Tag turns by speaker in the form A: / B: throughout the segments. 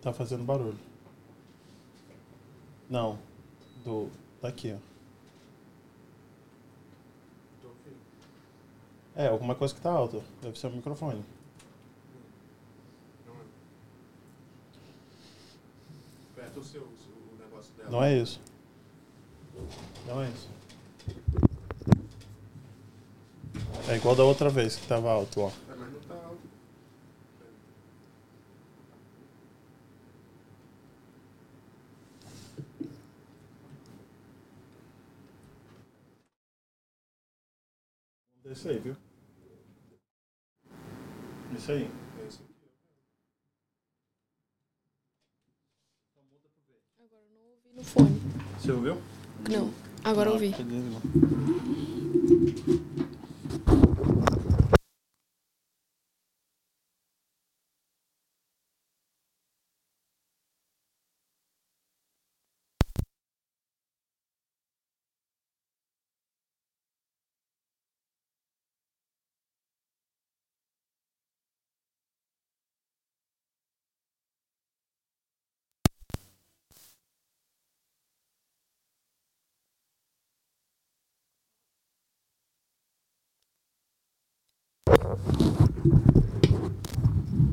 A: Tá fazendo barulho. Não. Do. Daqui, ó.
B: Então, assim,
A: É, alguma coisa que tá alta. Deve ser o microfone.
B: é. Aperta o seu, o seu- o negócio dela.
A: Não é isso. Não é isso. É igual da outra vez que tava alto, ó.
B: É, mas não tá alto.
A: É isso aí, viu? Isso aí.
B: É isso aqui.
C: Agora eu não ouvi no fone.
A: Você ouviu? Tá
C: Não, agora eu ouvi.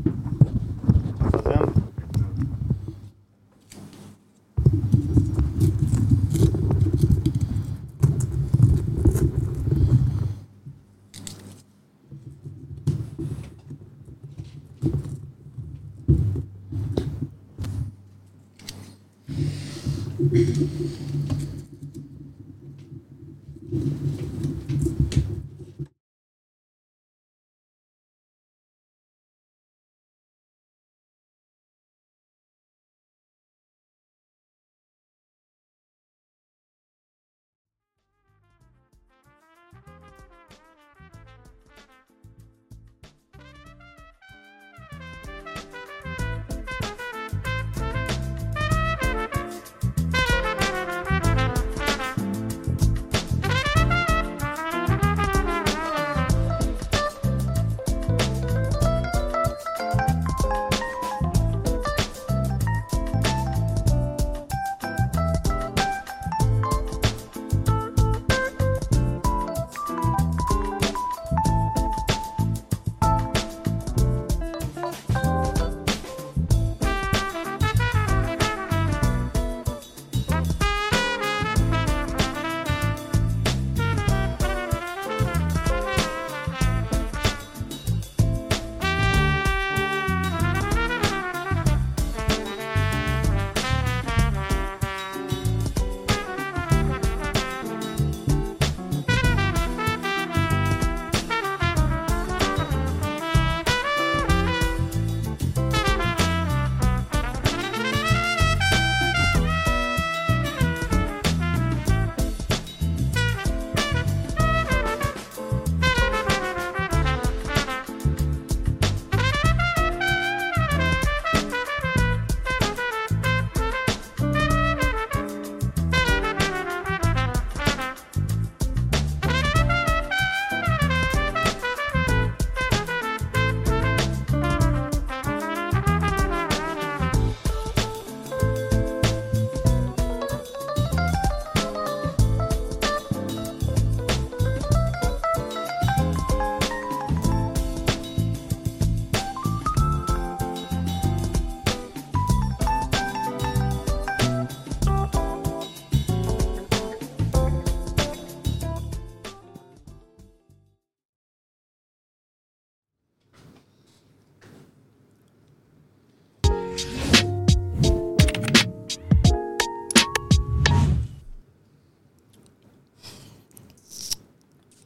A: Tá vendo?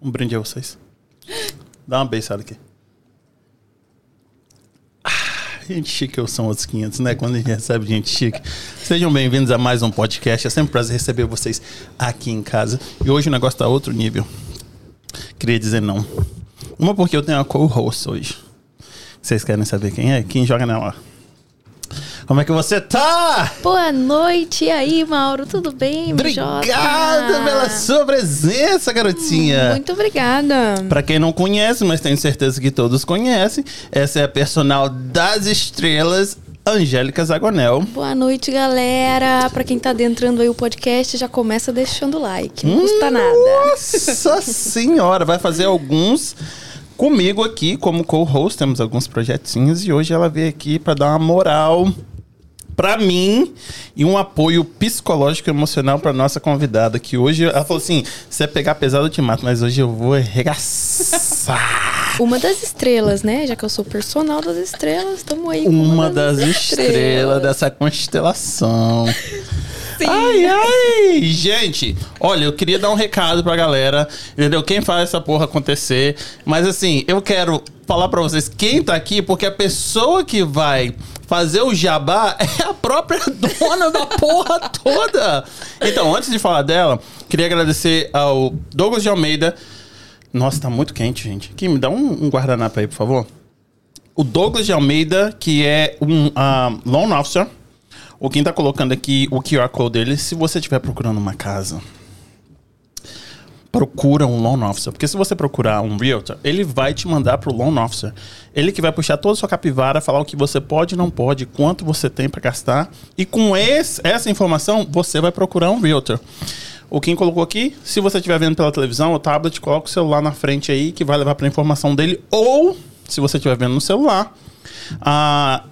A: Um brinde a vocês. Dá uma beijada aqui. Ah, gente chique ou são outros 500, né? Quando a gente recebe gente chique. Sejam bem-vindos a mais um podcast. É sempre um prazer receber vocês aqui em casa. E hoje o negócio tá outro nível. Queria dizer não. Uma porque eu tenho a co-host hoje. Vocês querem saber quem é? Quem joga nela? Como é que você tá?
C: Boa noite, e aí, Mauro? Tudo bem, Obrigada
A: Obrigado pela sua presença, garotinha.
C: Muito obrigada.
A: Pra quem não conhece, mas tenho certeza que todos conhecem, essa é a personal das estrelas, Angélica Zagonel.
C: Boa noite, galera. Pra quem tá adentrando aí o podcast, já começa deixando o like. Não custa nada.
A: Nossa senhora, vai fazer alguns comigo aqui como co-host, temos alguns projetinhos e hoje ela veio aqui para dar uma moral para mim e um apoio psicológico e emocional para nossa convidada que hoje ela falou assim, se é pegar pesado eu te mato, mas hoje eu vou arregaçar.
C: Uma das estrelas, né? Já que eu sou personal das estrelas, tamo aí. com
A: Uma das estrelas dessa constelação.
C: Sim.
A: Ai, ai! Gente, olha, eu queria dar um recado pra galera, entendeu? Quem faz essa porra acontecer. Mas assim, eu quero falar pra vocês quem tá aqui, porque a pessoa que vai fazer o jabá é a própria dona da porra toda. Então, antes de falar dela, queria agradecer ao Douglas de Almeida. Nossa, tá muito quente, gente. Aqui, me dá um, um guardanapo aí, por favor. O Douglas de Almeida, que é um ah, loan officer. O Kim tá colocando aqui o QR Code dele. Se você estiver procurando uma casa, procura um loan officer. Porque se você procurar um realtor, ele vai te mandar pro loan officer. Ele que vai puxar toda a sua capivara, falar o que você pode e não pode, quanto você tem para gastar. E com esse- essa informação, você vai procurar um realtor. O Kim colocou aqui, se você estiver vendo pela televisão ou tablet, coloca o celular na frente aí, que vai levar para informação dele. Ou, se você estiver vendo no celular, a,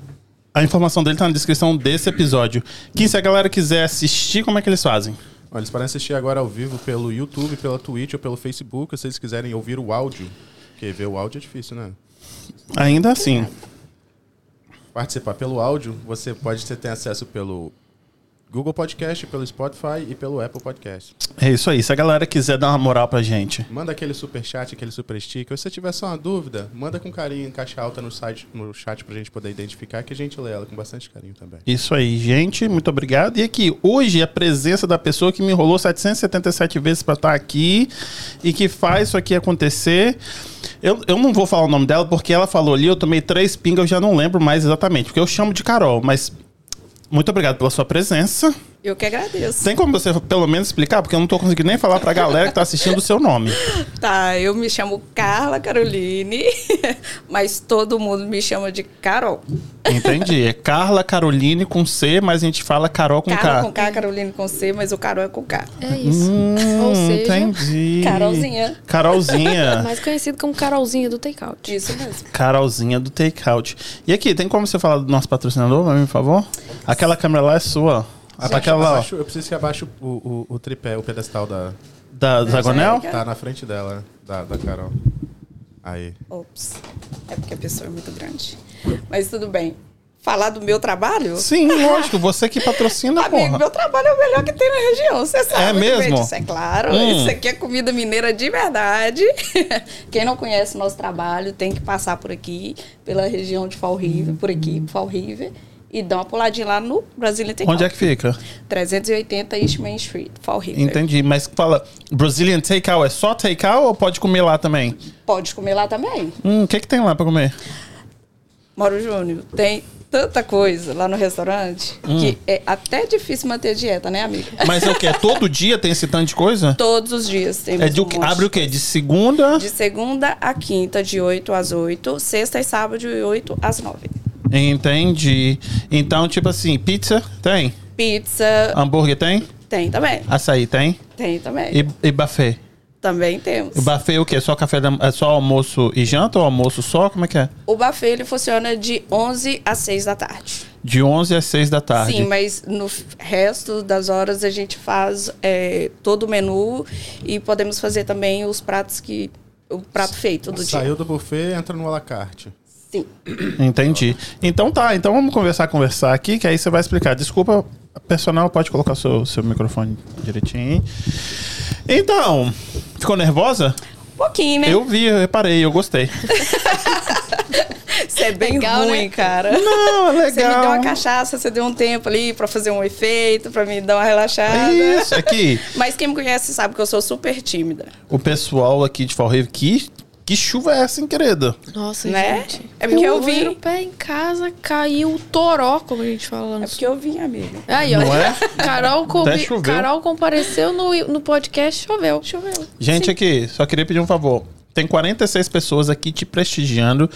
A: a informação dele tá na descrição desse episódio. Kim, se a galera quiser assistir, como é que eles fazem?
B: Olha, eles podem assistir agora ao vivo pelo YouTube, pela Twitch ou pelo Facebook, se eles quiserem ouvir o áudio. Porque ver o áudio é difícil, né?
A: Ainda assim.
B: Participar pelo áudio, você pode ter, ter acesso pelo Google Podcast, pelo Spotify e pelo Apple Podcast.
A: É isso aí. Se a galera quiser dar uma moral pra gente.
B: Manda aquele super chat, aquele super sticker. Ou se você tiver só uma dúvida, manda com carinho em caixa alta no site, no chat pra gente poder identificar que a gente lê ela com bastante carinho também.
A: Isso aí, gente. Muito obrigado. E aqui, hoje, a presença da pessoa que me enrolou 777 vezes pra estar aqui e que faz isso aqui acontecer. Eu, eu não vou falar o nome dela porque ela falou ali, eu tomei três pingas, eu já não lembro mais exatamente, porque eu chamo de Carol, mas muito obrigado pela sua presença.
C: Eu que agradeço.
A: Tem como você pelo menos explicar? Porque eu não tô conseguindo nem falar pra galera que tá assistindo o seu nome.
D: Tá, eu me chamo Carla Caroline, mas todo mundo me chama de Carol.
A: Entendi. É Carla Caroline com C, mas a gente fala Carol com
D: Carla
A: K.
D: com K, Caroline com C, mas o Carol é com K.
C: É isso.
A: Hum,
C: Ou seja,
A: entendi.
D: Carolzinha.
A: Carolzinha.
C: Mais conhecido como Carolzinha do Takeout.
D: Isso mesmo.
A: Carolzinha do Takeout. E aqui, tem como você falar do nosso patrocinador, pra mim, por favor? Aquela câmera lá é sua. Ah, pra aquela lá, ó,
B: Abaixa- eu preciso que abaixe o, o, o tripé, o pedestal da.
A: da Zagonel?
B: Tá na frente dela, da, da Carol. Aí.
D: Ops, é porque a pessoa é muito grande. Mas tudo bem. Falar do meu trabalho?
A: Sim, lógico. Você que patrocina,
D: Amigo,
A: porra.
D: meu trabalho é o melhor que tem na região, você sabe.
A: É
D: muito bem
A: mesmo?
D: disso, é claro.
A: Hum.
D: Isso aqui é comida mineira de verdade. Quem não conhece o nosso trabalho tem que passar por aqui, pela região de Fall River, por aqui, Fall River, e dar uma puladinha lá no Brasília Tem
A: Hum. Onde é que fica?
D: 380 East Main Street, Fall River.
A: Entendi. Mas fala, Brazilian Takeout é só Takeout ou pode comer lá também?
D: Pode comer lá também.
A: Hum, o que que tem lá pra comer?
D: Mauro Júnior, tem tanta coisa lá no restaurante
A: Hum.
D: que é até difícil manter a dieta, né, amigo?
A: Mas é o quê? Todo dia tem esse tanto de coisa?
D: Todos os dias temos
A: É de, o
D: um
A: que-
D: monte
A: abre o quê? De segunda?
D: De segunda a quinta, de 8 às 8. Sexta e sábado, de 8 às 9.
A: Entendi. Então, tipo assim, pizza tem?
D: Pizza
A: Hambúrguer tem?
D: tem também.
A: Açaí tem?
D: Tem também.
A: E, e buffet?
D: Também temos.
A: O buffet é o quê? Só café da, é só almoço e janta ou almoço só? Como é que é?
D: O buffet ele funciona de 11 às 6 da tarde.
A: De 11 às 6 da tarde.
D: Sim, mas no f- resto das horas a gente faz é, todo o menu e podemos fazer também os pratos que. O prato feito do dia.
B: Saiu do buffet, entra no alacarte.
D: Sim.
A: Entendi. Então tá, então vamos conversar, conversar aqui, que aí você vai explicar. Desculpa, personal, pode colocar seu, seu microfone direitinho. Então, ficou nervosa?
D: Um pouquinho, né?
A: Eu vi, eu reparei, eu gostei.
D: Isso é bem
C: Legal,
D: ruim,
C: né?
D: cara.
A: Não, é legal.
D: Você me deu uma cachaça, você deu um tempo ali pra fazer um efeito, pra me dar uma relaxada.
A: Isso, aqui.
D: Mas quem me conhece sabe que eu sou super tímida,
A: O pessoal aqui de Fall River, que, que chuva é essa, hein, querida?
C: Nossa,
D: né?
C: gente.
D: É porque eu,
C: vi o
D: vim.
C: pé em casa, caiu o toró, como a gente fala. no
D: É porque eu vim, amiga.
C: Aí, ó.
A: Não é?
C: Carol, com-
A: Até choveu.
C: Carol compareceu no, no podcast, choveu. Choveu.
A: Gente, aqui, só queria pedir um favor. Tem 46 pessoas aqui te prestigiando.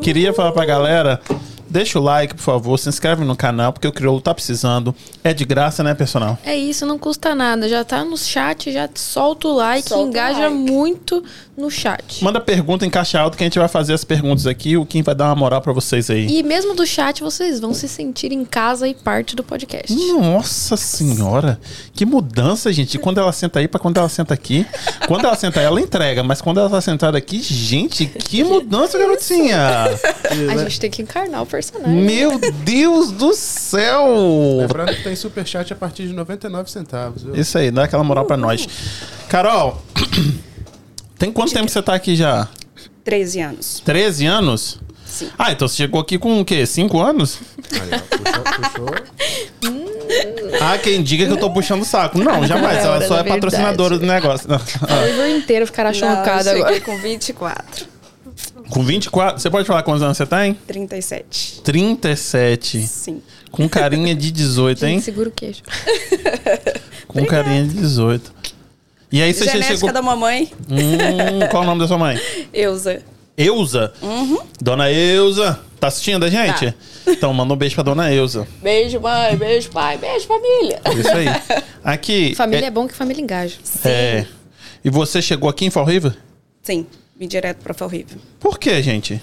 A: Queria falar pra galera, Deixa o like, por favor. Se inscreve no canal, porque o Crioulo tá precisando. É de graça, né, personal?
C: É isso, não custa nada. Já tá no chat, já solta o like,
D: Solta o
C: engaja
D: like.
C: muito no chat.
A: Manda pergunta em caixa alta que a gente vai fazer as perguntas aqui. O Kim vai dar uma moral pra vocês aí.
C: E mesmo do chat, vocês vão se sentir em casa e parte do podcast.
A: Nossa senhora, que mudança, gente. De Quando ela senta aí pra quando ela senta aqui. Quando ela senta aí, ela entrega, mas quando ela tá sentada aqui, gente, que mudança, garotinha.
C: A gente tem que encarnar o personagem.
A: né? Meu Deus do céu.
B: Lembrando que tem superchat a partir de 99 centavos, viu?
A: Isso aí, dá aquela moral pra nós. Carol, tem quanto tempo que você tá aqui já?
D: 13 anos.
A: 13 anos?
D: Sim.
A: Ah, então você chegou aqui com o quê? 5 anos?
B: Aí, ó, puxou, puxou.
A: Ah, quem diga que eu tô puxando o saco. Não, jamais. Ela
C: Agora,
A: só
C: na
A: é patrocinadora do negócio.
C: O livro inteiro ficará chocado
D: Não, eu
C: agora.
D: cheguei com 24,
A: Com 24. Você pode falar quantos anos você tá, tem?
D: 37.
A: 37.
D: Sim.
A: Com carinha de
D: é
A: 18, hein?
C: Gente, segura o queixo.
A: Com carinha de 18. E aí você já
D: Genética
A: chegou.
D: da mamãe,
A: Hum, qual o nome da sua mãe?
D: Eusa.
A: Eusa.
D: Uhum.
A: Dona Eusa. Tá assistindo a gente? Então manda um beijo pra dona Eusa.
D: Beijo, mãe. Beijo, pai. Beijo, família.
A: Isso aí. Aqui.
C: Família é, bom que família engaja.
A: é, é. E você chegou aqui em Fall River?
D: Sim, vim direto pra Fall River.
A: Por quê, gente?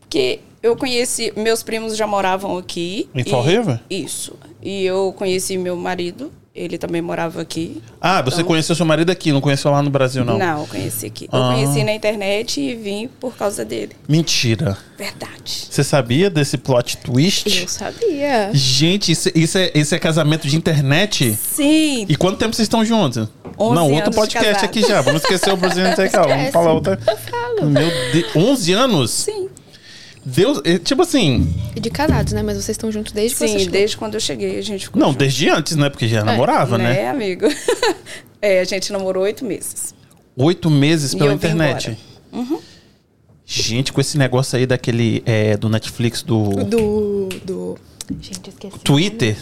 D: Porque eu conheci, meus primos já moravam aqui.
A: Em
D: e-
A: Fall River?
D: Isso. E eu conheci meu marido, ele também morava aqui.
A: Ah, você
D: Então-
A: conheceu seu marido aqui, não conheceu lá no Brasil, não?
D: Não, eu conheci aqui. Eu
A: Ah.
D: conheci na internet e vim por causa dele.
A: Mentira.
D: Verdade.
A: Você sabia desse plot twist?
C: Eu sabia.
A: Gente, isso, isso é, isso é casamento de internet?
D: Sim.
A: E quanto tempo vocês estão juntos?
D: 11
A: não,
D: anos
A: outro
D: de
A: podcast
D: casado.
A: aqui já. Vamos esquecer o Brasil Intecal. Vamos
C: Esquece.
A: falar outra.
C: Eu falo.
A: Meu Deus. 11 anos?
D: Sim.
A: Deus. é, Tipo assim.
C: E de casados, né? Mas vocês estão juntos desde que você
D: Sim,
C: chegou.
D: desde quando eu cheguei, a gente ficou
A: Não,
D: junto,
A: desde antes, né? Porque já namorava, né?
D: né, amigo? é, a gente namorou oito meses.
A: Oito meses
D: E
A: pela
D: eu vim
A: internet.
D: embora. Uhum.
A: Gente, com esse negócio aí daquele. é, do Netflix, do.
C: Do. do... Gente, esqueci.
A: Twitter.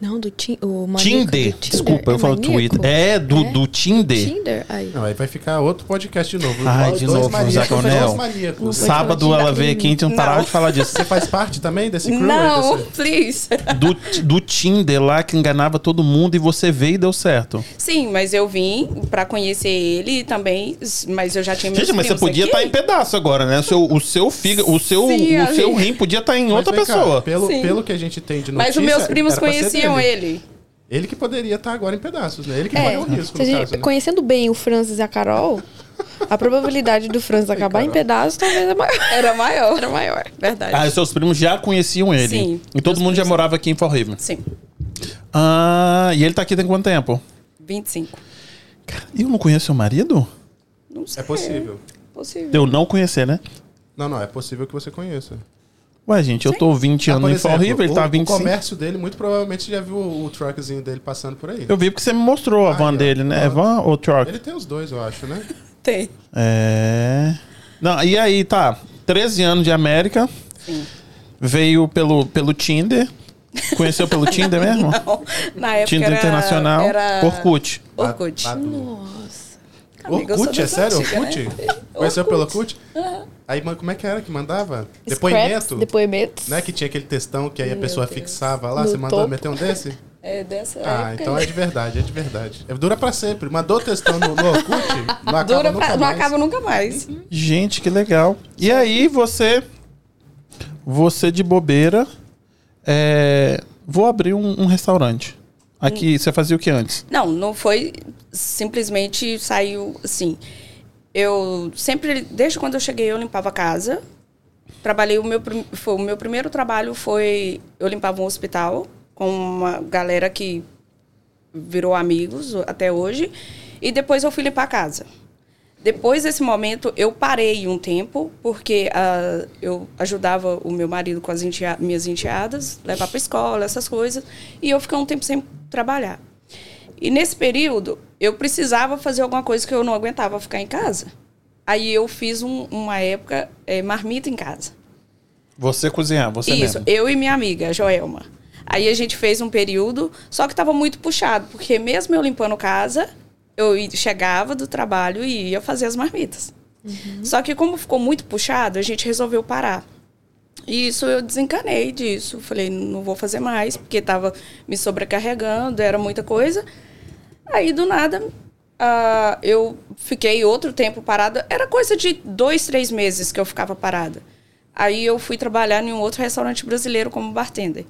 C: Não, do Tin- o maníaco
A: Tinder.
C: do Tinder.
A: Desculpa, eu
C: É
A: falo
C: maníaco?
A: Twitter. É, do,
C: É?
A: do Tinder.
C: Tinder? Aí.
B: Não, aí vai ficar outro podcast de novo.
A: Ai,
B: Os
A: de
B: dois
A: novo,
B: maníacos,
A: Zac
B: os dois
A: Anel.
B: maníacos.
C: Vai falar
A: Sábado
C: de
A: ela
C: dar
A: veio aqui, a gente não
D: Não.
A: parava de falar disso.
B: Você faz parte também desse crew? aí
D: Não,
B: desse-
D: please.
A: Do, do Tinder lá que enganava todo mundo e você veio e deu certo.
D: Sim, mas eu vim pra conhecer ele e também, mas eu já tinha meus
A: Gente, mas você
D: primos
A: podia tá
D: aqui.
A: estar em pedaço agora, né? O seu, o seu fígado, o seu,
D: Sim,
A: o seu
D: amiga.
A: rim podia estar em
B: Mas
A: outra
B: vem cá,
A: pessoa.
B: pelo,
D: Sim.
B: pelo que a gente tem de notícia...
D: Mas os meus primos
B: era pra ser
D: conheciam
B: dele.
D: ele.
B: Ele que poderia estar agora em pedaços, né? Ele que
C: É,
B: correu o risco,
C: se a
B: no
C: gente-
B: caso, né?
C: conhecendo bem o Francis e a Carol, a probabilidade do Francis acabar em
B: Carol.
C: pedaços talvez é maior.
D: Era maior. Era maior. Verdade.
A: Ah, os seus primos já conheciam ele.
D: Sim,
A: E todo
D: meus
A: mundo já
D: primos-
A: morava aqui em Fall River.
D: Sim.
A: Ah, e ele tá aqui tem quanto tempo?
D: 25.
A: Cara, eu não conheço seu marido?
D: Não sei.
B: É possível.
D: possível.
A: Eu não conhecer, né?
B: Não, não, é possível que você conheça.
A: Ué, gente, eu tô 20
B: Ah, por
A: anos em Fall
B: exemplo,
A: River, ele
B: o-
A: tá
B: O
A: 25.
B: comércio dele, muito provavelmente, já viu o, o truckzinho dele passando por aí.
A: Eu vi porque você me mostrou a
B: Ah,
A: van
B: é.
A: dele, né? É van ou truck?
B: Ele tem os dois, eu acho, né?
D: Tem.
A: É. Não, e aí, tá. 13 anos de América.
D: Sim.
A: Veio pelo, pelo Tinder. Conheceu pelo Tinder É mesmo?
D: Não, na época
A: Tinder
D: É era,
A: Internacional.
D: Era...
A: Orkut.
D: Orkut.
B: Ba- Badu.
C: Nossa.
D: Amiga, eu sou
B: Orkut, é
D: das
B: sério?
D: antigas,
B: Orkut?
D: né?
B: Conheceu
D: Orkut.
B: pelo Orkut? Aí, mano, como é que era que mandava?
C: Scraps,
B: Depoimento?
C: Depoimentos.
B: Né? Que tinha aquele textão que aí a pessoa fixava lá.
C: No
B: Você mandou
C: topo.
B: meter um desse?
D: É dessa
B: Ah,
D: época.
B: então é de verdade, é de verdade. É, dura pra sempre. Mandou textão no, no Orkut, não então acaba
D: Dura
B: nunca
D: pra... não
B: mais.
D: acaba nunca mais.
A: Gente, que legal. E aí, você. Você de bobeira. É, vou abrir um, um restaurante. Aqui, você fazia o que antes?
D: Não, não foi simplesmente saiu assim. Eu sempre, desde quando eu cheguei, eu limpava a casa. Trabalhei o meu prim- foi, o meu primeiro trabalho foi eu limpava um hospital com uma galera que virou amigos até hoje e depois eu fui limpar a casa. Depois desse momento eu parei um tempo porque ah, eu ajudava o meu marido com as entea- minhas enteadas, levar para escola, essas coisas, e eu fiquei um tempo sem trabalhar. E nesse período, eu precisava fazer alguma coisa que eu não aguentava ficar em casa. Aí eu fiz um- uma época eh, marmita em casa.
A: Você cozinhar, você
D: Isso,
A: mesmo.
D: eu e minha amiga, a Joelma. Aí a gente fez um período, só que estava muito puxado, porque mesmo eu limpando casa, eu i- chegava do trabalho e ia fazer as marmitas. Só que como ficou muito puxado, a gente resolveu parar. E isso eu desencanei disso. Falei, não vou fazer mais, porque estava me sobrecarregando, era muita coisa. Aí, do nada, ah, eu fiquei outro tempo parada. Era coisa de dois, três meses que eu ficava parada. Aí eu fui trabalhar em um outro restaurante brasileiro como bartender.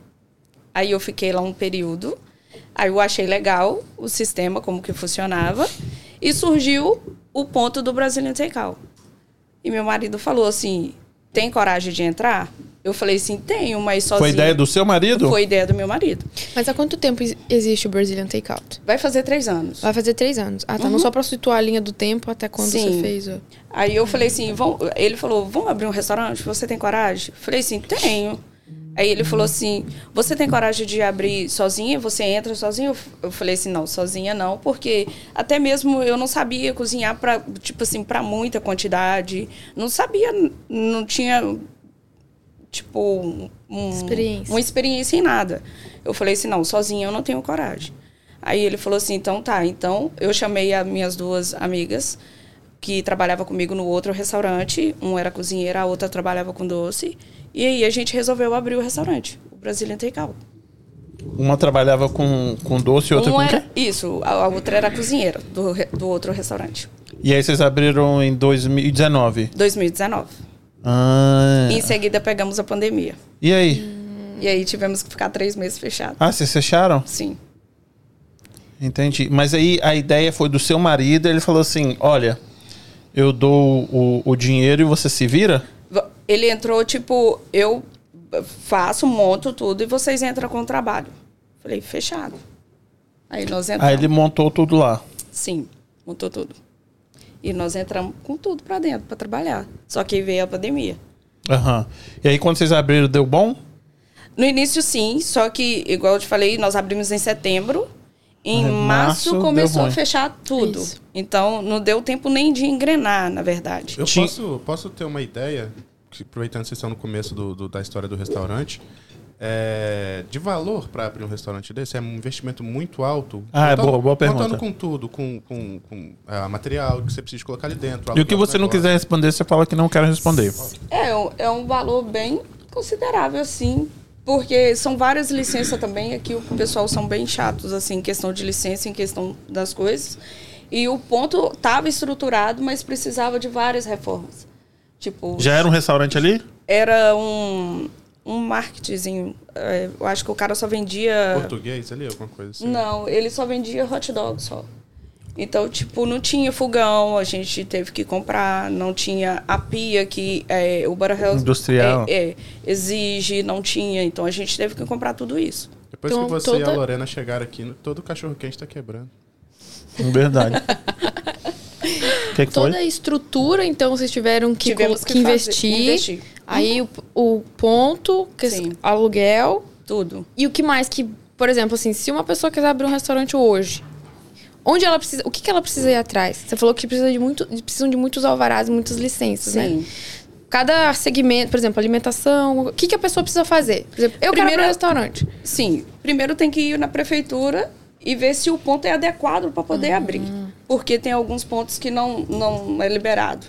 D: Aí eu fiquei lá um período. Aí eu achei legal o sistema, como que funcionava. E surgiu o ponto do Brazilian Takeout. E meu marido falou assim, tem coragem de entrar? Eu falei assim, tenho, mas sozinho.
E: Foi ideia do seu marido?
D: Foi ideia do meu marido.
C: Mas há quanto tempo ex- existe o Brazilian Takeout?
D: Vai fazer três anos.
C: Vai fazer três anos. Ah, tá. Não só pra situar a linha do tempo até quando
D: Sim.
C: você fez. ó.
D: Aí eu falei assim, vão... ele falou, vamos abrir um restaurante? Você tem coragem? Falei assim, tenho. Aí ele falou assim, você tem coragem de abrir sozinha? Você entra sozinha? Eu f- Eu falei assim, não, sozinha não, porque até mesmo eu não sabia cozinhar para tipo assim para muita quantidade, não sabia, n- não tinha tipo um- um-
F: Experiência.
D: uma experiência em nada. Eu falei assim, não, sozinha eu não tenho coragem. Aí ele falou assim, então tá, então eu chamei as minhas duas amigas que trabalhava comigo no outro restaurante, um era cozinheira, a outra trabalhava com doce, e aí a gente resolveu abrir o restaurante, o Brazilian Takeout.
E: Uma trabalhava com, com doce e outra
D: Um
E: com
D: era-
A: é
E: quê?
D: isso, a, a outra era cozinheira do, re- do outro restaurante.
E: E aí vocês abriram em 2019.
D: 2019.
E: Ah,
D: E em seguida pegamos a pandemia.
E: e aí?
D: E aí tivemos que ficar três meses fechado.
E: Ah, vocês fecharam?
D: Sim.
E: Entendi. Mas aí a ideia foi do seu marido, ele falou assim: olha, eu dou o, o dinheiro e você se vira?
D: V- Ele entrou, tipo, eu faço, monto tudo e vocês entram com o trabalho. Falei, fechado. Aí nós entramos.
E: Aí ele montou tudo lá.
D: Sim, montou tudo. E nós entramos com tudo pra dentro, pra trabalhar. Só que aí veio a pandemia.
E: Aham. E aí quando vocês abriram, deu bom?
D: No início, sim, só que, igual eu te falei, nós abrimos em setembro. Em
E: Aí, março,
D: março,
E: deu
D: começou a
E: ruim.
D: fechar tudo.
C: Isso.
D: Então, não deu tempo nem de engrenar, na verdade.
B: Eu
E: Tinha-
B: posso, posso ter uma ideia, que, aproveitando que vocês estão no começo do- do- da história do restaurante, é, de valor para abrir um restaurante desse? É um investimento muito alto?
E: Ah, é
B: Contando-
E: boa- boa pergunta.
B: Contando com tudo, com, com, com ah, material que você precisa colocar ali dentro.
E: E o que
B: aluguel do
E: você não
B: negócio.
E: quiser responder, você fala que não quero responder.
D: É, um- é um valor bem considerável, assim. Porque são várias licenças também. Aqui o pessoal são bem chatos, assim, em questão de licença, em questão das coisas. E o ponto estava estruturado, mas precisava de várias reformas. Tipo,
E: Já era um restaurante ali?
D: era um, um marketingzinho. É, eu acho que o cara só vendia.
B: Português ali, alguma coisa assim?
D: Não, ele só vendia hot dog só. Então, tipo, não tinha fogão, a gente teve que comprar, não tinha a pia que é, o Barrel
E: Industrial.
D: é, é, exige, não tinha. Então a gente teve que comprar tudo isso.
B: Depois
C: Então,
B: que você e a
C: toda-
B: Lorena chegaram aqui, no- todo cachorro quente tá quebrando.
E: Verdade. O que, que
C: Toda
E: foi?
C: a estrutura, então, vocês tiveram que,
D: Tivemos
C: colo- que,
D: fazer-
C: investir. Aí o, o ponto, que
D: Sim.
C: aluguel.
D: tudo.
C: E o que mais que, por exemplo, assim, se uma pessoa quiser abrir um restaurante hoje, onde ela precisa, o que, que ela precisa ir atrás? Você falou que precisa de muito, precisam de muitos alvarás, muitas licenças, né?
D: Sim.
C: Cada segmento, por exemplo, alimentação, o que, que a pessoa precisa fazer? Por exemplo, eu
D: Primeiro
C: quero abrir um
D: é-
C: restaurante.
D: Sim, primeiro tem que ir na prefeitura e ver se o ponto é adequado para poder abrir, porque tem alguns pontos que não, não é liberado.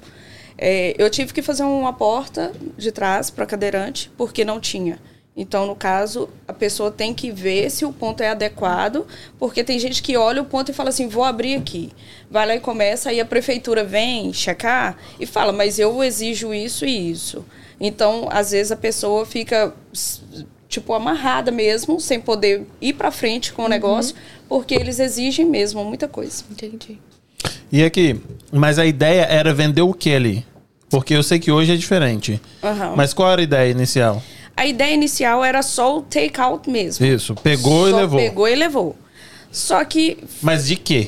D: É, eu tive que fazer uma porta de trás para cadeirante, porque não tinha. Então, no caso, a pessoa tem que ver se o ponto é adequado, porque tem gente que olha o ponto e fala assim, vou abrir aqui. Vai lá e começa, aí a prefeitura vem checar e fala, mas eu exijo isso e isso. Então, às vezes, a pessoa fica s- tipo, amarrada mesmo, sem poder ir pra frente
E: Uhum.
D: com o negócio, porque eles exigem mesmo muita coisa.
C: Entendi.
E: E aqui, mas a ideia era vender o que ali? Porque eu sei que hoje é diferente.
D: Aham.
E: Mas qual era a ideia inicial?
D: A ideia inicial era só o take-out mesmo.
E: Isso, pegou e
D: Só
E: levou.
D: Pegou e levou. Só que
E: Mas de quê?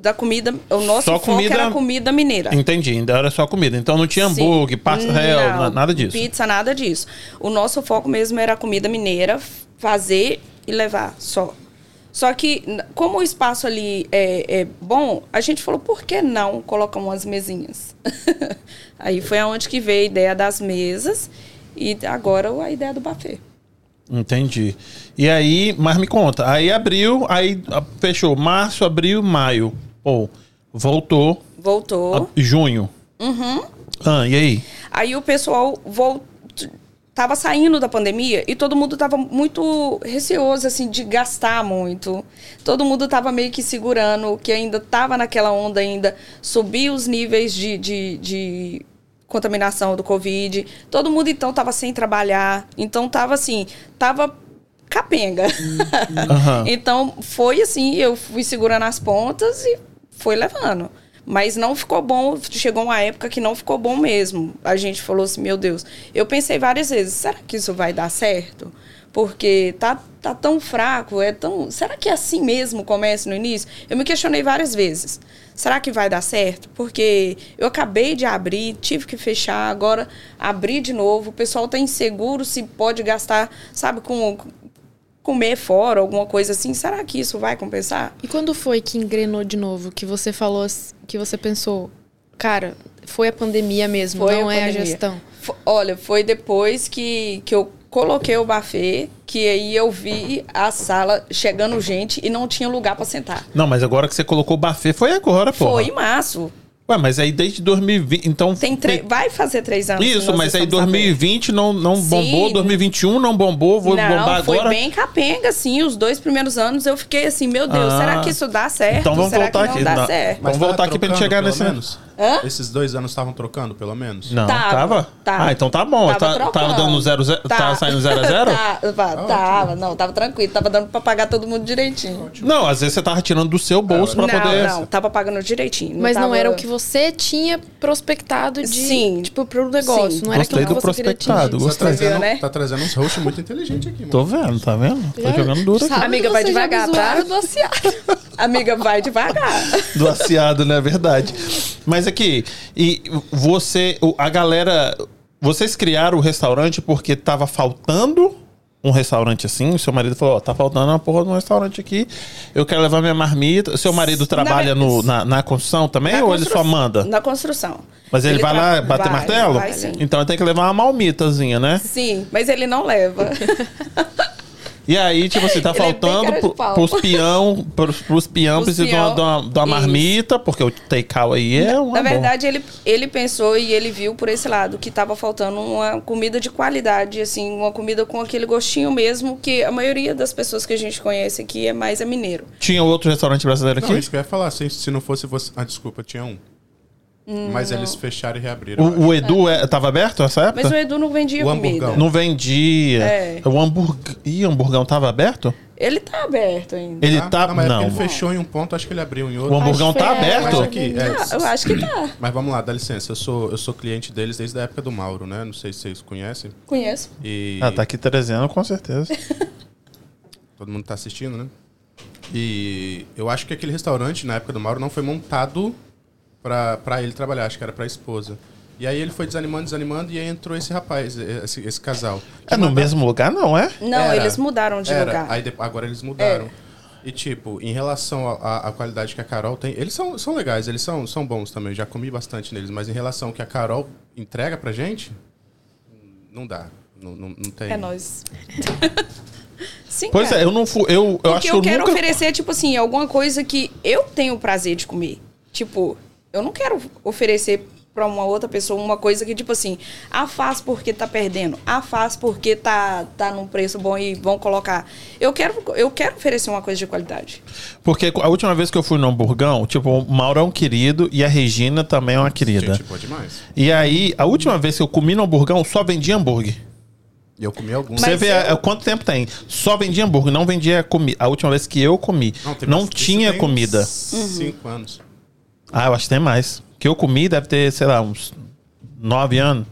D: da comida, o nosso
E: Só
D: foco era
E: comida-
D: comida mineira.
E: Entendi, ainda era só comida. Então não tinha
D: Tá. Sim.
E: hambúrguer, pastel,
D: Não,
E: na- nada disso.
D: Pizza, nada disso. O nosso foco mesmo era comida mineira, fazer e levar só. Só que, n- como o espaço ali é, é bom, a gente falou, por que não colocar umas mesinhas? Aí foi aonde que veio a ideia das mesas e agora a ideia do buffet.
E: Entendi. E aí, mas me conta, aí abriu, aí ah, fechou março, abril, maio. Pô, voltou
D: Voltou. Uhum.
E: a- junho. Ah, e aí?
D: Aí o pessoal vol- tava saindo da pandemia e todo mundo tava muito receoso, assim, de gastar muito. Todo mundo tava meio que segurando, que ainda tava naquela onda ainda, subir os níveis de, de, de contaminação do Covid. Todo mundo, então, tava sem trabalhar. Então, tava assim, tava capenga.
A: Aham.
D: Então, foi assim, eu fui segurando as pontas e foi levando. Mas não ficou bom, chegou uma época que não ficou bom mesmo. A gente falou assim, meu Deus. Eu pensei várias vezes, será que isso vai dar certo? Porque tá, tá tão fraco, é tão. Será que é assim mesmo o comércio no início? Eu me questionei várias vezes. Será que vai dar certo? Porque eu acabei de abrir, tive que fechar, agora abri de novo. O pessoal tá inseguro se pode gastar, sabe, com, comer fora, alguma coisa assim, será que isso vai compensar?
C: E quando foi que engrenou de novo? Que você falou, ass- que você pensou, cara, foi a pandemia mesmo,
D: Foi
C: não
D: a
C: é a
D: pandemia.
C: gestão.
D: Fo- Olha, foi depois que, que eu coloquei o buffet, que aí eu vi a sala chegando gente e não tinha lugar pra sentar.
A: Não, mas agora que você colocou o buffet foi agora, pô.
D: Foi em março.
A: Ué, mas aí desde 2020. Então.
D: Tem tre- Vai fazer três anos. que
A: Isso,
D: nós
A: mas aí
D: estamos
A: 2020 não, não
D: Sim.
A: bombou, 2021 não bombou, vou
D: não,
A: bombar
D: foi
A: agora.
D: bem capenga, assim. Os dois primeiros anos eu fiquei assim, meu Deus,
A: Ah.
D: será que isso dá certo?
A: Então vamos
D: será
A: voltar
D: que não
A: aqui.
D: dá
A: Não.
D: certo?
A: Vamos
B: tava
A: voltar aqui pra gente
B: trocando,
A: chegar
B: pelo
A: nesse-
B: menos?
D: Hã?
B: Esses dois anos estavam trocando, pelo menos?
A: Não,
D: Tava,
A: tava?
D: tava.
A: Ah, então tá bom. Tá, tava
D: trocando.
A: dando 0 0 tá. saindo 0 a 0
D: Tá, tava, não, tava tranquilo, tava dando pra pagar todo mundo direitinho.
A: Não, às vezes você tava tirando do seu bolso pra
D: não,
A: poder.
D: não, tava pagando direitinho.
C: Mas não
D: tava-
C: era o que você tinha prospectado de,
D: Sim.
C: tipo, pro negócio.
D: Sim.
C: Não era
A: Gostei
C: aquilo que
A: do
C: você queria
A: prospectado.
C: atingir.
B: Você
A: Gostei.
B: Tá trazendo,
D: Viu, né?
B: tá trazendo uns hosts muito inteligentes aqui, mano.
A: Tô vendo, tá vendo?
D: É.
A: Tô jogando duro aqui.
C: Sabe
D: Amiga,
C: que
D: vai
C: você já me
D: devagar, tá?
C: zoaram do Aciara.
D: Amiga, vai devagar.
A: do aciado, né? Verdade. Mas aqui, e você, o- a galera, vocês criaram o restaurante porque tava faltando um restaurante assim? O seu marido falou: Ó, tá faltando uma porra de um restaurante aqui, eu quero levar minha marmita. O seu marido trabalha
D: ve-
A: no, na, na construção também
D: Na
A: ou
D: construção-
A: ele só manda?
D: Na construção.
A: Mas ele, vai
D: tra-
A: lá bater
D: vai,
A: martelo?
D: Vai, sim.
A: Então ele tem que levar uma malmitazinha, né?
D: Sim, mas ele não leva.
A: E aí, tipo assim, tá
D: Ele é bem
A: faltando
D: cara de
A: pro-
D: pau.
A: pros peão, pros, pros peão
D: Os
A: precisa de uma,
D: peão,
A: de uma- de uma
D: isso.
A: marmita, porque o take-out aí é uma
D: Na
A: bomba.
D: verdade, ele, ele pensou e ele viu por esse lado que tava faltando uma comida de qualidade, assim, uma comida com aquele gostinho mesmo que a maioria das pessoas que a gente conhece aqui é mais é mineiro.
A: Tinha outro restaurante brasileiro aqui?
B: Não, isso que eu ia falar. Se, se não fosse você... Ah, desculpa, tinha um. Mas eles fecharam e reabriram. eu acho.
A: O, o Edu é, tava aberto nessa época?
D: Mas o Edu não vendia
B: O
D: comida.
B: hamburgão.
A: Não vendia.
D: É.
A: O hamburg... Ih, o hamburgão tava aberto?
D: Ele tá aberto ainda.
A: Ele
B: Ah,
A: tá.
B: mas é porque
A: Não.
B: ele fechou em um ponto, acho que ele abriu em
A: O
B: outro.
A: hamburgão
C: Acho que foi-
A: tá
B: Mas
A: aberto?
B: aqui,
D: Ah,
B: é,
D: eu acho que tá.
B: Mas vamos lá, dá licença. Eu sou, eu sou cliente deles desde a época do Mauro, né? Não sei se vocês conhecem.
D: Conheço.
B: E
A: Ah, tá aqui 300, com certeza.
B: todo mundo tá assistindo, né? E eu acho que aquele restaurante, na época do Mauro, não foi montado pra, pra ele trabalhar. Acho que era pra esposa. E aí ele foi desanimando, desanimando, e aí entrou esse rapaz, esse, esse casal.
A: É no mesmo lugar, não é?
D: Não,
B: Era.
D: eles mudaram de
B: Era.
D: lugar. É.
B: Aí de- agora eles mudaram. E tipo, em relação a- a- à qualidade que a Carol tem, eles são, são legais, eles são, são bons também, já comi bastante neles, mas em relação ao que a Carol entrega pra gente, não dá. Não, não, não tem.
D: É nós. Sim,
A: Pois
D: cara.
A: é, eu não fui. Eu, eu acho
D: Porque
A: que
D: eu,
A: eu
D: quero
A: nunca.
D: oferecer, tipo assim, alguma coisa que eu tenho prazer de comer. Tipo, eu não quero oferecer pra uma outra pessoa uma coisa que, tipo assim, ah, faz porque tá perdendo, ah, faz porque tá, tá num preço bom e vão colocar. Eu quero, eu quero oferecer uma coisa de qualidade.
A: Porque a última vez que eu fui no hamburgão, tipo, o Mauro é um querido e a Regina também é uma querida.
B: Gente, boa demais.
A: E aí, a última vez que eu comi no hamburgão, só vendia hambúrguer.
B: E eu comi alguns.
A: Você
D: Mas
A: vê
D: eu-
A: a- quanto tempo tem. Só vendia hambúrguer, não vendia comida. A última vez que eu comi, não,
B: tem bastante-
A: tinha
B: isso tem
A: comida.
B: uns Cinco anos.
D: Uhum.
A: Ah, eu acho que tem mais. Que eu comi deve ter, sei lá, uns nove anos.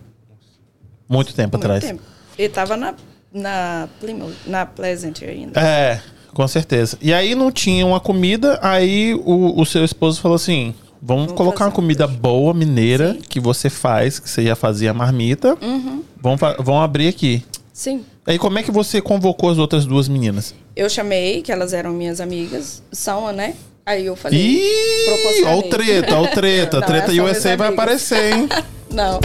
A: Muito tempo
D: Muito
A: atrás.
D: tempo. Ele tava na, na Plymouth, na Pleasant ainda.
A: É, com certeza. E aí não tinha uma comida, aí o, o seu esposo falou assim: vamos,
D: Vamos
A: colocar uma
D: fazer,
A: comida boa, mineira, que você faz, que você já fazia a marmita.
D: Uhum.
A: Vamos, fa- vamos abrir aqui.
D: Sim.
A: Aí como é que você convocou as outras duas meninas?
D: Eu chamei, que elas eram minhas amigas, são, né? Aí eu falei.
A: Ih,
D: proporcionei.
A: ó o treta, ó o treta.
D: Não, é
A: treta
D: essas são
A: USA
D: minhas
A: vai
D: amigas.
A: aparecer, hein?
D: Não.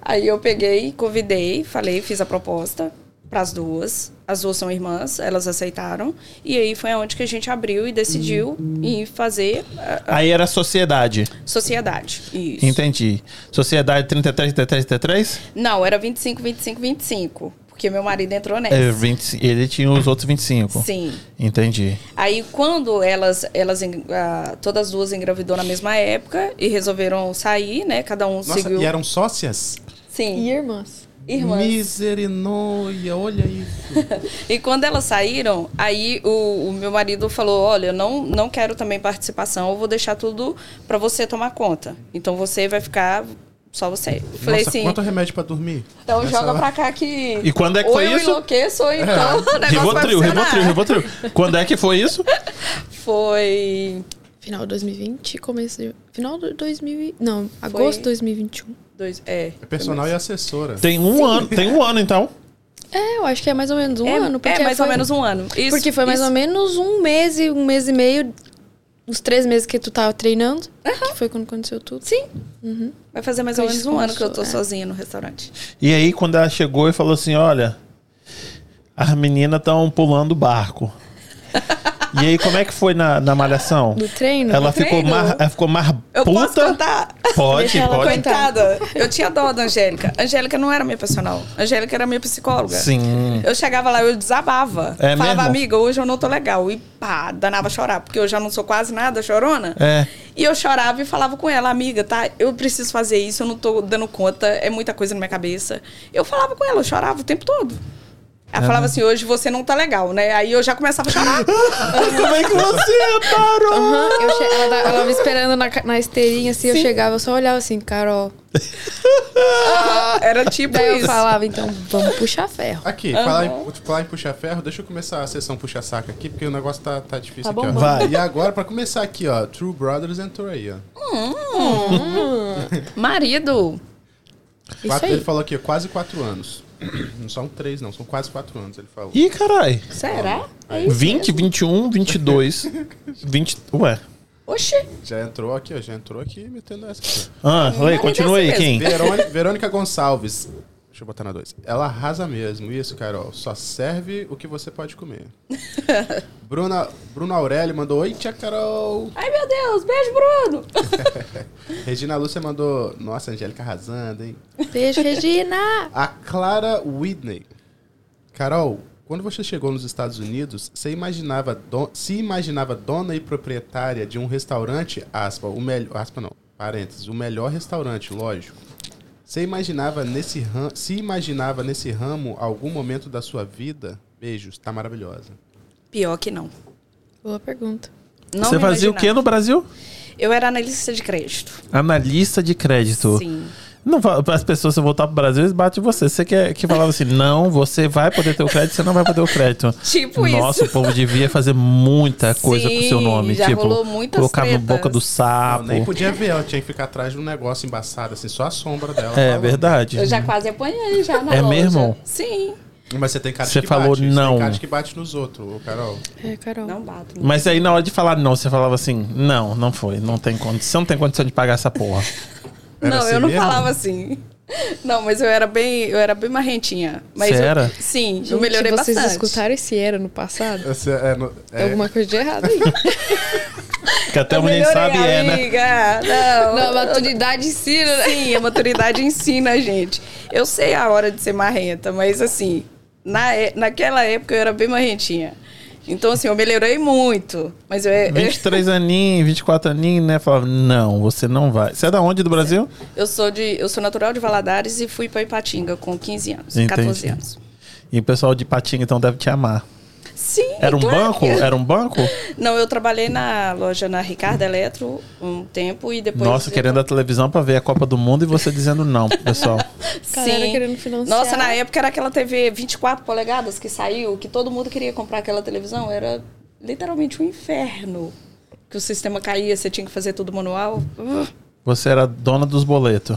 D: Aí eu peguei, convidei, falei, fiz a proposta. para as duas. As duas são irmãs, elas aceitaram. E aí foi onde que a gente abriu e decidiu em fazer a, a
A: Aí era sociedade.
D: sociedade. Isso.
A: Entendi. Sociedade 33, 33, 33?
D: Não, era 25, 25, 25. Porque meu marido entrou nessa.
A: É, 20, ele tinha os outros 25.
D: Sim.
A: Entendi.
D: Aí quando elas, elas en- ah, todas as duas engravidou na mesma época e resolveram sair, né? Cada um
B: Nossa,
D: seguiu.
B: e um eram sócias?
C: E
D: Sim,
C: irmãs.
D: irmãs.
B: Miserinoia, olha isso.
D: E quando elas saíram, aí o, o meu marido falou: Olha, eu não, não quero também participação, eu vou deixar tudo pra você tomar conta. Então você vai ficar só você. Falei
B: Nossa,
D: assim:
B: quanto remédio pra dormir?
D: Então
B: Nessa
D: joga
B: hora.
D: pra cá que.
A: E quando é que
D: ou
A: foi
D: eu
A: isso? É.
D: enlouqueço, ou então o negócio
A: Rivotril,
D: vai funcionar.
A: Rivotril, Rivotril. Quando é que foi isso?
D: Foi
C: Final de 2020, começo de. Final de 2000. e- Não, agosto de 2021.
D: dois, é,
B: É personal e assessora.
A: Tem um ano, tem um ano então.
C: É, eu acho que é mais ou menos um
D: é,
C: ano.
D: é
C: porque
D: mais ou
C: foi-
D: menos um ano. Isso,
C: porque foi mais
D: isso.
C: ou menos um mês, e um mês e meio, uns três meses que tu tava treinando. Que foi quando aconteceu tudo.
D: Sim. Vai fazer mais ou
C: Foi
D: menos um ano que eu tô
C: desconso, é.
D: sozinha no restaurante.
A: E aí, quando ela chegou e falou assim: Olha, as meninas estão pulando o barco. e aí, como é que foi na, na malhação?
C: Do treino?
A: Ela
D: No
A: ficou,
D: treino?
A: mais, ela ficou mais
D: Eu posso
A: puta.
D: cantar?
A: Pode,
C: Deixa ela
A: pode.
D: Coitada, eu tinha dó da Angélica. Angélica não era minha personal. Angélica era minha psicóloga.
A: Sim.
D: Eu chegava lá, eu desabava.
A: É
D: Falava,
A: mesmo?
D: amiga, hoje eu não tô legal. E pá, danava a chorar, porque eu já não sou quase nada chorona.
A: É.
D: E eu chorava e falava com ela, amiga, tá? Eu preciso fazer isso, eu não tô dando conta, é muita coisa na minha cabeça. Eu falava com ela, eu chorava o tempo todo.
A: É
D: Ela falava assim, hoje você não tá legal, né? Aí eu já começava a chorar.
A: como é que você parou?
C: Aham, eu che- ela, tava- ela me esperando na, ca- na esteirinha, assim, eu chegava, eu só olhava assim, Carol.
D: Era tipo
C: Daí eu
D: isso.
C: falava, então, vamos puxar ferro.
B: Aqui, falar, em, tipo, falar em puxar ferro, deixa eu começar a sessão puxa saco aqui, porque o negócio tá, tá difícil
C: Tá
B: aqui, ó.
C: bombando.
A: Vai.
B: E agora, pra começar aqui, ó, True Brothers entrou aí, ó.
D: Hum.
C: "Hum,
D: Marido.
C: Isso
B: Quatro- ele
C: aí.
B: falou aqui, ó, quase quatro anos. Não são três, não, são quase quatro anos, ele falou.
A: Ih, caralho.
D: Será?
A: 20, 21, 22, 20. Ué.
D: Oxi.
B: Já entrou aqui, ó, já entrou aqui metendo essa aqui. ó.
A: Ah, lei,
D: Mas
A: continua aí,
D: desse
A: Kim.
B: Verônica, Verônica Gonçalves. Deixa eu botar na dois. Ela arrasa mesmo, isso, Carol. Só serve o que você pode comer. Bruna, Bruno Aurélio mandou, oi, tia Carol.
D: Ai, meu Deus, beijo, Bruno.
B: Regina Lúcia mandou, nossa, Angélica arrasando, hein.
C: Beijo, Regina!
B: A Clara Whitney. Carol, quando você chegou nos Estados Unidos, você imaginava don- se imaginava dona e proprietária de um restaurante, aspa, o melhor, aspa não, parênteses, o melhor restaurante, lógico. Você imaginava nesse ram- se imaginava nesse ramo algum momento da sua vida? Beijos, tá maravilhosa.
D: Pior que não.
C: Boa pergunta.
D: Não
A: Você
D: me
A: fazia o
D: imaginava.
A: que no Brasil?
D: Eu era analista de crédito.
A: Analista de crédito.
D: Sim.
A: Não, para as pessoas, se eu voltar pro Brasil, eles batem em você. Você que, que falava assim, não, você vai poder ter o crédito, você não vai poder o crédito.
D: Tipo isso.
A: Nossa, o povo devia fazer muita coisa com o seu
D: Sim,
A: nome.
D: já
A: tipo,
D: rolou muitas
A: colocar no
D: tretas.
A: boca do
B: Ela
A: sapo.
B: nem podia ver, ela tinha que ficar atrás de um negócio embaçado, assim, só a sombra dela.
A: É
B: falando.
A: verdade.
D: Eu já quase apanhei já na
A: É
D: loja.
A: mesmo?
D: Sim.
B: Mas você tem cara
A: Você
B: que
A: falou
B: bate,
A: não.
B: Tem cara que bate nos outros, ô Carol.
C: É, Carol.
D: Não bato. não.
A: Mas aí na hora de falar não, você falava assim, não, não foi, não tem condição, não tem condição de pagar essa porra.
B: Era
D: não,
B: assim
D: eu não
B: mesmo?
D: falava assim. Não, mas eu era bem, eu era bem marrentinha. Mas
A: Você
D: eu-
A: era?
D: Sim, eu
C: Gente,
D: melhorei
C: vocês
D: bastante.
C: escutaram esse era no passado?
B: Essa é no-
C: É.
B: é-
C: Alguma coisa de errado aí.
A: Que até
D: Eu
A: o nem
D: melhorei,
A: sabe é, né?
D: amiga. Não,
C: Não, a maturidade ensina, né?
D: Sim, a maturidade ensina a gente. Eu sei a hora de ser marrenta, mas assim, na, é- naquela época eu era bem marrentinha. Então, assim, eu melhorei muito. Mas eu, eu,
A: 23 aninhos, 24 aninhos, né? Falava, não, você não vai. Você é da onde do Brasil?
D: eu sou de. Eu sou natural de Valadares e fui pra Ipatinga com 15 anos,
A: Entendi.
D: 14 anos.
A: E o pessoal de Patinga então deve te amar.
D: Sim.
A: Era um
D: claro
A: banco?
D: que-
A: Era um banco?
D: Não, eu trabalhei na loja na Ricardo Eletro um tempo e depois.
G: é.
A: Nossa,
D: eu-
A: querendo a televisão pra ver a Copa do Mundo e você dizendo não, pro pessoal.
C: Galera
D: Sim.
C: querendo financiar.
D: Nossa, na época era aquela TV 24 polegadas que saiu, que todo mundo queria comprar aquela televisão. Era literalmente um inferno. Que o sistema caía, você tinha que fazer tudo manual. Uh.
A: Você era dona dos boletos.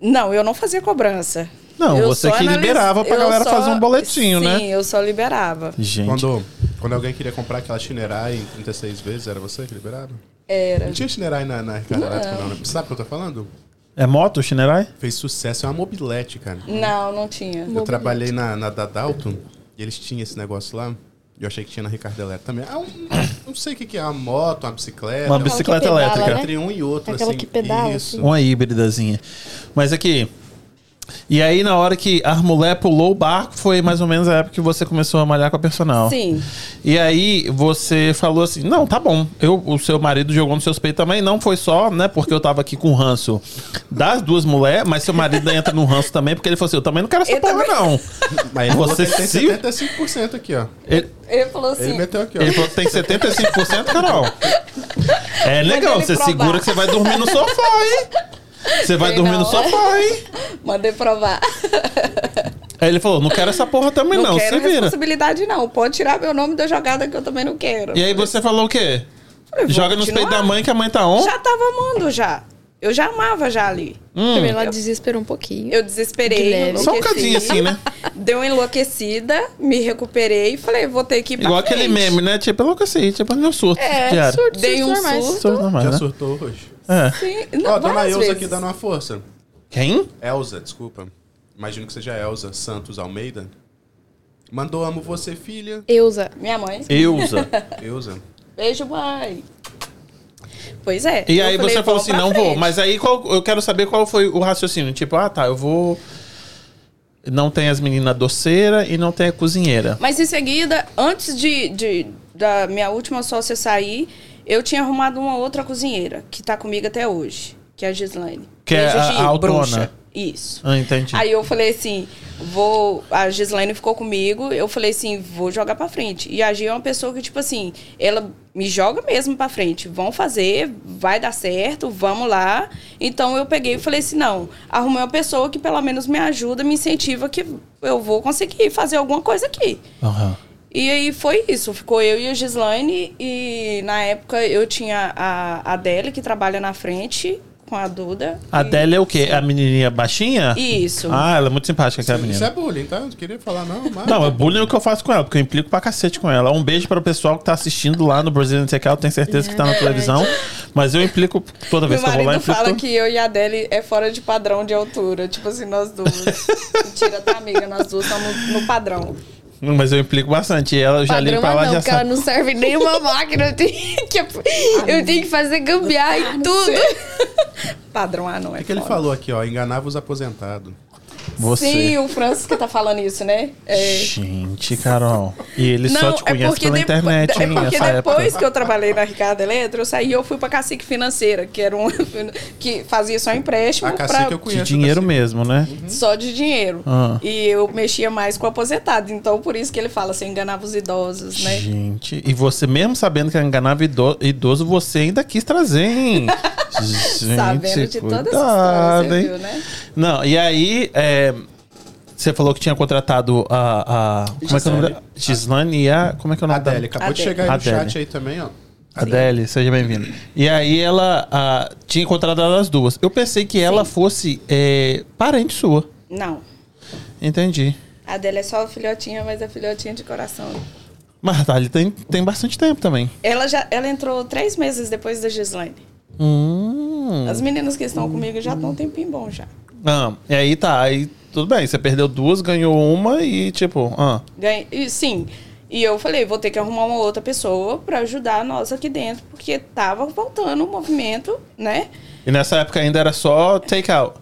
D: Não, eu não fazia cobrança.
A: Não,
D: Eu
A: você
D: só
A: que liberava pra
D: eu
A: galera fazer um boletinho,
D: Sim,
A: né?
D: Sim, eu só liberava.
A: Gente.
B: Quando, quando alguém queria comprar aquela Shinerai em 36 vezes, era você que liberava?
D: Era.
B: Não tinha Shinerai na, na Ricardo Eletro, não, né? Sabe o que eu tô falando?
A: É moto, Shinerai?
B: Fez sucesso, é uma mobilete, cara.
D: Não, não tinha.
B: Eu trabalhei na, na da Dalton e eles tinham esse negócio lá. E eu achei que tinha na Ricardo Elétrica também. É um- não sei o que, que é, uma moto, uma bicicleta.
A: Uma
B: um-
A: bicicleta
G: pedala,
A: elétrica.
G: né?
B: Entre um e outro,
G: Aquela
B: assim.
G: que pedala,
B: Isso.
A: Uma híbridazinha. Mas aqui. E aí, na hora que a mulher pulou o barco, foi mais ou menos a época que você começou a malhar com a personal.
D: Sim.
A: E aí, você falou assim: não, tá bom. Eu, o seu marido jogou nos seus peitos também. Não foi só, né? Porque eu tava aqui com o ranço das duas mulheres, mas seu marido entra no ranço também, porque ele falou assim: eu também não quero essa
D: Eu
A: porra,
D: também-
A: não.
B: Mas ele
A: Você
B: você tem
A: se-
B: 75% aqui, ó.
A: Ele,
D: Ele falou
B: Ele
D: assim.
B: meteu aqui, ó.
A: ele falou que tem 75%, Carol. É legal,
D: ele
A: você
D: provar.
A: segura que você vai dormir no sofá, hein? Você vai
D: Sei
A: dormir no
D: não.
A: sofá, hein?
D: Mandei provar.
A: Aí ele falou, não quero essa porra também não,
D: não
A: se
D: quero
A: vira.
D: responsabilidade, não. Pode tirar meu nome da jogada que eu também não quero.
A: E aí você falou o quê?
D: Falei, vou
A: Joga nos
D: continuar.
A: peitos da mãe que a mãe tá on?
D: Já tava amando, já. Eu já amava já ali.
C: Primeiro ela desesperou um pouquinho.
D: Eu desesperei,
C: Guilherme.
A: Só um
D: enlouqueci.
A: cadinho assim, né?
D: Deu uma enlouquecida, me recuperei e falei, vou ter que ir pra
A: Igual aquele
D: frente.
A: meme, né? Tipo, eu louco assim, tipo, meu surto
C: É,
A: diário.
C: surto,
D: Dei um
C: surto normais.
D: surto.
A: Surto normal,
B: Já
A: né?
B: surtou hoje.
A: É.
D: Sim,
B: Ó,
D: não,
B: dona
D: várias
B: Elza
D: vezes.
B: aqui dando uma força.
A: Quem?
B: Elza, desculpa. Imagino que seja Elza Santos Almeida. Mandou amo você, filha.
C: Eusa.
D: Minha mãe.
A: Eusa.
B: Elza.
D: Beijo, mãe. Pois é.
A: E
D: eu
A: aí
D: falei,
A: você falou
D: "Vou
A: assim,
D: pra
A: não vou.
D: frente."
A: Mas aí qual- eu quero saber qual foi o raciocínio. Tipo, ah, tá, eu vou... Não tem as meninas doceira e não tem a cozinheira.
D: Mas em seguida, antes de, de- da minha última sócia sair, eu tinha arrumado uma outra cozinheira, que tá comigo até hoje, que é a Gislaine.
A: Que é
D: Beijo,
A: a-
D: Gi,
A: a autona.
D: bruxa. Isso.
A: Ah, entendi.
D: Aí eu falei assim, vou. A Gislaine ficou comigo, eu falei assim, vou jogar pra frente. E a Gi é uma pessoa que, tipo assim, ela me joga mesmo pra frente. Vão fazer, vai dar certo, vamos lá. Então eu peguei e falei assim, não, arrumei uma pessoa que pelo menos me ajuda, me incentiva que eu vou conseguir fazer alguma coisa aqui.
A: Aham.
D: E aí foi isso, ficou eu e a Gislaine, e na época eu tinha a a Adele, que trabalha na frente, com a Duda.
A: A Adélia é o quê? A menininha baixinha?
D: Isso.
A: Ah, ela é muito simpática, aquela menina.
B: Isso é bullying, tá? Não queria falar, não, mas.
A: Não, é bullying o que eu faço com ela, porque eu implico pra cacete com ela. Um beijo para o pessoal que tá assistindo lá no Brazilian Takeout, tenho certeza que tá na televisão. Mas eu implico toda vez
D: É. Meu
A: que eu vou lá, eu
D: marido
A: implico.
D: fala que eu e a Adele é fora de padrão de altura. Tipo assim, nós duas. Mentira, tá, amiga? Nós duas estamos no padrão.
A: Mas eu implico bastante. E ela já liga
C: Padrão,
A: pra
C: mas
A: lá
C: não,
A: já
C: porque ela
A: sabe.
C: não serve nenhuma máquina. Eu tenho que, eu tenho que fazer gambiar
D: Ah,
C: e tudo.
D: Padrão, ah, não. É
B: O que, que ele
D: foda.
B: falou aqui, ó? Enganava os aposentados.
A: Você.
D: Sim, o Francis que tá falando isso, né? É.
A: Gente, Carol. E ele só te conhece pela
D: depo-
A: internet,
D: é
A: hein,
D: porque
A: nessa
D: depois
A: época.
D: que eu trabalhei na Ricardo Eletro, eu saí e eu fui pra Cacique Financeira, que era um que fazia só empréstimo
B: A Cacique
D: pra-
B: eu conheço.
A: De dinheiro
B: Cacique.
A: mesmo, né?
D: só de dinheiro.
A: Ah.
D: E eu mexia mais com aposentado, então por isso que ele fala assim, enganava os idosos, né?
A: Gente, e você mesmo sabendo que ela enganava ido- idoso, você ainda quis trazer, hein? Gente,
D: Sabendo de
A: cuidado,
D: todas essas histórias, você
A: hein?
D: viu, né?
A: Não, e aí, é, você falou que tinha contratado a. a como é que é o nome da- Gislane e a. Como é que é o nome
B: Adele,
A: da.
B: acabou de
D: Adele.
B: chegar aí no
A: Adele.
B: chat aí também, ó.
A: Adele, seja bem-vinda. E aí ela ah, tinha contratado as duas. Eu pensei que ela fosse é, parente sua.
D: Não.
A: Entendi.
D: A dela é só filhotinha, mas é filhotinha de coração.
A: Mas a Adele tem, tem bastante tempo também.
D: Ela já ela entrou três meses depois da Gislaine.
A: Hum.
D: As meninas que estão comigo já estão um tempinho bom já.
A: Ah, e aí tá, aí tudo bem. Você perdeu duas, ganhou uma e tipo. Ah,
D: Ganhei- e, sim. E eu falei, vou ter que arrumar uma outra pessoa pra ajudar nós aqui dentro, porque tava voltando o movimento, né?
A: e nessa época ainda era só take out.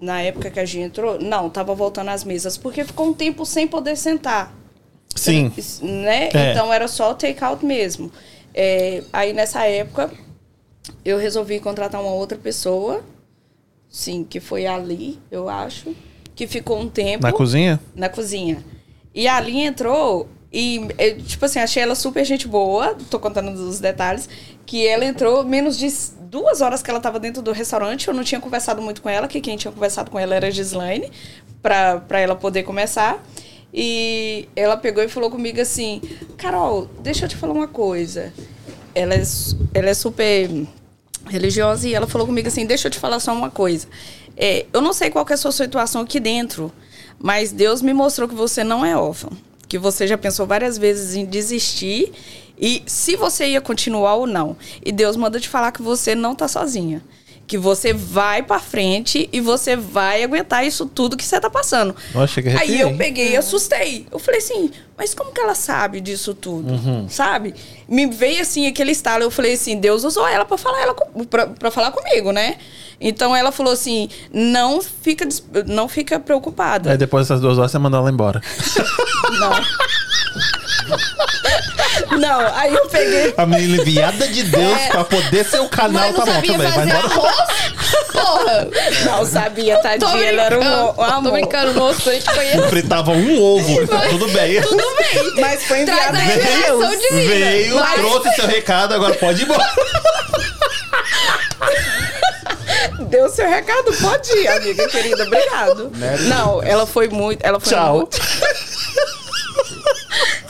D: Na época que a gente entrou, não, tava voltando as mesas, porque ficou um tempo sem poder sentar.
A: Sim.
D: né?
A: É.
D: Então era só take-out mesmo. É, aí nessa época eu resolvi contratar uma outra pessoa, sim, que foi ali, eu acho, que ficou um tempo
A: Na cozinha?
D: na cozinha. E a Ali entrou e, eu, tipo assim, achei ela super gente boa, tô contando os detalhes, que ela entrou menos de s- duas horas que ela tava dentro do restaurante, eu não tinha conversado muito com ela, que quem tinha conversado com ela era a Gislaine, pra, pra ela poder começar. E ela pegou e falou comigo assim, Carol, deixa eu te falar uma coisa. Ela é, su- ela é super religiosa e ela falou comigo assim: Deixa eu te falar só uma coisa. É, eu não sei qual que é a sua situação aqui dentro, mas Deus me mostrou que você não é órfão, que você já pensou várias vezes em desistir e se você ia continuar ou não. E Deus manda te falar que você não tá sozinha. que você vai pra frente e você vai aguentar isso tudo que você tá passando.
A: Nossa, que
D: Aí
A: arrepiei.
D: eu
C: Hum.
D: peguei e assustei. Eu falei assim, mas como que ela sabe disso tudo? Sabe? Me veio assim aquele estalo. Eu falei assim, Deus usou ela pra falar ela com- pra, pra falar comigo, né? Então ela falou assim, não fica des- não fica preocupada.
A: Aí depois dessas duas horas você mandou ela embora.
D: Não. não, aí eu peguei
A: A menina enviada de Deus pra poder ser o canal,
C: É.
A: tá
C: Mas não sabia fazer arroz? Porra!
D: Não sabia,
C: Tô
D: tadinha. Ela era um,
C: brincando,
D: um amor.
C: Tô brincando, moço, a gente conhece.
A: Fritava um ovo, tá tudo bem.
C: Tudo bem.
D: Mas foi
C: Traz
D: enviada
C: a
D: de
C: revelação
D: Deus.
C: de vida.
A: Veio,
C: Mas-
A: trouxe seu recado, agora pode ir embora.
D: Deu seu recado, pode ir, amiga querida. Obrigado.
B: Mero
D: Não, ela foi muito. Ela foi
A: Tchau.
D: muito-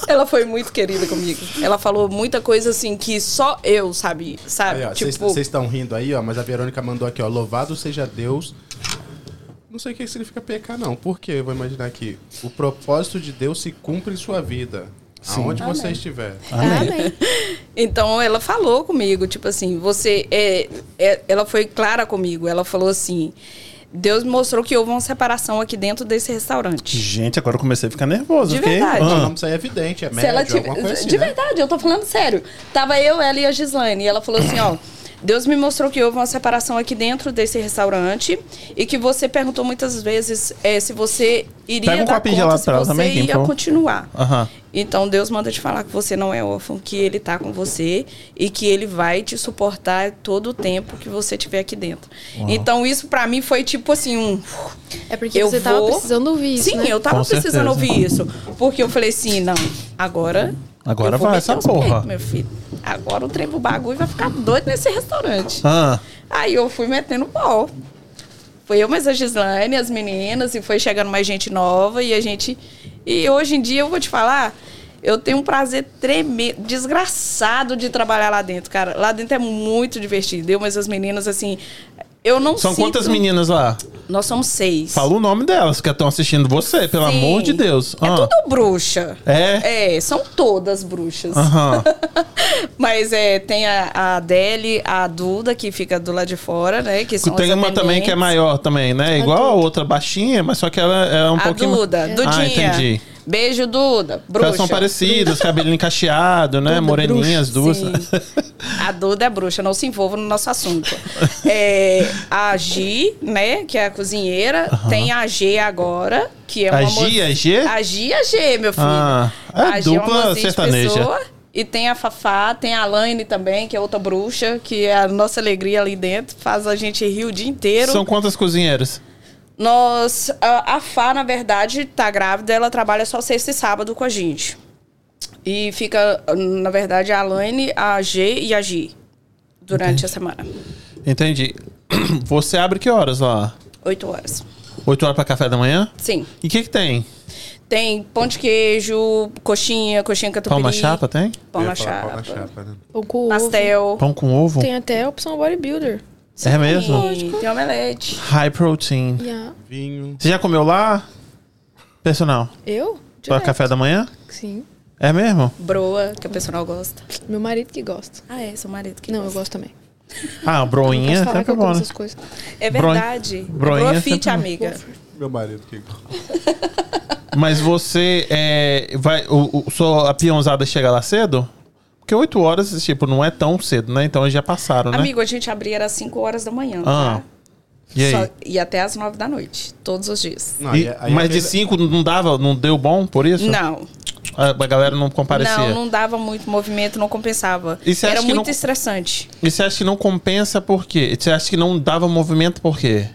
D: ela foi muito querida comigo. Ela falou muita coisa assim que só eu sabe, sabe?
B: Aí, ó, Vocês
D: tipo,
B: estão rindo aí, ó, mas a Verônica mandou aqui, ó. Louvado seja Deus. Não sei o que significa pecar, não. Por quê? Eu vou imaginar aqui. O propósito de Deus se cumpre em sua vida. Aonde você estiver.
C: Tá Né?
H: Amém.
D: Então ela falou comigo, tipo assim, você é, é- ela foi clara comigo. Ela falou assim: Deus me mostrou que houve uma separação aqui dentro desse restaurante.
A: Gente, agora eu comecei a ficar nervoso.
D: De
A: fiquei-
D: verdade.
B: Então,
A: Ah.
B: vamos sair evidente, é
D: Se ela
B: médio,
D: tive-
B: alguma coisa assim,
D: De
B: né?
D: verdade, eu tô falando sério. Tava eu, ela e a Gislaine. E ela falou assim, ó. Deus me mostrou que houve uma separação aqui dentro desse restaurante e que você perguntou muitas vezes eh, se você iria
A: Pega um
D: dar
A: copinho
D: conta,
A: gelado
D: se
A: pra ela
D: você
A: também, quem
D: ia
A: for.
D: continuar.
A: Aham.
D: Então Deus manda te falar que você não é órfão, que Ele tá com você e que Ele vai te suportar todo o tempo que você tiver aqui dentro. Então isso pra mim foi tipo assim um
C: É porque
D: eu
C: você tava
D: vou-
C: precisando ouvir isso,
D: Sim,
C: né?
D: eu tava
A: Com
D: precisando
A: certeza.
D: ouvir isso. Porque eu falei assim, não, agora.
A: Agora
D: eu vou
A: vai
D: meter
A: essa
D: os peitos,
A: porra.
D: meu filho. Agora o trem pro bagulho vai ficar doido nesse restaurante.
A: Ah,
D: Aí eu fui metendo pau. Foi eu, mais a Gislaine, as meninas, e foi chegando mais gente nova, e a gente. E hoje em dia eu vou te falar. Eu tenho um prazer tremendo, desgraçado de trabalhar lá dentro, cara. Lá dentro é muito divertido. Eu, mas as meninas, assim. Eu não
A: são
D: sinto-
A: quantas meninas lá?
D: Nós somos seis.
A: Fala o nome delas que estão assistindo você, pelo
D: Sim.
A: amor de Deus.
D: É
A: Ah.
D: tudo bruxa.
A: É? Ah.
D: É, são todas bruxas.
A: Aham.
D: Mas é, tem a, a Adele, a Duda, que fica do lado de fora, né? Que são
A: Tem
D: as
A: uma também que é
D: atendentes.
A: maior também, né? Igual a outra baixinha, mas só que ela é um
D: a
A: pouquinho.
D: Duda, Dudinha.
A: Ah, entendi.
D: Beijo, Duda. Bruxa.
A: Elas são parecidas, cabelinho encaixeado, né?
D: Duda,
A: Moreninhas, duas.
D: bruxa, sim. A Duda é bruxa, não se envolva no nosso assunto. É, a Gi, né, que é a cozinheira. Tem a G agora, que é
A: A
D: uma
A: Gi,
D: moça-
A: a G?
D: A Gi e a G, meu filho.
A: Ah, é dupla
D: mocinha de
A: sertaneja.
D: E tem a Fafá, tem a Laine também, que é outra bruxa, que é a nossa alegria ali dentro, faz a gente rir o dia inteiro.
A: São quantas cozinheiras?
D: Nós, a, a Fá, na verdade, tá grávida, ela trabalha só sexta e sábado com a gente. E fica, na verdade, a Alaine, a G e a Gi durante a semana.
A: Entendi. Você abre que horas lá?
D: Oito horas.
A: 8 horas pra café da manhã?
D: Sim.
A: E o que, que tem?
D: Tem pão de queijo, coxinha, coxinha catupiry.
A: Pau na chapa tem?
D: Pão
B: Eu ia
D: na
B: falar pau
D: chapa.
B: né?
C: Pão com ovo.
D: Pastel.
A: Pão com ovo?
C: Tem até a opção bodybuilder.
A: É mesmo?
D: Sim, Tem omelete.
A: High protein.
C: Yeah.
B: Vinho.
A: Você já comeu lá? Personal.
C: Eu?
A: Pra
C: Direto.
A: café da manhã?
C: Sim.
A: É mesmo?
D: Broa, que o pessoal gosta.
C: Meu marido que gosta.
D: Ah, é, seu marido que
C: Não, eu gosto também.
A: Ah,
C: Não
A: broinha,
C: posso falar que
A: sempre
C: eu
A: bom,
C: como
A: né?
C: essas coisas.
D: É
A: Broin-
D: verdade.
A: broinha é
D: Broa fit,
A: sempre-
D: amiga.
B: Meu marido que.
A: Mas você é, vai. O, o- sua, a peãozada chega lá cedo? Porque 8 horas, tipo, não é tão cedo, né? Então eles já passaram, né?
D: Amigo, a gente abria às 5 horas da manhã,
A: Ah.
D: tá?
A: E aí?
D: Só- e até às 9 da noite, todos os dias.
B: Não, aí-
A: E-
B: é- aí
A: mas
B: aquele-
A: de 5 não dava, não deu bom por isso?
D: Não,
A: A, a galera não comparecia.
D: não, não dava muito movimento, não compensava.
A: E você acha
D: Era
A: que
D: muito
A: não-
D: estressante.
A: E você acha que não compensa por quê? Você acha que não dava movimento por quê?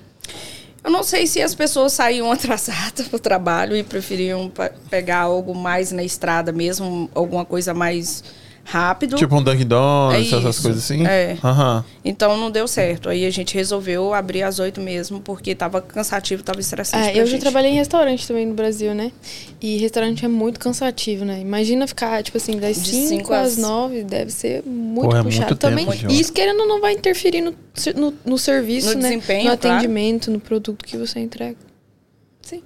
D: Eu não sei se as pessoas saíam atrasadas pro trabalho e preferiam pa- pegar algo mais na estrada mesmo, alguma coisa mais rápido.
A: Tipo um Dunkin' Donuts,
D: É isso.
A: essas coisas assim?
D: É.
A: Aham.
D: Então não deu certo. Aí a gente resolveu abrir às 8 mesmo, porque tava cansativo, tava estressante.
C: Ah,
D: pra
C: eu já
D: gente.
C: trabalhei em restaurante também no Brasil, né? E restaurante é muito cansativo, né? Imagina ficar, tipo assim, das
D: De
C: 5
D: cinco
C: às
D: às-
C: 9, deve ser muito
A: Pô, é muito
C: puxado
A: tempo,
C: também.
A: João.
C: e isso querendo ou não vai interferir no, ser- no, no serviço,
D: No
C: né?
D: desempenho,
C: no
D: claro.
C: atendimento, no produto que você entrega. Sim.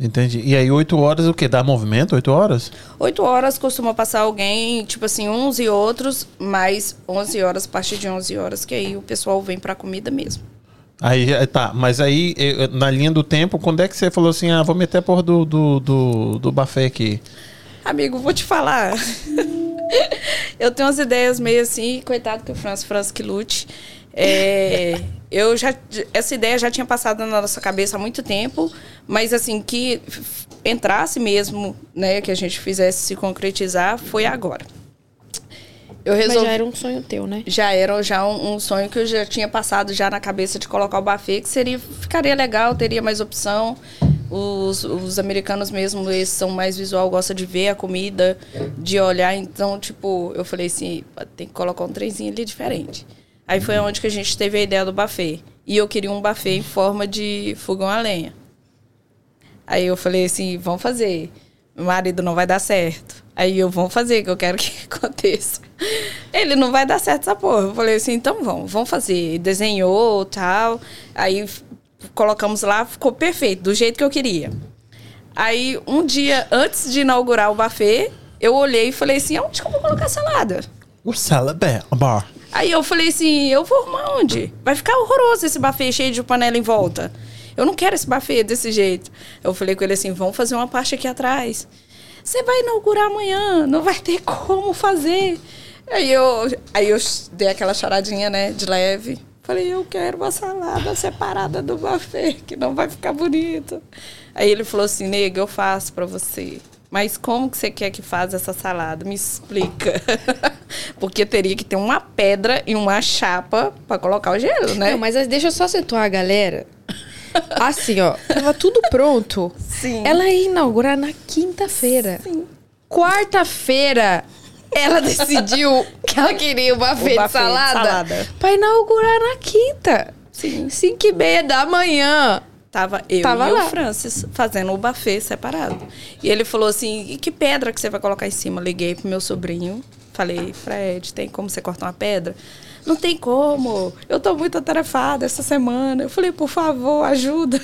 E: Entendi. E aí, 8 horas o quê? Dá movimento? 8 horas?
D: Oito horas costuma passar alguém, tipo assim, uns e outros, mas 11 horas, a partir de 11 horas, que aí o pessoal vem pra comida mesmo.
E: Aí, é, tá. Mas aí, eh, na linha do tempo, quando é que você falou assim, ah, vou meter a porra do, do, do, do bafé aqui?
D: Amigo, vou te falar. eu tenho umas ideias meio assim, coitado que o Franz, Franz que lute. É, eu já, essa ideia já tinha passado na nossa cabeça há muito tempo, mas assim, que f- entrasse mesmo, né, que a gente fizesse se concretizar, foi agora. Eu
C: Mas
D: resolvi.
C: já era um sonho teu, né?
D: já era já um, um sonho que eu já tinha passado já na cabeça de colocar o Bafê, que seria, ficaria legal, teria mais opção. Os, os americanos mesmo, eles são mais visual, gostam de ver a comida, de olhar. Então, tipo, eu falei assim, "Pô, tem que colocar um trenzinho ali diferente. Aí foi onde que a gente teve a ideia do Bafê. E eu queria um Bafê em forma de fogão a lenha. Aí eu falei assim, vamos fazer. Meu marido não vai dar certo. Aí eu, vamos fazer, que eu quero que aconteça. Ele não vai dar certo essa porra. Eu falei assim, então vamos, vamos fazer. E Desenhou, tal. Aí f- colocamos lá, ficou perfeito, do jeito que eu queria. Aí, um dia antes de inaugurar o buffet, eu olhei e falei assim, onde que eu vou colocar a salada?
E: O salabé, bar.
D: Aí eu falei assim, eu vou arrumar onde? Vai ficar horroroso esse buffet cheio de panela em volta. Eu não quero esse buffet desse jeito. Eu falei com ele assim, vamos fazer uma parte aqui atrás. Você vai inaugurar amanhã, não vai ter como fazer. Aí eu, aí eu dei aquela charadinha, né, de leve. Falei, eu quero uma salada separada do buffet, que não vai ficar bonito. Aí ele falou assim, nega, eu faço pra você. Mas como que você quer que faz essa salada? Me explica. Porque teria que ter uma pedra e uma chapa pra colocar o gelo, né?
C: Não, mas as- deixa eu só situar a galera. Assim, ó, tava tudo pronto.
D: Sim.
C: Ela ia inaugurar na quinta-feira.
D: Sim.
C: Quarta-feira, ela decidiu que ela queria uma feira
D: buffet
C: de
D: de
C: salada,
D: salada.
C: pra inaugurar na quinta.
D: Sim.
C: Cinco e meia da manhã.
D: Tava eu
C: Tava
D: e
C: lá.
D: o Francis fazendo o buffet separado. E ele falou assim: e que pedra que você vai colocar em cima? Liguei pro meu sobrinho, falei: Fred, tem como você cortar uma pedra? Não tem como, eu tô muito atarefada essa semana. Eu falei: por favor, ajuda.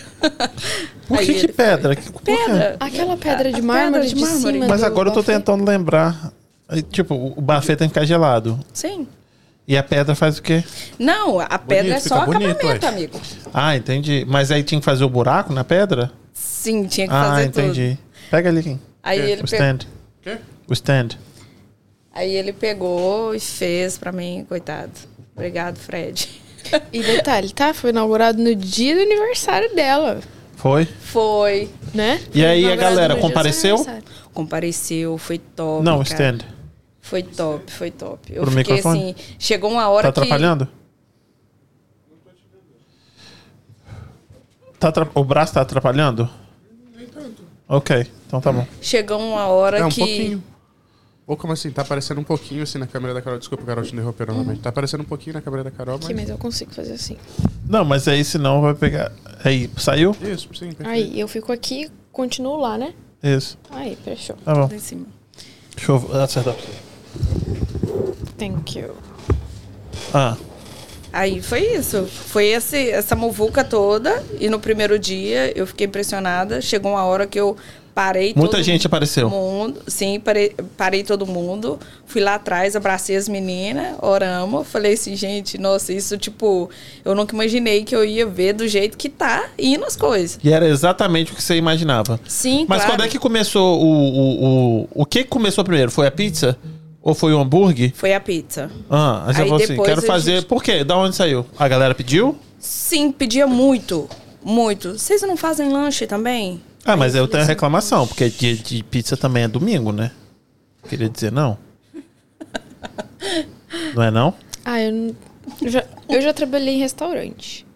E: Por
D: Aí
E: que, que
D: ele-
E: pedra? Que- por quê?
D: Pedra.
C: Aquela pedra de
D: A- a
C: mármore
D: pedra de
C: de,
D: mármore.
C: cima.
E: Mas
C: do
E: agora eu tô
C: buffet.
E: tentando lembrar. Aí, Tipo, o buffet tem que ficar gelado.
D: Sim.
E: E a pedra faz o quê?
D: Não, a pedra é
B: fica
D: só
B: bonito,
D: acabamento,
B: ué.
D: amigo.
E: Ah, entendi. Mas aí tinha que fazer o buraco na pedra?
D: Sim, tinha que
E: Ah,
D: fazer tudo.
E: entendi. Pega ali, Kim.
D: Aí ele,
E: O
D: pe-
E: stand.
B: Quê?
E: O stand.
D: aí ele pegou e fez pra mim, coitado. Obrigado, Fred.
C: E detalhe, tá? Foi inaugurado no dia do aniversário dela,
E: Foi?
D: Foi,
C: né?
E: E
C: Foi
E: aí, a
C: inaugurado
E: galera
C: no dia do
E: compareceu?
C: seu aniversário.
D: compareceu, foi top.
E: Não, o
D: cara.
E: stand.
D: Foi top, foi top. Eu
E: Pro
D: fiquei
E: microfone?
D: assim, chegou uma
E: Tá
D: hora que
E: atrapalhando? Tá atra- O braço tá atrapalhando? Ok, então tá bom.
D: chegou uma hora
B: É, um
D: que
B: pouquinho. Ou como assim, tá aparecendo um pouquinho assim na câmera da Carol. Desculpa, Carol, te interromper novamente. Tá aparecendo um pouquinho na câmera da Carol,
C: Aqui,
B: mas...
C: mas eu consigo fazer assim.
E: Não, mas aí senão vai pegar.
D: Hum.
E: Aí, saiu?
B: Isso, sim. perfeito.
C: Aí, eu fico aqui, continuo lá, né?
E: Isso.
C: Aí, fechou.
E: Tá bom.
D: Lá em cima.
E: Deixa eu acertar pra você.
C: Thank you.
E: Ah,
D: Aí foi isso. Foi esse, essa muvuca toda e no primeiro dia eu fiquei impressionada. Chegou uma hora que eu parei
E: muita
D: todo
E: gente apareceu.
D: mundo, sim, parei, parei todo mundo, fui lá atrás, abracei as meninas, oramos, falei assim, gente, nossa, isso tipo, eu nunca imaginei que eu ia ver do jeito que tá indo as coisas.
E: E era exatamente o que você imaginava.
D: Sim,
E: Mas
D: claro.
E: quando é que começou o. O, o, o que que começou primeiro? Foi a pizza? Ou foi o hambúrguer?
D: Foi a pizza.
E: Ah, aí você
D: Aí
E: falou assim:
D: depois
E: quero
D: a
E: fazer.
D: gente-
E: Por quê? Da onde saiu? A galera pediu?
D: Sim, pedia muito. Muito. Vocês não fazem lanche também?
E: Ah, mas eu tenho a reclamação, porque dia de pizza também é domingo, né? Queria dizer não. Não é não?
C: Ah, eu, não- eu já, eu já trabalhei em restaurante.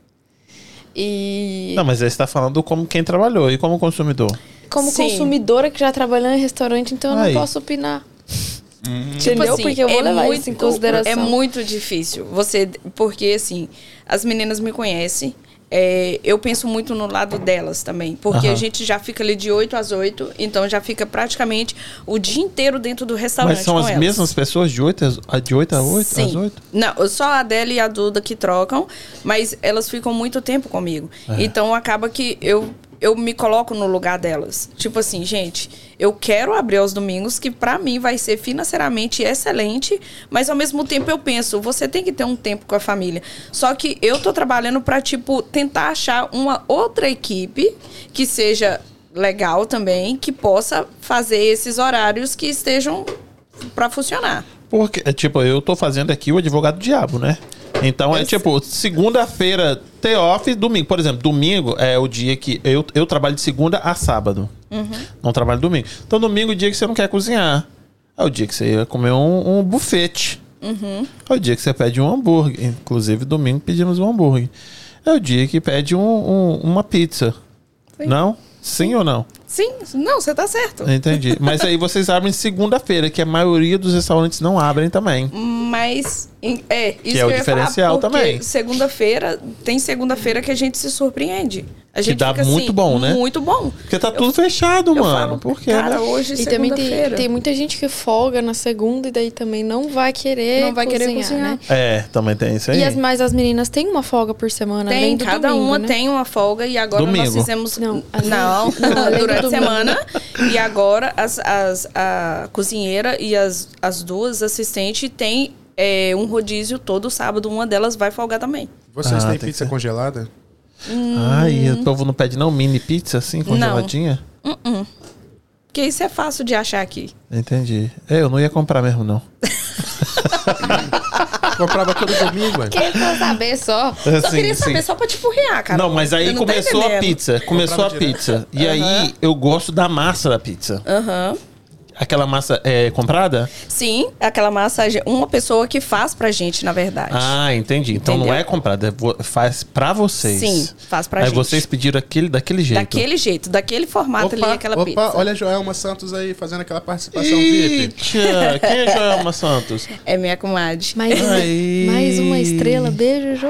C: E
E: Não, mas aí você tá falando como quem trabalhou e como consumidor.
C: como
D: Sim.
C: consumidora que já trabalhou em restaurante, então eu
E: Aí.
C: não posso opinar.
D: Tipo
C: Entendeu?
D: assim,
C: Porque eu vou levar isso em consideração.
D: É muito difícil. Você, porque assim, as meninas me conhecem. é, eu penso muito no lado delas também. Porque
E: Aham.
D: a gente já fica ali de 8 às 8, então já fica praticamente o dia inteiro dentro do restaurante.
E: Mas são
D: Tá com
E: as
D: elas.
E: mesmas pessoas de 8 às, de 8 às 8?
D: Sim.
E: Às 8?
D: Não, só a Adela e a Duda que trocam, mas elas ficam muito tempo comigo. Então acaba que eu eu me coloco no lugar delas. Tipo assim, gente, eu quero abrir aos domingos, que pra mim vai ser financeiramente excelente, mas ao mesmo tempo eu penso, você tem que ter um tempo com a família. Só que eu tô trabalhando pra, tipo, tentar achar uma outra equipe que seja legal também, que possa fazer esses horários que estejam pra funcionar.
A: Porque, é, tipo, eu tô fazendo aqui o advogado diabo, né? Então é tipo, segunda-feira, ter off, domingo. Por exemplo, domingo é o dia que eu, eu trabalho de segunda a sábado. Não trabalho domingo. Então domingo é o dia que você não quer cozinhar. É o dia que você ia comer um, um bufete. É o dia que você pede um hambúrguer. Inclusive, domingo pedimos um hambúrguer. É o dia que pede um- um- uma pizza.
D: Sim.
A: Não? Sim ou não?
D: Sim, não, você tá certo.
A: Entendi. Mas aí vocês abrem segunda-feira, que a maioria dos restaurantes não abrem também.
D: Mas em- é isso que,
A: é o
D: eu ia falar,
A: diferencial
D: porque
A: também.
D: Segunda-feira tem segunda-feira que a gente se surpreende. A gente
A: dá
D: fica
A: muito
D: assim,
A: bom, né?
D: Muito bom.
A: Porque tá tudo fechado,
D: Eu
A: mano.
D: falo,
A: Por quê?
D: cara,
A: né?
D: hoje
C: E também tem,
D: segunda-feira.
C: tem muita gente que folga na segunda e daí também não vai querer
D: Não vai querer cozinhar.
C: né?
A: É, também tem isso aí.
C: E as, mas as meninas têm uma folga por semana,
D: Tem,
C: além do
D: cada
C: domingo,
D: uma
C: né?
D: tem uma folga e agora nós
A: Domingo.
D: fizemos.
C: Não, além-
D: Não,
C: não, além do
D: durante a
C: domingo.
D: semana. E agora as, as- a cozinheira e as, as duas assistentes têm é, um rodízio todo sábado, uma delas vai folgar também.
B: Vocês têm
A: Ah, tem que
B: pizza
A: ser.
B: congelada?
A: Ai, o povo não pede não mini pizza assim, congeladinha?
D: Porque isso é fácil de achar aqui.
A: Entendi. É, eu não ia comprar mesmo, não.
B: Comprava todo domingo, ué.
C: Quer só saber só?
A: É,
D: Só
A: sim,
D: queria
A: sim.
D: saber, só pra te furrear, cara.
A: não, mas
D: Você
A: aí
D: não tá
A: começou a
D: entendendo.
A: pizza. Começou a
B: Comprava direto.
A: pizza. E aí eu gosto da massa da pizza.
D: Aham.
A: Aquela massa é comprada?
D: Sim, aquela massa, uma pessoa que faz pra gente, na verdade.
A: Ah, entendi. Então não
D: Entendeu?
A: é comprada, é vo- faz pra vocês.
D: Sim, faz pra
A: aí
D: gente.
A: vocês pediram aquele daquele jeito.
D: daquele jeito, daquele formato
B: Opa,
D: ali, aquela
B: opa,
D: pizza.
B: olha a Joelma Santos aí fazendo aquela participação
A: Eita,
B: VIP.
A: quem é Joelma Santos?
D: É minha comadre.
C: Mais, um,
A: Aí.
C: mais uma estrela, beijo, Jô.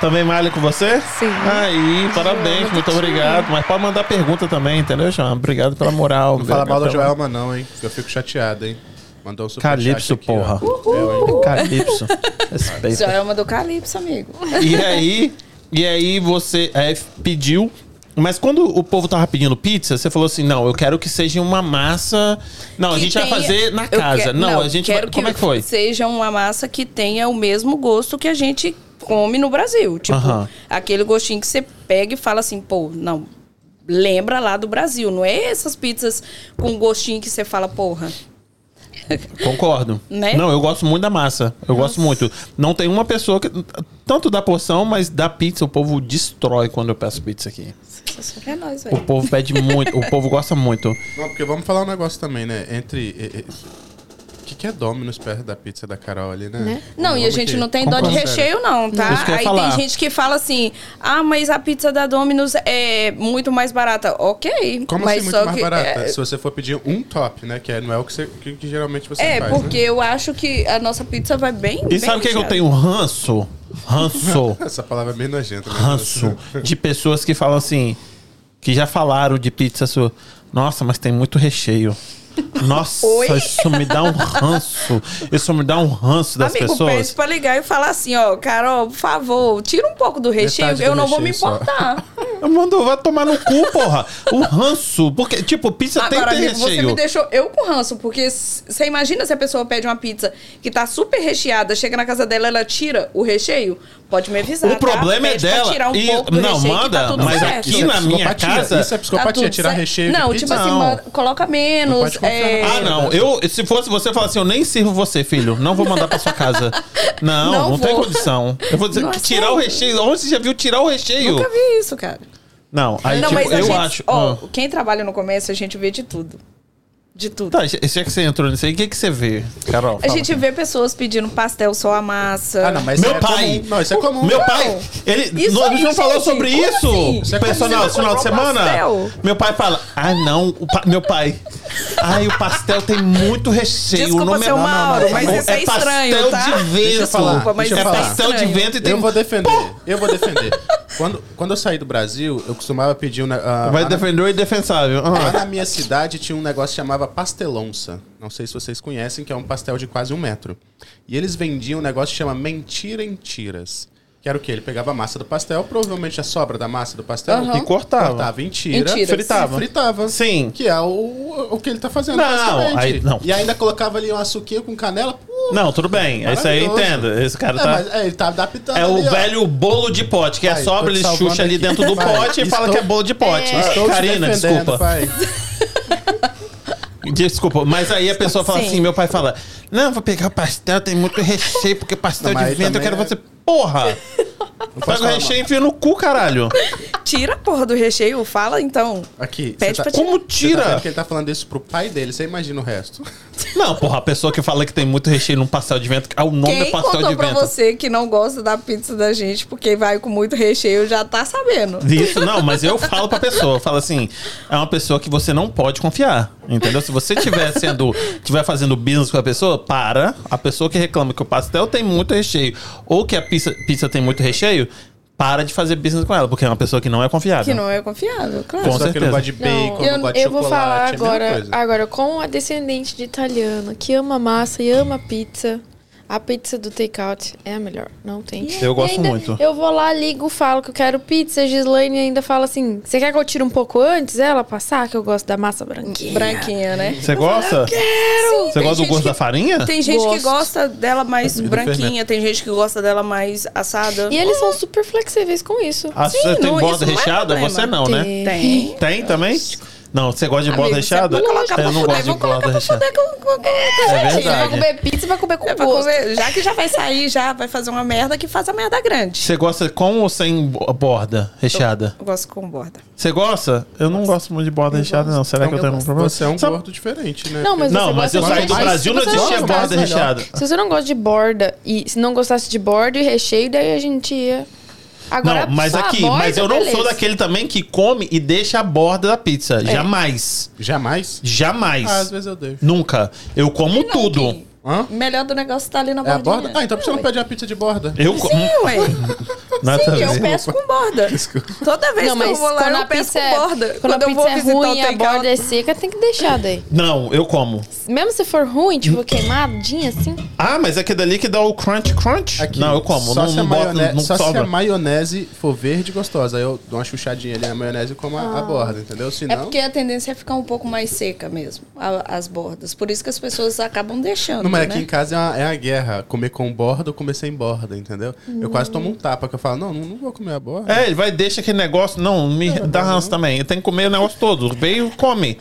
A: Também malha com você?
C: Sim.
A: Aí, parabéns, muito obrigado. Mas pode mandar pergunta também, entendeu, João? Obrigado pela moral.
B: Não fala mal da
A: Pela-
B: Joelma, não, hein? Que eu fico chateado, hein? Mandou um superchat
A: Calypso,
B: aqui, ó.
A: porra.
B: Eu, hein?
A: Calypso. Respeita.
D: Só é uma do Calypso, amigo.
A: E aí, e aí você é, pediu. Mas quando o povo tava pedindo pizza, você falou assim: não, eu quero que seja uma massa. Não, a
D: Que
A: gente vai
D: tenha-
A: fazer na
D: eu
A: casa.
D: quero-
A: não, a gente
D: quero
A: vai... Como é que foi?
D: Seja uma massa que tenha o mesmo gosto que a gente come no Brasil. Tipo,
A: Aham.
D: aquele gostinho que você pega e fala assim, pô, não. Lembra lá do Brasil, não é essas pizzas com gostinho que você fala, porra.
A: Concordo.
D: Né?
A: Não, eu gosto muito da massa. Eu gosto muito. Não tem uma pessoa que. Tanto da porção, mas da pizza, o povo destrói quando eu peço pizza aqui.
D: É nóis,
A: O
D: velho.
A: povo pede muito, o povo gosta muito.
B: Não, porque vamos falar um negócio também, né? Entre. e- e- O que, que é Dominus perto da pizza da Carol ali, né?
C: Né?
D: Não, e a
B: Vamos
D: gente
B: que-
D: não tá tem dó de
B: Vamos, sério.
D: recheio, não, tá?
A: Isso que eu ia
D: Aí
A: falar.
D: tem gente que fala assim: ah, mas a pizza da Domino's é muito mais barata. Ok.
B: Como
D: mas
B: assim, muito
D: só
B: mais
D: que,
B: barata?
D: é,
B: Se você for pedir um top, né? Que é- não é o que, você- que- que geralmente você
D: É,
B: faz,
D: porque
B: né?
D: eu acho que a nossa pizza vai bem.
A: E sabe o que, que eu tenho ranço? Ranço.
B: Essa palavra é bem nojenta. né?
A: ranço de pessoas que falam assim, que já falaram de pizza sua. Nossa, mas tem muito recheio. Nossa,
D: Oi?
A: isso me dá um ranço. Isso me dá um ranço das
D: Amigo,
A: pessoas.
D: pede pra ligar e falar assim, ó, Carol, por favor, tira um pouco do recheio,
B: Metade
D: eu
B: do
D: não vou me
B: recheio só.
D: importar.
A: Mano, vai tomar no cu, porra. O ranço. Porque, tipo, pizza tem que
D: Agora,
A: ter
D: amigo, você
A: recheio.
D: me deixou eu com ranço, porque você imagina se a pessoa pede uma pizza que tá super recheada, chega na casa dela, ela tira o recheio? Pode me avisar.
A: O
D: tá?
A: problema é
D: Pede pra
A: dela.
D: Tirar um
A: E-
D: pouco do
A: não,
D: recheio, que
A: manda,
D: tá tudo
A: mas
D: certo.
A: aqui na
B: é
A: minha
B: psicopatia,
A: casa-
B: Isso é
D: Tá
B: psicopatia,
D: tudo
B: tirar
D: certo.
B: recheio. de
D: Não,
B: pizza.
D: tipo assim,
A: Não.
D: manda- coloca
B: Não
D: menos.
B: pode confiar.
D: é,
A: Ah, não. Eu, se fosse você falar assim, eu nem sirvo você, filho. Não vou mandar pra sua casa. Não, não,
D: Não
A: tem
D: vou.
A: condição. Eu vou dizer
D: Não
A: que
D: é
A: tirar o
D: sério.
A: recheio. Onde você já viu tirar o recheio?
D: Nunca vi isso, cara.
A: Não, aí
D: não,
A: tipo,
D: mas a
A: eu
D: gente,
A: acho.
D: Ó,
A: Ah.
D: quem trabalha no comércio, a gente vê de tudo. De tudo.
A: Tá, já já que você entrou nisso aí, o que, que você vê, Carol?
D: A
A: fala.
D: gente vê pessoas pedindo pastel só a massa.
B: Ah, não, mas
A: Meu
B: isso é
A: pai.
B: comum. Não, isso é comum.
A: Meu pai, ele
D: Isso
A: não, a
D: aí,
A: gente não falou
D: gente,
A: sobre
D: como
A: isso.
D: assim?
A: Isso é
B: como
A: Personal,
D: você
A: esse final de
D: comprou
A: semana.
D: pastel?
A: Meu pai fala: "Ah, não, o pa- meu pai. Ai, o pastel tem muito recheio,
D: Desculpa,
A: não me-
D: seu
A: não, não, não,
D: Mauro,
A: não,
D: mas
A: não,
D: isso é estranho,
A: pastel
D: tá?
A: de
B: Deixa eu
A: vento.
B: falar,
D: mas
A: é
D: isso é
A: pastel de
D: estranho.
A: vento e tem
B: Eu vou defender. Eu vou defender. quando, quando eu saí do Brasil, eu costumava pedir um. ne- ah, É.
A: Vai
B: lá na-
A: defender o indefensável.
B: Lá
A: Ah.
B: na minha cidade tinha um negócio que chamava pastelonça. Não sei se vocês conhecem, que é um pastel de quase um metro. E eles vendiam um negócio que chama mentira em tiras. Que Que era o quê? Ele pegava a massa do pastel, provavelmente a sobra da massa do pastel.
C: Aham.
B: cortava
C: Uhum.
A: E cortava.
B: em tira,
C: Em tira.
B: fritava. Fritava.
A: Sim.
B: Que é o, o que ele tá fazendo,
A: Não,
B: basicamente.
A: aí- não.
B: E ainda colocava ali um açuquinho com canela. Pô,
A: Não, tudo bem. Isso aí eu
B: Maravilhoso.
A: entendo. Esse cara
B: é,
A: tá.
B: mas, é, ele tá adaptando
A: É o
B: ali, ó.
A: velho bolo de pote, que é
B: Pai,
A: só
B: tô te
A: ele
B: salvando
A: chucha ali
B: aqui.
A: dentro do
B: Pai,
A: pote e
B: estou-
A: fala que é bolo de pote.
B: Estou te
A: Karina,
B: defendendo,
A: desculpa. Tá
B: pai.
A: Desculpa, mas aí a pessoa fala assim, meu pai fala, não, vou pegar pastel, tem muito recheio, porque
B: Não,
A: pastel
B: mas
A: de
B: aí
A: vento, eu
B: também
A: quero
B: é-
A: você... Porra!
B: Não posso
A: Pega o
B: falar,
A: recheio e enfia no cu, caralho.
D: Tira a porra do recheio, fala então.
B: não. Aqui.
D: Pede
B: você
D: pra
B: tá...
A: Como
B: você tá
A: tira?
B: vendo que ele tá falando isso pro pai dele, você imagina o resto.
A: Não, porra, a pessoa que fala que tem muito recheio num pastel de vento, ah, o nome é
I: Quem
A: pastel de
I: contou pra
A: vento.
I: você que não gosta da pizza da gente porque vai com muito recheio já tá sabendo.
A: Isso, não, mas eu falo pra pessoa, eu falo assim, é uma pessoa que você não pode confiar, entendeu? Se você tiver sendo, tiver fazendo business com a pessoa, para. A pessoa que reclama que o pastel tem muito recheio ou que a pizza, pizza tem muito recheio, para de fazer business com ela, porque é uma pessoa que não é confiável.
I: Que não é confiável, claro.
A: Com
B: Só que ele
A: certeza.
B: não gosta de
C: Não,
B: bacon, não,
C: eu,
B: gosta de
C: eu vou
B: chocolate. é a
C: falar
B: mesma
C: agora,
B: coisa.
C: agora com a descendente de italiana que ama massa e ama pizza. A pizza do takeout é a melhor, não tem.
A: Eu
C: E
A: gosto
C: ainda
A: muito.
C: Eu vou lá, ligo, falo que eu quero pizza. A Gislaine ainda fala assim: você quer que eu tire um pouco antes ela passar? Que eu gosto da massa branquinha.
I: Branquinha, né?
A: Você gosta?
D: Sim,
A: Você
D: é tem
A: gosta do
D: gente
A: gosto
D: que-
A: da farinha?
D: Tem gente que
C: Gosto.
D: gosta dela mais
A: do
D: branquinha,
A: fermento.
D: tem gente que gosta dela mais assada.
C: E eles são super flexíveis com isso.
A: Ah, você tem
D: não,
A: borda
D: isso não é
A: recheada?
D: problema.
A: você não, né?
C: Tem.
D: Tem.
A: Tem também? Não, você gosta de borda
I: Amigo, você
A: recheada?
I: vai colocar
A: É, Eu não
I: pra
A: gosto de
I: fuder, vou colocar
A: borda
I: pra
A: recheada.
I: fuder com, com, com
A: É
I: gente.
A: verdade.
I: Vai comer pizza, vai comer com
D: É pra
I: gosto.
D: comer- já que já vai sair, já vai fazer uma merda que faz a merda grande.
A: Você gosta com ou sem bo- borda recheada?
D: Eu gosto com borda.
A: Você gosta? Eu não gosto muito de borda recheada, não. Será que eu tenho algum problema?
B: Você é um
A: Sabe-
B: gordo diferente, né?
C: Não, mas,
A: Não,
C: você
A: mas
C: gosta
A: eu
C: de
A: saí do
C: recheio.
A: Brasil, não
C: Se você
A: existia
C: gostasse-
A: borda recheada.
C: Se você não gosta de borda e se não gostasse de borda e recheio, daí a gente ia. Agora,
A: Não, mas
C: a
A: aqui,
C: borda,
A: mas eu não sou
C: beleza.
A: daquele também que come e deixa a borda da pizza. Jamais.
B: Jamais?
A: Jamais.
B: Ah, às vezes eu deixo.
A: Nunca. Eu como tudo.
B: Hã?
I: Melhor do negócio tá ali na
B: É a
I: bordinha.
B: borda? Ah, então por que você não pede a pizza de borda?
A: Eu tá como.
D: Sim, ué.
A: Nada a
D: Sim, eu
A: ver.
D: peço com borda. Toda vez
C: Não,
D: que eu
C: mas
D: vou lá,
C: quando a
D: eu peço
C: pizza
D: com
C: é,
D: borda.
C: quando, a
D: eu vou
C: pizza é
D: visitar
C: ruim e
D: o
C: a
D: takeout-
C: borda é seca, tem que deixar daí.
A: Não, eu como.
C: Mesmo se for ruim,
A: Hum.
C: tipo queimadinha assim.
A: Ah, mas é que dali que dá o crunch crunch.
B: Aqui,
A: não, eu como.
B: Só
A: não
B: se, a
A: não, boto,
B: maionese,
A: não
B: só se
A: sobra.
B: a maionese for verde e gostosa. Aí eu dou uma chuchadinha ali na maionese e como
C: Ah.
B: a, a borda, entendeu? Se
I: É
B: não.
I: porque a tendência é ficar um pouco mais seca mesmo, a- as bordas. Por isso que as pessoas acabam deixando,
B: Não, mas aqui
I: né?
B: em casa é uma, é uma guerra. Comer com borda ou comer sem borda, entendeu? Eu quase tomo um tapa, que eu falo, não, não, não vou comer a borda.
A: É, ele vai, deixa aquele negócio. Não, me dá ranço também. Eu tenho que comer o negócio todo. Veio, come.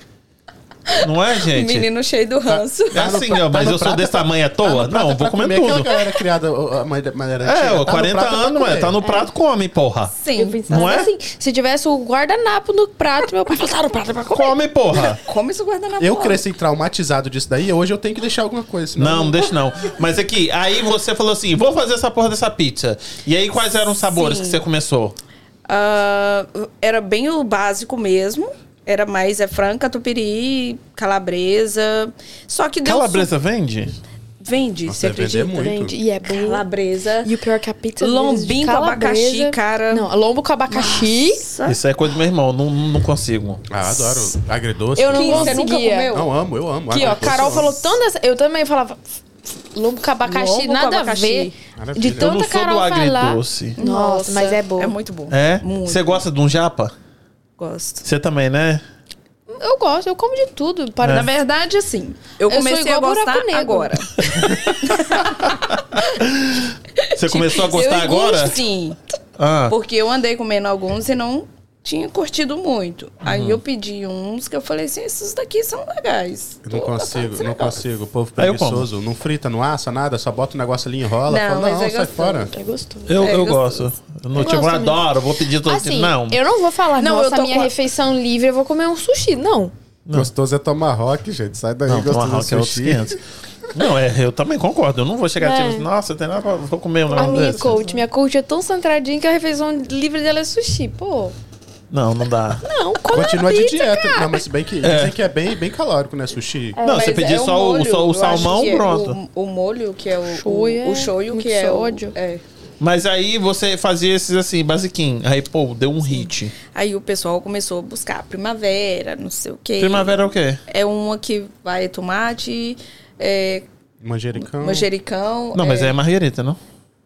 A: Não é, gente?
I: Menino cheio do
B: Tá.
I: ranço.
A: É assim, ó, mas
B: no
A: eu sou
B: prato,
A: desse
B: tá-
A: tamanho à toa?
B: no prato
A: não,
B: é
A: vou
B: pra
A: comer
B: aquela
A: tudo.
B: que era criada ó, a maneira, maneira
A: É,
B: antiga.
A: ó,
B: Tá no
A: 40
B: prato, é pra
A: anos, ué,
B: comer.
A: tá no prato, come, porra.
I: Sim.
C: Eu pensava
A: Não é?
C: assim. Se tivesse o guardanapo no prato, meu pai faltava o prato é pra comer.
A: Come, porra.
I: Come isso guardanapo.
B: Eu cresci traumatizado disso daí, hoje eu tenho que deixar alguma coisa. senão
A: Não, não deixa não. Mas aqui, aí você falou assim, vou fazer essa porra dessa pizza. E aí, quais eram os sabores
D: Sim.
A: que você começou?
D: Ah, era bem o básico mesmo. Era mais é franca, tupiri, calabresa. Só que deu
A: Calabresa vende?
D: su- Vende,
B: Nossa,
D: você
B: deve vender
D: acredita?
B: muito.
C: Gente, e é bom.
I: Calabresa.
C: E o pior é que a pizza deles
D: Lombinho
C: de
D: com
C: calabresa-
D: abacaxi, cara.
C: Não, lombo com abacaxi.
D: Nossa.
A: Isso é coisa do meu irmão, não, não consigo.
B: Ah, adoro. Agridoce.
C: Eu não
I: Kim, você nunca
C: conseguia.
I: comeu?
B: Não, amo, eu amo.
C: Aqui, ó,
B: Agridoce, eu
C: Carol
B: amo.
C: falou tanto dessa. Eu também falava. Lombo com abacaxi,
D: Lombo com
C: nada
D: abacaxi.
C: a ver.
B: Maravilha.
C: De
B: Eu
A: Eu não
C: tanta
A: sou
C: Carol
A: do
C: falar.
A: agridoce.
C: Nossa, mas é bom.
D: É muito bom.
A: É?
D: Muito.
A: Você gosta de um japa?
D: Gosto.
A: Você também, né?
C: Eu gosto, eu como de tudo. Para,
A: É.
C: Na verdade,
I: verdade, assim.
D: Eu
C: Eu sou
D: comecei a
C: igual buraco
D: gostar
C: negro.
D: agora.
A: Você começou a gostar
D: Eu
A: agora?
D: gosto, Sim.
A: Ah,
D: Porque eu andei comendo alguns e não tinha curtido muito.
A: Uhum.
D: Aí eu pedi uns que eu falei assim, esses daqui são legais.
B: Eu não
D: Tô
B: consigo,
D: gostando,
B: não
D: legal.
B: consigo. O povo
A: Aí eu como.
B: preguiçoso. Não frita, não assa, nada. Só bota o negócio ali, enrola.
I: Não,
B: fala,
I: mas
B: não,
I: é
B: sai
I: gostoso.
B: fora.
C: é gostoso.
A: eu, eu
D: É
A: gosto. No
C: gosto
A: tipo, eu
C: também.
A: adoro, vou pedir todo
C: Assim,
A: Não.
C: eu não vou falar,
D: Não,
C: não, nossa,
D: eu tô
C: minha
D: com a-
C: refeição livre, eu vou comer um sushi. Não.
B: Gostoso é tomar rock, gente. Sai daí,
A: Não,
B: gostoso
A: tomar
B: é
A: rock é outros
B: sushi.
A: 500. Não, é, eu também concordo. Eu não vou chegar
C: É.
A: tipo, nossa, tem nada pra, vou comer um
C: A
A: negócio
C: minha
A: desse.
C: coach, minha coach é tão centradinha que a refeição livre dela é sushi. Pô,
A: Não, não dá.
C: não, come
B: Continua
C: a
B: de
C: pizza,
B: dieta.
C: cara.
B: Não, mas se bem que dizem que é bem, bem calórico, né? Sushi.
A: não,
I: Mas
A: você pedir
I: é
A: só, o,
I: molho,
A: só
I: eu
A: o
I: acho
A: salmão,
I: que é
A: pronto.
I: O, o molho, que é o,
C: Shoyu é
I: o, o shoyu,
C: muito
I: que é
C: sódio.
I: o... É.
A: Mas aí você fazia esses assim, basiquinho. Aí, pô, deu um hit.
D: Aí o pessoal começou a buscar primavera, não sei o quê.
A: Primavera é o quê?
D: É uma que vai tomate, é,
B: Manjericão.
A: Hum.
D: manjericão.
I: É.
A: é Não, mas é marguerita, não?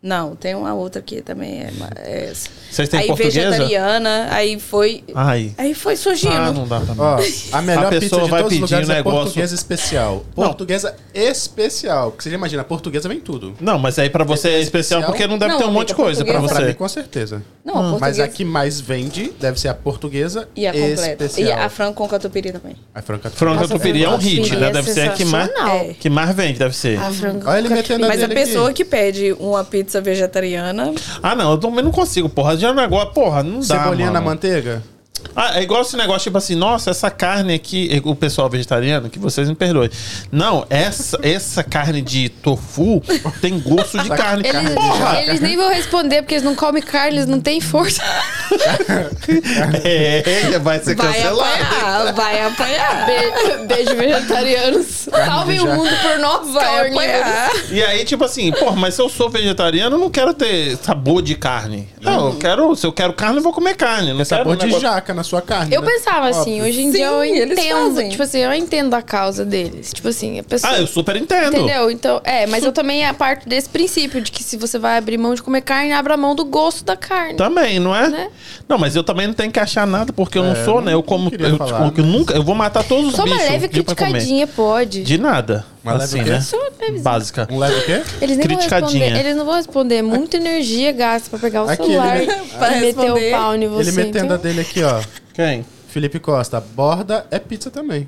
D: Não, tem uma outra que também é, ma- é essa.
E: Vocês têm
D: aí
E: portuguesa?
D: vegetariana, aí foi.
A: Ai.
D: Aí foi surgindo.
A: Ah, não dá pra mim.
B: Ó, a melhor
A: A
B: pizza
A: pessoa
B: de
A: vai
B: todos os
A: pedir
B: lugares
A: um
B: é
A: negócio-
B: portuguesa especial.
A: Não.
B: Portuguesa especial. Que você já imagina, portuguesa vem tudo.
A: Não, mas aí pra você é especial porque não deve
J: Não,
A: ter um monte de
J: amiga,
A: coisa pra
J: portuguesa-
B: Pra mim,
A: você.
B: com certeza.
J: Não, a
B: Mas
J: portuguesa
B: a que mais vende deve ser a portuguesa
J: e
D: é
J: a completa.
B: especial.
J: E a frango com catupiry também.
B: A franca
A: Franca Tupiri é um hit, né? Deve ser a que mais,
C: sensacional.
A: que mais vende, deve ser.
I: Ah.
B: Olha ele metendo
D: Mas a
B: dele aqui.
D: pessoa que pede uma pizza vegetariana,
A: Ah, não, eu também não consigo, porra. Já é um negócio, porra, não dá.
B: Cebolinha
A: mano.
B: na manteiga?
A: Ah, é igual esse negócio, tipo assim, nossa, essa carne aqui, o pessoal vegetariano, que vocês me perdoem. Não, essa, essa carne de tofu tem gosto de carne.
C: Eles,
A: Porra!
C: eles nem vão responder, porque eles não comem carne, eles não têm força.
A: É, vai ser
D: vai
A: cancelado.
D: apanhar, vai apanhar.
C: Be- Beijo, vegetarianos. Salvem
B: de
C: o
B: jaca.
C: mundo por nós,
D: Vai
C: carnívoros.
D: apanhar.
A: E aí, tipo assim, porra, mas se eu sou vegetariano, eu não quero ter sabor de carne. Não, eu quero, se eu quero carne, eu vou comer carne. Não
B: É sabor
A: quero um
B: de
A: negócio-
B: jaca na sua carne.
C: Eu
B: né?
C: pensava assim,
B: Óbvio.
C: hoje em
J: Sim,
C: dia eu
J: eles
C: entendo.
J: fazem.
C: Tipo assim, eu entendo a causa deles. Tipo assim, a pessoa.
A: Ah, eu super entendo.
C: Entendeu? Então, é, mas eu também é parte desse princípio de que se você vai abrir mão de comer carne, abra mão do gosto da carne.
A: Também, não é?
C: Né?
A: Não, mas eu também não tenho que achar nada, porque eu não
B: É,
A: sou,
B: não-
A: né? Eu
B: não
A: como.
B: queria
A: eu,
B: falar, né?
A: tipo, eu nunca, eu vou matar todos os
C: Só uma
A: bichos.
C: leve
A: que tem pra comer.
C: criticadinha pode.
A: De nada.
B: Uma leve
A: assim,
B: o quê?
A: né?
C: Só uma levezinha.
A: Básica.
B: Um leve o quê?
C: Eles nem vão
A: Criticadinha.
C: responder. Eles não vão responder. Muita energia gasta pra pegar o
B: Aqui,
C: celular
A: né?
B: ele
C: e meter o
D: responder.
C: pau em você.
B: Ele metendo a
C: então-
B: dele aqui, ó.
A: Quem?
B: Felipe Costa, borda é pizza também.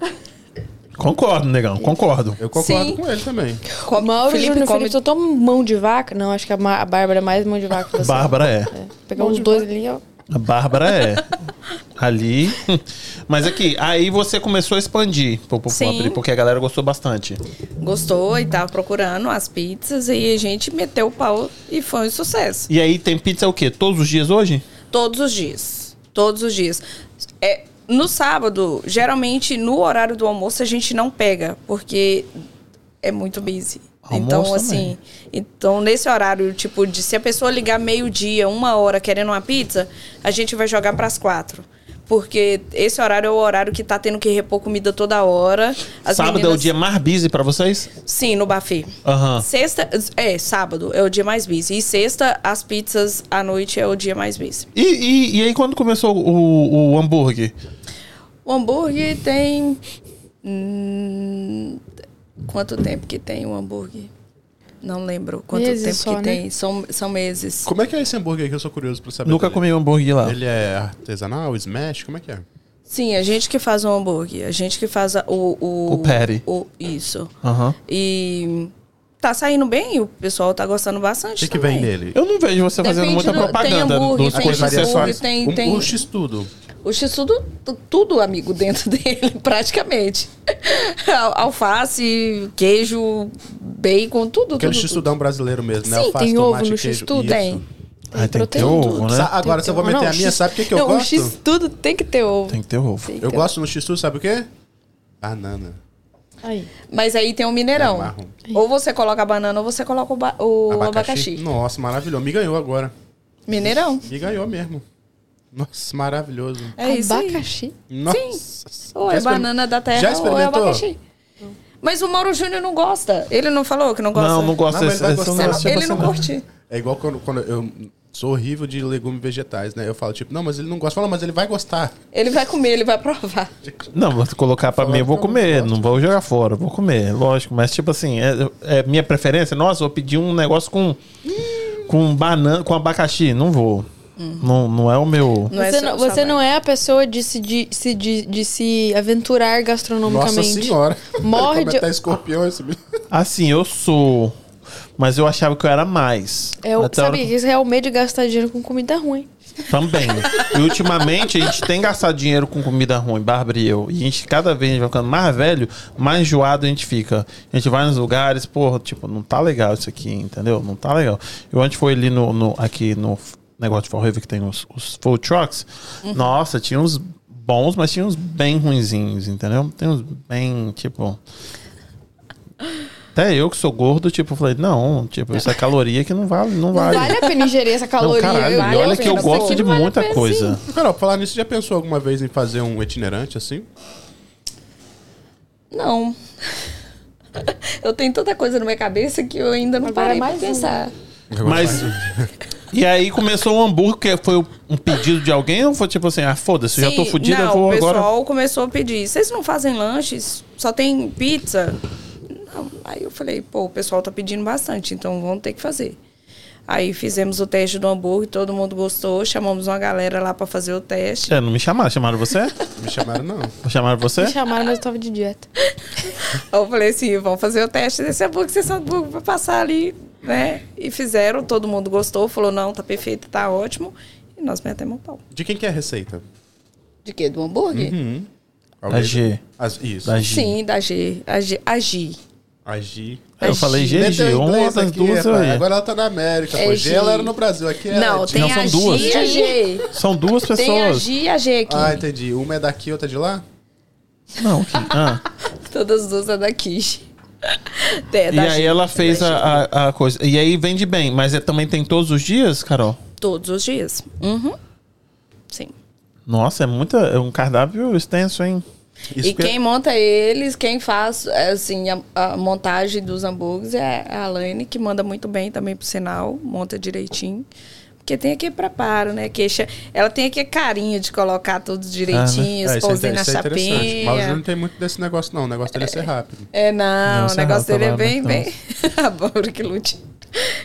A: Concordo, negão, concordo.
B: Eu concordo
D: Sim.
B: com ele também.
C: Com Mauro Felipe, Júnior,
D: Felipe come-
C: Felipe, sou tão mão de vaca. Não, acho que a, Ma- a Bárbara é mais mão de vaca que você.
A: Bárbara é.
C: É. Pegar os dois ali, ó.
A: A Bárbara é. Ali. Mas aqui, aí você começou a expandir pro pro-
D: Sim.
A: pro- porque a galera gostou bastante.
D: Gostou e tava procurando as pizzas e a gente meteu o pau e foi um sucesso.
A: E aí tem pizza o quê? Todos os dias hoje?
D: Todos os dias. Todos os dias. É, no sábado, geralmente no horário do almoço a gente não pega, porque é muito busy.
A: Almoço
D: então,
A: também.
D: assim, então nesse horário, tipo, de se a pessoa ligar meio-dia, uma hora querendo uma pizza, a gente vai jogar pras quatro. Porque esse horário é o horário que tá tendo que repor comida toda hora. As
A: Sábado é o
D: meninas-
A: dia mais busy pra vocês?
D: Sim, no buffet.
A: Aham.
D: Sexta, é, sábado é o dia mais busy. E sexta, as pizzas à noite é o dia mais busy.
A: E, e, e aí quando começou o, o hambúrguer?
D: O hambúrguer tem. hum, quanto tempo que tem o hambúrguer? Não lembro quanto
C: Meses
D: tempo
C: só,
D: que
C: né?
D: tem. São, são meses.
B: Como é que é esse hambúrguer que eu sou curioso pra saber?
A: Nunca
B: dele?
A: comi um hambúrguer lá.
B: Ele é artesanal, smash, como é que é?
D: Sim, a gente que faz o hambúrguer. A gente que faz a- o. O,
A: O patty.
D: o- isso.
A: Aham.
D: E. Tá saindo bem, o pessoal tá gostando
B: O
D: bastante.
B: que, que vem
D: também.
B: nele?
A: Eu não vejo você fazendo
J: Depende
A: muita
J: do- tem
A: propaganda
J: hambúrguer,
A: dos
J: tem
A: coisas
J: hambúrguer,
A: acessórias.
J: tem-
B: um,
J: tem-
B: um x-tudo.
J: O x-tudo, tu- tudo amigo dentro dele, praticamente.
D: Al- Alface, queijo, bacon, tudo.
B: Aquele
D: tudo, tudo.
B: x-tudão brasileiro mesmo, né?
C: Sim,
B: Alface,
C: tem
B: tomate,
C: ovo no
B: queijo.
C: x-tudo?
B: Isso.
C: Tem.
A: Ah, tem que ter
C: Proteína.
A: ovo, né?
B: Sa- Agora, se eu vou
C: Não, é?
B: meter a
C: o
B: minha,
C: X-
B: sabe o que, que eu
C: não,
B: gosto?
C: O X tudo tem que ter ovo.
A: Tem que ter ovo.
C: Tem que
B: Eu
C: ter
B: gosto no x-tudo, sabe o quê? Banana.
C: ovo. Aí.
J: Mas aí tem o
B: É,
J: Mineirão.
B: marrom.
D: Ou você coloca a banana ou você coloca o, ba- o abacaxi.
B: Nossa, maravilhoso. Me ganhou agora.
J: Mineirão.
B: Me ganhou mesmo. Nossa, maravilhoso.
D: É isso aí.
C: Abacaxi.
B: Nossa.
D: Ou
B: Já
D: é
B: exper-
D: banana da terra
B: já
D: ou é
B: experimentou?
D: abacaxi. Mas o Mauro Júnior não gosta. Ele não falou que não gosta.
A: Não, não gosto
B: Não, mas
A: desse.
B: vai
A: desse
B: gostar.
A: negócio, tipo
D: ele
A: assim,
D: não curte.
B: É igual quando, quando eu sou horrível de legumes vegetais, né? Eu falo, tipo, não, mas ele não gosta. Fala, mas ele vai gostar.
J: Ele vai comer, ele vai provar.
A: Não, vou colocar pra mim, eu vou
B: que eu não
A: comer,
B: gosto.
A: não vou jogar fora, eu vou comer, lógico. Mas, tipo assim, é, é minha preferência, nossa, vou pedir um negócio com, com banana, com abacaxi. Não vou.
B: Uhum.
A: Não, não é o meu.
D: Não é
C: você
D: só-
C: não,
D: só
C: você
D: vai.
C: não é a pessoa de se, de, se- de- de se aventurar gastronomicamente.
B: Nossa senhora.
C: Morde-
B: Ele come até tá escorpião esse bicho.
A: Assim, eu sou. Mas eu achava que eu era mais.
C: Eu
A: Até a hora
C: sabia que isso é o medo de gastar dinheiro com comida ruim.
A: Também. E ultimamente a gente tem gastado dinheiro com comida ruim, Bárbara e eu. E a gente, cada vez a gente vai ficando mais velho, mais enjoado a gente fica. A gente vai nos lugares, porra, tipo, não tá legal isso aqui, entendeu? Não tá legal. Eu antes foi ali no, no- aqui no negócio de Forrever que tem os, os food trucks. Nossa, tinha uns bons, mas tinha uns bem ruinzinhos, entendeu? Tem uns bem, tipo. Até eu que sou gordo, tipo, falei, não, tipo, isso é caloria que não vale, não vale.
C: Vale a pena ingerir essa
A: Não,
C: caloria.
A: caralho,
C: vale a
A: e olha que
C: pena.
A: eu
C: Isso
A: gosto
C: aqui
A: de
C: não vale a
A: muita
C: pena,
A: coisa.
C: sim.
B: Carol, pra falar nisso, já pensou alguma vez em fazer um itinerante assim?
J: Não. Eu tenho tanta coisa na minha cabeça que eu ainda não
C: Agora
J: parei
C: mais
J: pra
C: um.
J: pensar.
A: Mas. E aí começou o hambúrguer, que foi um pedido de alguém ou foi tipo assim, ah, foda-se, eu já tô
D: Sim,
A: fodida,
D: não,
A: eu vou
D: o pessoal
A: agora.
D: começou a pedir. Vocês não fazem lanches? Só tem pizza? Não. Aí eu falei, pô, o pessoal tá pedindo bastante, então vamos ter que fazer. Aí fizemos o teste do hambúrguer, todo mundo gostou, chamamos uma galera lá pra fazer o teste.
A: É, não me chamaram, chamaram você?
B: Me chamaram, não.
A: Chamaram você?
C: Me chamaram, mas eu tava de dieta.
D: Aí eu falei assim, vamos fazer o teste desse hambúrguer, esse hambúrguer vai passar ali, né? E fizeram, todo mundo gostou, falou, não, tá perfeito, tá ótimo. E nós metemos o pau.
B: De quem que é a receita?
J: De quê? Do hambúrguer?
B: Uhum.
A: Da G.
B: As- isso.
A: Da G.
D: Sim, da G. A G. A G.
B: A G.
A: Eu falei
B: Meteu
A: GG,
B: em
A: uma
B: inglês
A: das
B: aqui,
A: duas eu
B: rapaz.
A: ia.
B: Agora ela tá na América.
J: É
B: pô. G, ela
J: G.
B: era no Brasil. Aqui é
D: Não,
B: de-
D: tem
A: Não,
D: a
A: são duas.
D: G e
J: E
D: a
J: a
D: G.
J: G?
A: São duas pessoas.
J: Tem a G e a G aqui.
B: Ah, entendi. Uma é daqui, outra é de lá?
A: Não, que... ah.
J: Todas as duas é daqui.
D: É,
A: E
D: da
A: aí
D: G.
A: ela fez a, a, a coisa. E aí vende bem, mas é, também tem todos os dias, Carol?
D: Todos os dias. Uhum. Sim.
A: Nossa, é muita. É um cardápio extenso, hein?
B: Isso
J: e
B: que é-
J: quem monta eles, quem faz
D: é,
J: assim, a, a montagem dos hambúrgueres é a Alaine, que
D: Que manda muito bem também pro sinal, monta direitinho. Porque tem aquele preparo, né? Queixa. Ela tem aquele carinho de colocar tudo direitinho,
B: É,
D: ah,
B: isso é inter-
D: na
B: isso é interessante.
D: chapinha.
B: Mas o Júnior não tem muito desse negócio, não. O negócio dele é ser rápido.
D: É, não,
A: Nossa,
D: o negócio
A: ela
D: dele é
A: tá
D: bem,
A: lá,
D: bem. a Bárbara que lute.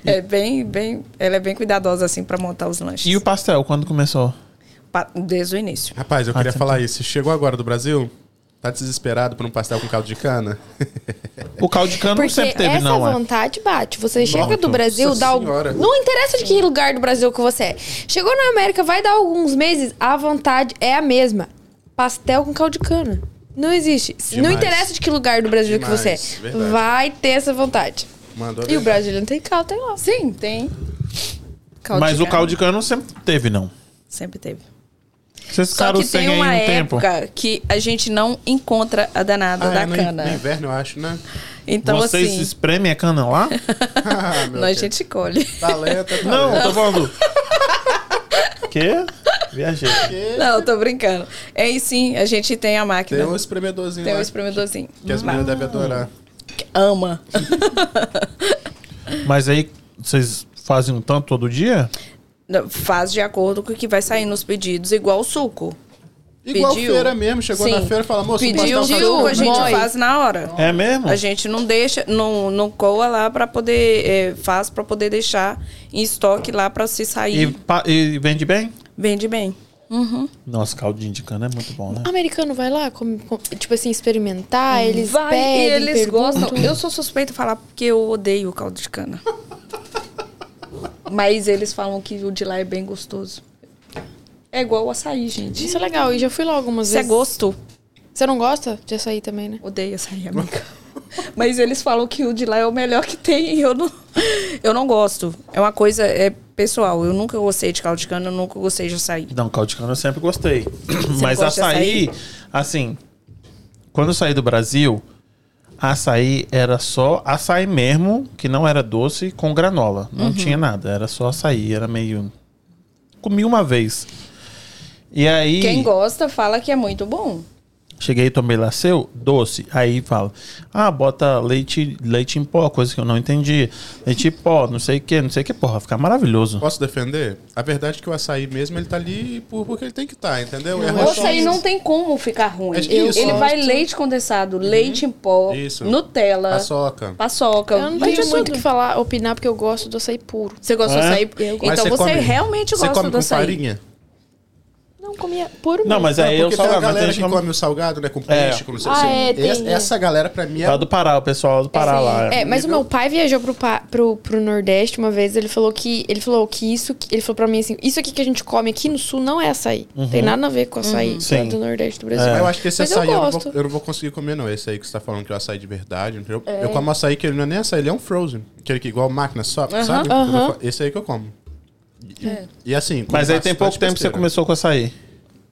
D: É bem, bem. Ela é bem cuidadosa, assim, pra montar os lanches.
A: E o pastel, quando começou?
D: Pa- Desde o início.
B: Rapaz, eu
A: Ah,
B: queria
A: tá,
B: falar isso. Chegou agora do Brasil? Tá desesperado por um pastel com caldo de cana?
A: O caldo de cana não
C: Porque
A: sempre teve,
C: essa
A: não, é?
C: vontade bate. Você chega do Brasil,
B: Nossa
C: dá o...
B: Senhora.
C: Não interessa de que lugar do Brasil que você é. Chegou na América, vai dar alguns meses, a vontade é a mesma. Pastel com caldo de cana. Não existe. Não
B: Demais.
C: interessa de que lugar do Brasil
B: Demais,
C: que você é.
B: verdade.
C: Vai ter essa vontade.
B: Mandou
C: E
B: ver.
C: o brasileiro não tem caldo, tem lá.
J: Sim, tem. Caldo
A: Mas
J: de
A: o caldo de cana não sempre teve, não.
D: Sempre teve.
A: Vocês
D: Só
A: ficaram
D: que
A: sem
D: tem
A: aí um
D: uma
A: tempo.
D: época que a gente não encontra a danada
B: Ah,
D: da
B: é, no in-
D: cana.
B: No inverno, eu acho, né?
D: Então,
A: Vocês
D: assim,
A: espremem a cana lá?
B: Ah, meu
D: nós a
B: Deus.
D: gente colhe.
B: Talento, é
A: não,
B: talento.
A: tô falando. Quê? Viajei.
D: Não, tô brincando. É e sim, a gente tem a máquina.
B: Tem um espremedorzinho
D: Tem um
B: lá
D: espremedorzinho.
B: que as meninas devem adorar.
D: Ama.
A: Mas aí vocês fazem um tanto todo dia?
D: Não, Faz de acordo com o que vai sair nos pedidos, igual o suco.
B: Igual
D: Pediu.
B: feira mesmo. Chegou na
D: Sim.
B: feira e fala, moço, um
D: Pediu o
B: pastel
D: suco, a
B: com
D: gente
C: Moi.
D: faz na hora.
A: É mesmo?
D: A gente não deixa, não, não coa lá pra poder, é, faz pra poder deixar em estoque lá pra se
A: E,
D: sair.
A: pa- e vende bem?
D: Vende bem. Uhum.
A: Nossa, caldinho de cana é muito bom, né?
C: O americano vai lá, come- com- tipo assim, experimentar, eles
J: Vai,
C: pedem,
J: e eles
C: perguntam.
J: gostam.
D: Eu sou suspeita de falar porque eu odeio o caldo de cana.
J: cana. Mas eles falam que o de lá é bem gostoso. É igual o açaí, gente.
C: Isso é legal, e já fui lá algumas
D: Isso é
C: vezes.
D: gosto.
C: Você não gosta de açaí também, né?
D: Odeio açaí, amiga.
J: Mas eles falam que o de lá é o melhor que tem e eu não.
D: Eu não gosto. É uma coisa é, pessoal. Eu nunca gostei de caldo de cana, eu nunca gostei de açaí.
A: Não, caldo de cana eu sempre gostei. Mas
D: gosta de
A: açaí, assim, quando eu saí do Brasil, açaí era só açaí mesmo, que não era doce, com granola. Não tinha nada, era só açaí, era meio. Comi uma vez. E aí.
J: Quem gosta fala que é muito bom.
A: Cheguei, tomei lá seu, doce. Aí fala, ah, bota leite, leite em pó, coisa que eu não entendi. Leite em pó, não sei o que, não sei o que, porra, fica maravilhoso.
B: Posso defender? A verdade é que o açaí mesmo, ele tá ali por, porque ele tem que estar, entendeu? É
J: O
B: racional.
J: açaí não tem como ficar ruim.
B: Acho que isso,
J: Ele
B: ó.
J: vai leite condensado, leite em pó,
B: Isso.
J: Nutella,
B: Paçoca.
J: paçoca.
C: Eu não
J: vai
C: tenho
J: de
C: muito o
J: tudo.
C: que falar, opinar, porque eu gosto do açaí puro.
D: Você gostou
A: É?
D: de açaí?
B: Mas
D: então você,
B: come-
D: realmente
B: Você
D: gosta
B: come
D: do
B: com
D: açaí.
B: farinha?
C: Não, comia puro
A: Não,
C: mesmo.
A: mas aí É, eu
B: Porque tem a
A: salgava, mas
B: galera
A: tem
B: que
A: gente
B: come o salgado, né? Com
A: É.
B: peixe, com não sei o
C: Ah,
B: quê.
C: é, tem
B: Essa-
C: isso.
B: Essa galera, pra mim, é...
A: Lá do Pará, o pessoal do Pará lá.
C: É, mas o meu pai viajou pro, pa- pro, pro Nordeste uma vez, ele falou que. Ele falou que isso. que- Ele falou pra mim assim: isso aqui que a gente come aqui no sul não é açaí. Tem nada a ver com açaí lá
A: Uhum. Sim. É.
C: do Nordeste do Brasil.
B: Mas eu acho que esse
C: Mas
B: açaí eu,
C: eu
B: não
C: gosto.
B: vou, eu não vou conseguir comer, não. Esse aí que você tá falando que é o açaí de verdade. entendeu? Eu, como açaí que ele não é nem açaí, ele é um frozen. Aquele que igual máquina, só, sabe?
C: aham.
B: Esse aí que eu como. E, e assim... como
A: Mas aí tem
B: bastante
A: pouco tempo que você
B: besteira.
A: começou com açaí.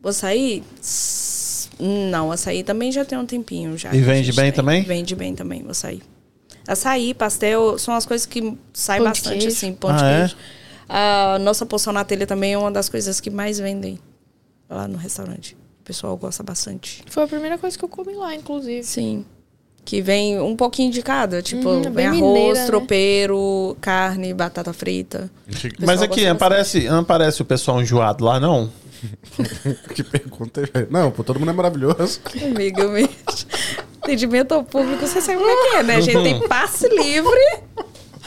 D: O açaí? S- Não, açaí também já tem um tempinho já.
A: E vende
D: A gente
A: bem
D: tem.
A: também?
D: Vende bem também, o açaí. Açaí, pastel, são as coisas que saem
C: Pão de
D: bastante,
C: queijo.
D: assim, pão de
A: Ah, é?
D: queijo. A nossa porção na telha também é uma das coisas que mais vendem lá no restaurante. O pessoal gosta bastante.
C: Foi a primeira coisa que eu comi lá, inclusive.
D: Sim. Que vem um pouquinho de cada. Tipo,
C: Uhum,
D: vem
C: bem
D: arroz,
C: mineira, né?
D: tropeiro, carne, batata frita.
A: Mas
D: pessoal
A: aqui,
D: gosta
A: não parece, não parece o pessoal enjoado lá, não?
B: que pergunta, velho. Não, pô, todo mundo é maravilhoso.
D: Amiga, mesmo. Atendimento ao público, você sabe como é que é, né? A gente tem passe livre,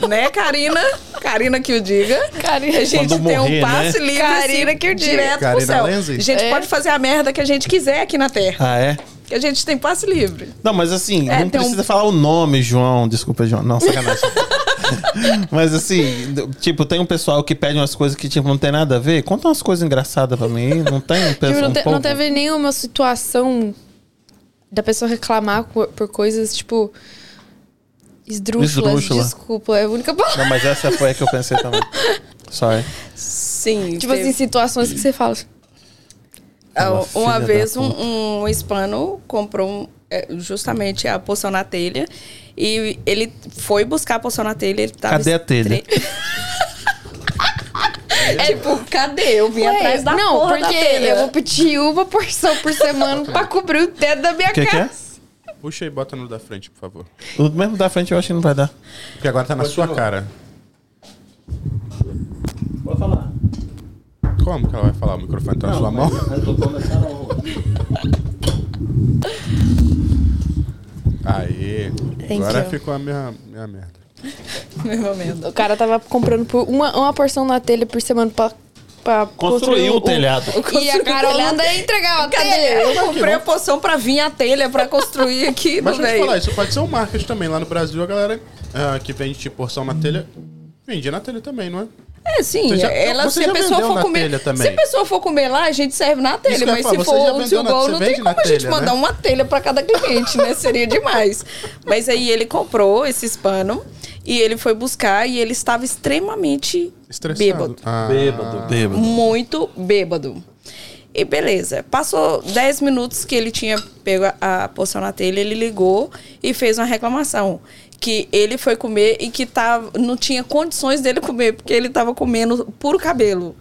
D: né, Karina? Karina que o diga.
C: Carina,
D: A gente
A: Quando
D: tem
A: morrer,
D: um passe
A: né?
D: livre
C: Karina
D: assim,
C: que o diga.
D: direto pro
B: Karina
D: céu.
B: Lenzi?
D: A gente
C: É.
D: pode fazer a merda que a gente quiser aqui na Terra.
A: Ah, é?
D: Que a gente tem passe livre.
A: Não, mas assim,
D: É,
A: não
D: tem um-
A: precisa falar o nome, João. Desculpa, João. Não, sacanagem. mas assim, do- tipo, tem um pessoal que pede umas coisas que, tipo, não tem nada a ver. Conta umas coisas engraçadas pra mim. Não tem? Um
C: Tipo,
A: pessoal-
C: não,
A: um
C: te- não
A: povo?
C: teve nenhuma situação da pessoa reclamar co- por coisas, tipo. Esdrúxulas,
A: Esdrúxula.
C: desculpa, é a única palavra.
A: Não, mas essa foi a que eu pensei também. Sorry.
D: Sim.
C: Tipo assim, situações que você fala. assim,
D: Ah,
A: É Uma filha
D: Uma
A: da
D: vez um,
A: puta.
D: um hispano comprou um, é, justamente a poção na telha. E ele foi buscar a poção na telha. Ele tava
A: Cadê a telha?
D: estre- é tipo, cadê? Eu vim
C: Ué,
D: atrás da
C: não,
D: porra da
C: porque
D: telha.
C: eu vou pedir uma porção por semana pra cobrir o teto da minha
A: O que, que
C: casa.
A: é?
B: Puxa e bota no da frente, por favor.
A: O mesmo da frente eu acho que não vai dar.
B: Porque agora tá na sua cara.
A: Pode falar.
B: Como que ela vai falar? O microfone tá na sua mão? Aê. Agora ficou a minha, minha merda.
C: O cara tava comprando por uma, uma porção na telha por semana pra, pra
A: Construiu o telhado.
C: E a Carol manda entregar a
D: Cadê?
C: telha.
D: Eu comprei a poção pra vir a telha pra construir aqui.
B: Mas
D: Mas
B: deixa eu te
D: veio.
B: falar, isso pode ser um marketing também. Lá no Brasil, a galera ah, que vende tipo porção na telha, vende na telha também, não é?
D: É, sim.
B: Você já-
D: ela,
B: você
D: se a
B: já
D: pessoa
B: vendeu
D: for
B: na
D: comer.
B: telha também?
D: Se a pessoa for comer lá, a gente serve na
B: Isso
D: telha.
B: que eu ia
D: Mas
B: falar,
D: se
B: você já
D: for o
B: vendeu
D: tio
B: na-
D: Gol,
B: você
D: não tem
B: vende
D: como
B: na
D: a gente
B: telha,
D: mandar
B: né?
D: uma telha pra cada cliente, né? Seria demais. Mas aí ele comprou esse hispano e ele foi buscar e ele estava extremamente
B: Estressado.
D: bêbado.
B: Ah,
A: bêbado.
D: Muito bêbado. E beleza. Passou 10 minutos que ele tinha pego a, a poção na telha, ele ligou e fez uma reclamação. Que ele foi comer e que tava, não tinha condições dele comer, porque ele tava comendo puro cabelo.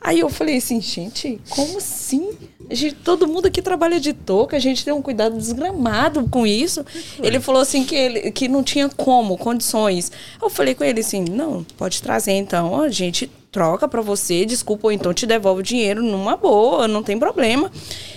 D: Aí eu falei assim, gente, como assim? A gente, todo mundo aqui trabalha de touca, a gente tem um cuidado desgramado com isso. Ele falou assim que, ele, que não tinha como, condições. Eu falei com ele assim, não, pode trazer então, a gente troca pra você, desculpa, ou então te devolve o dinheiro numa boa, não tem problema.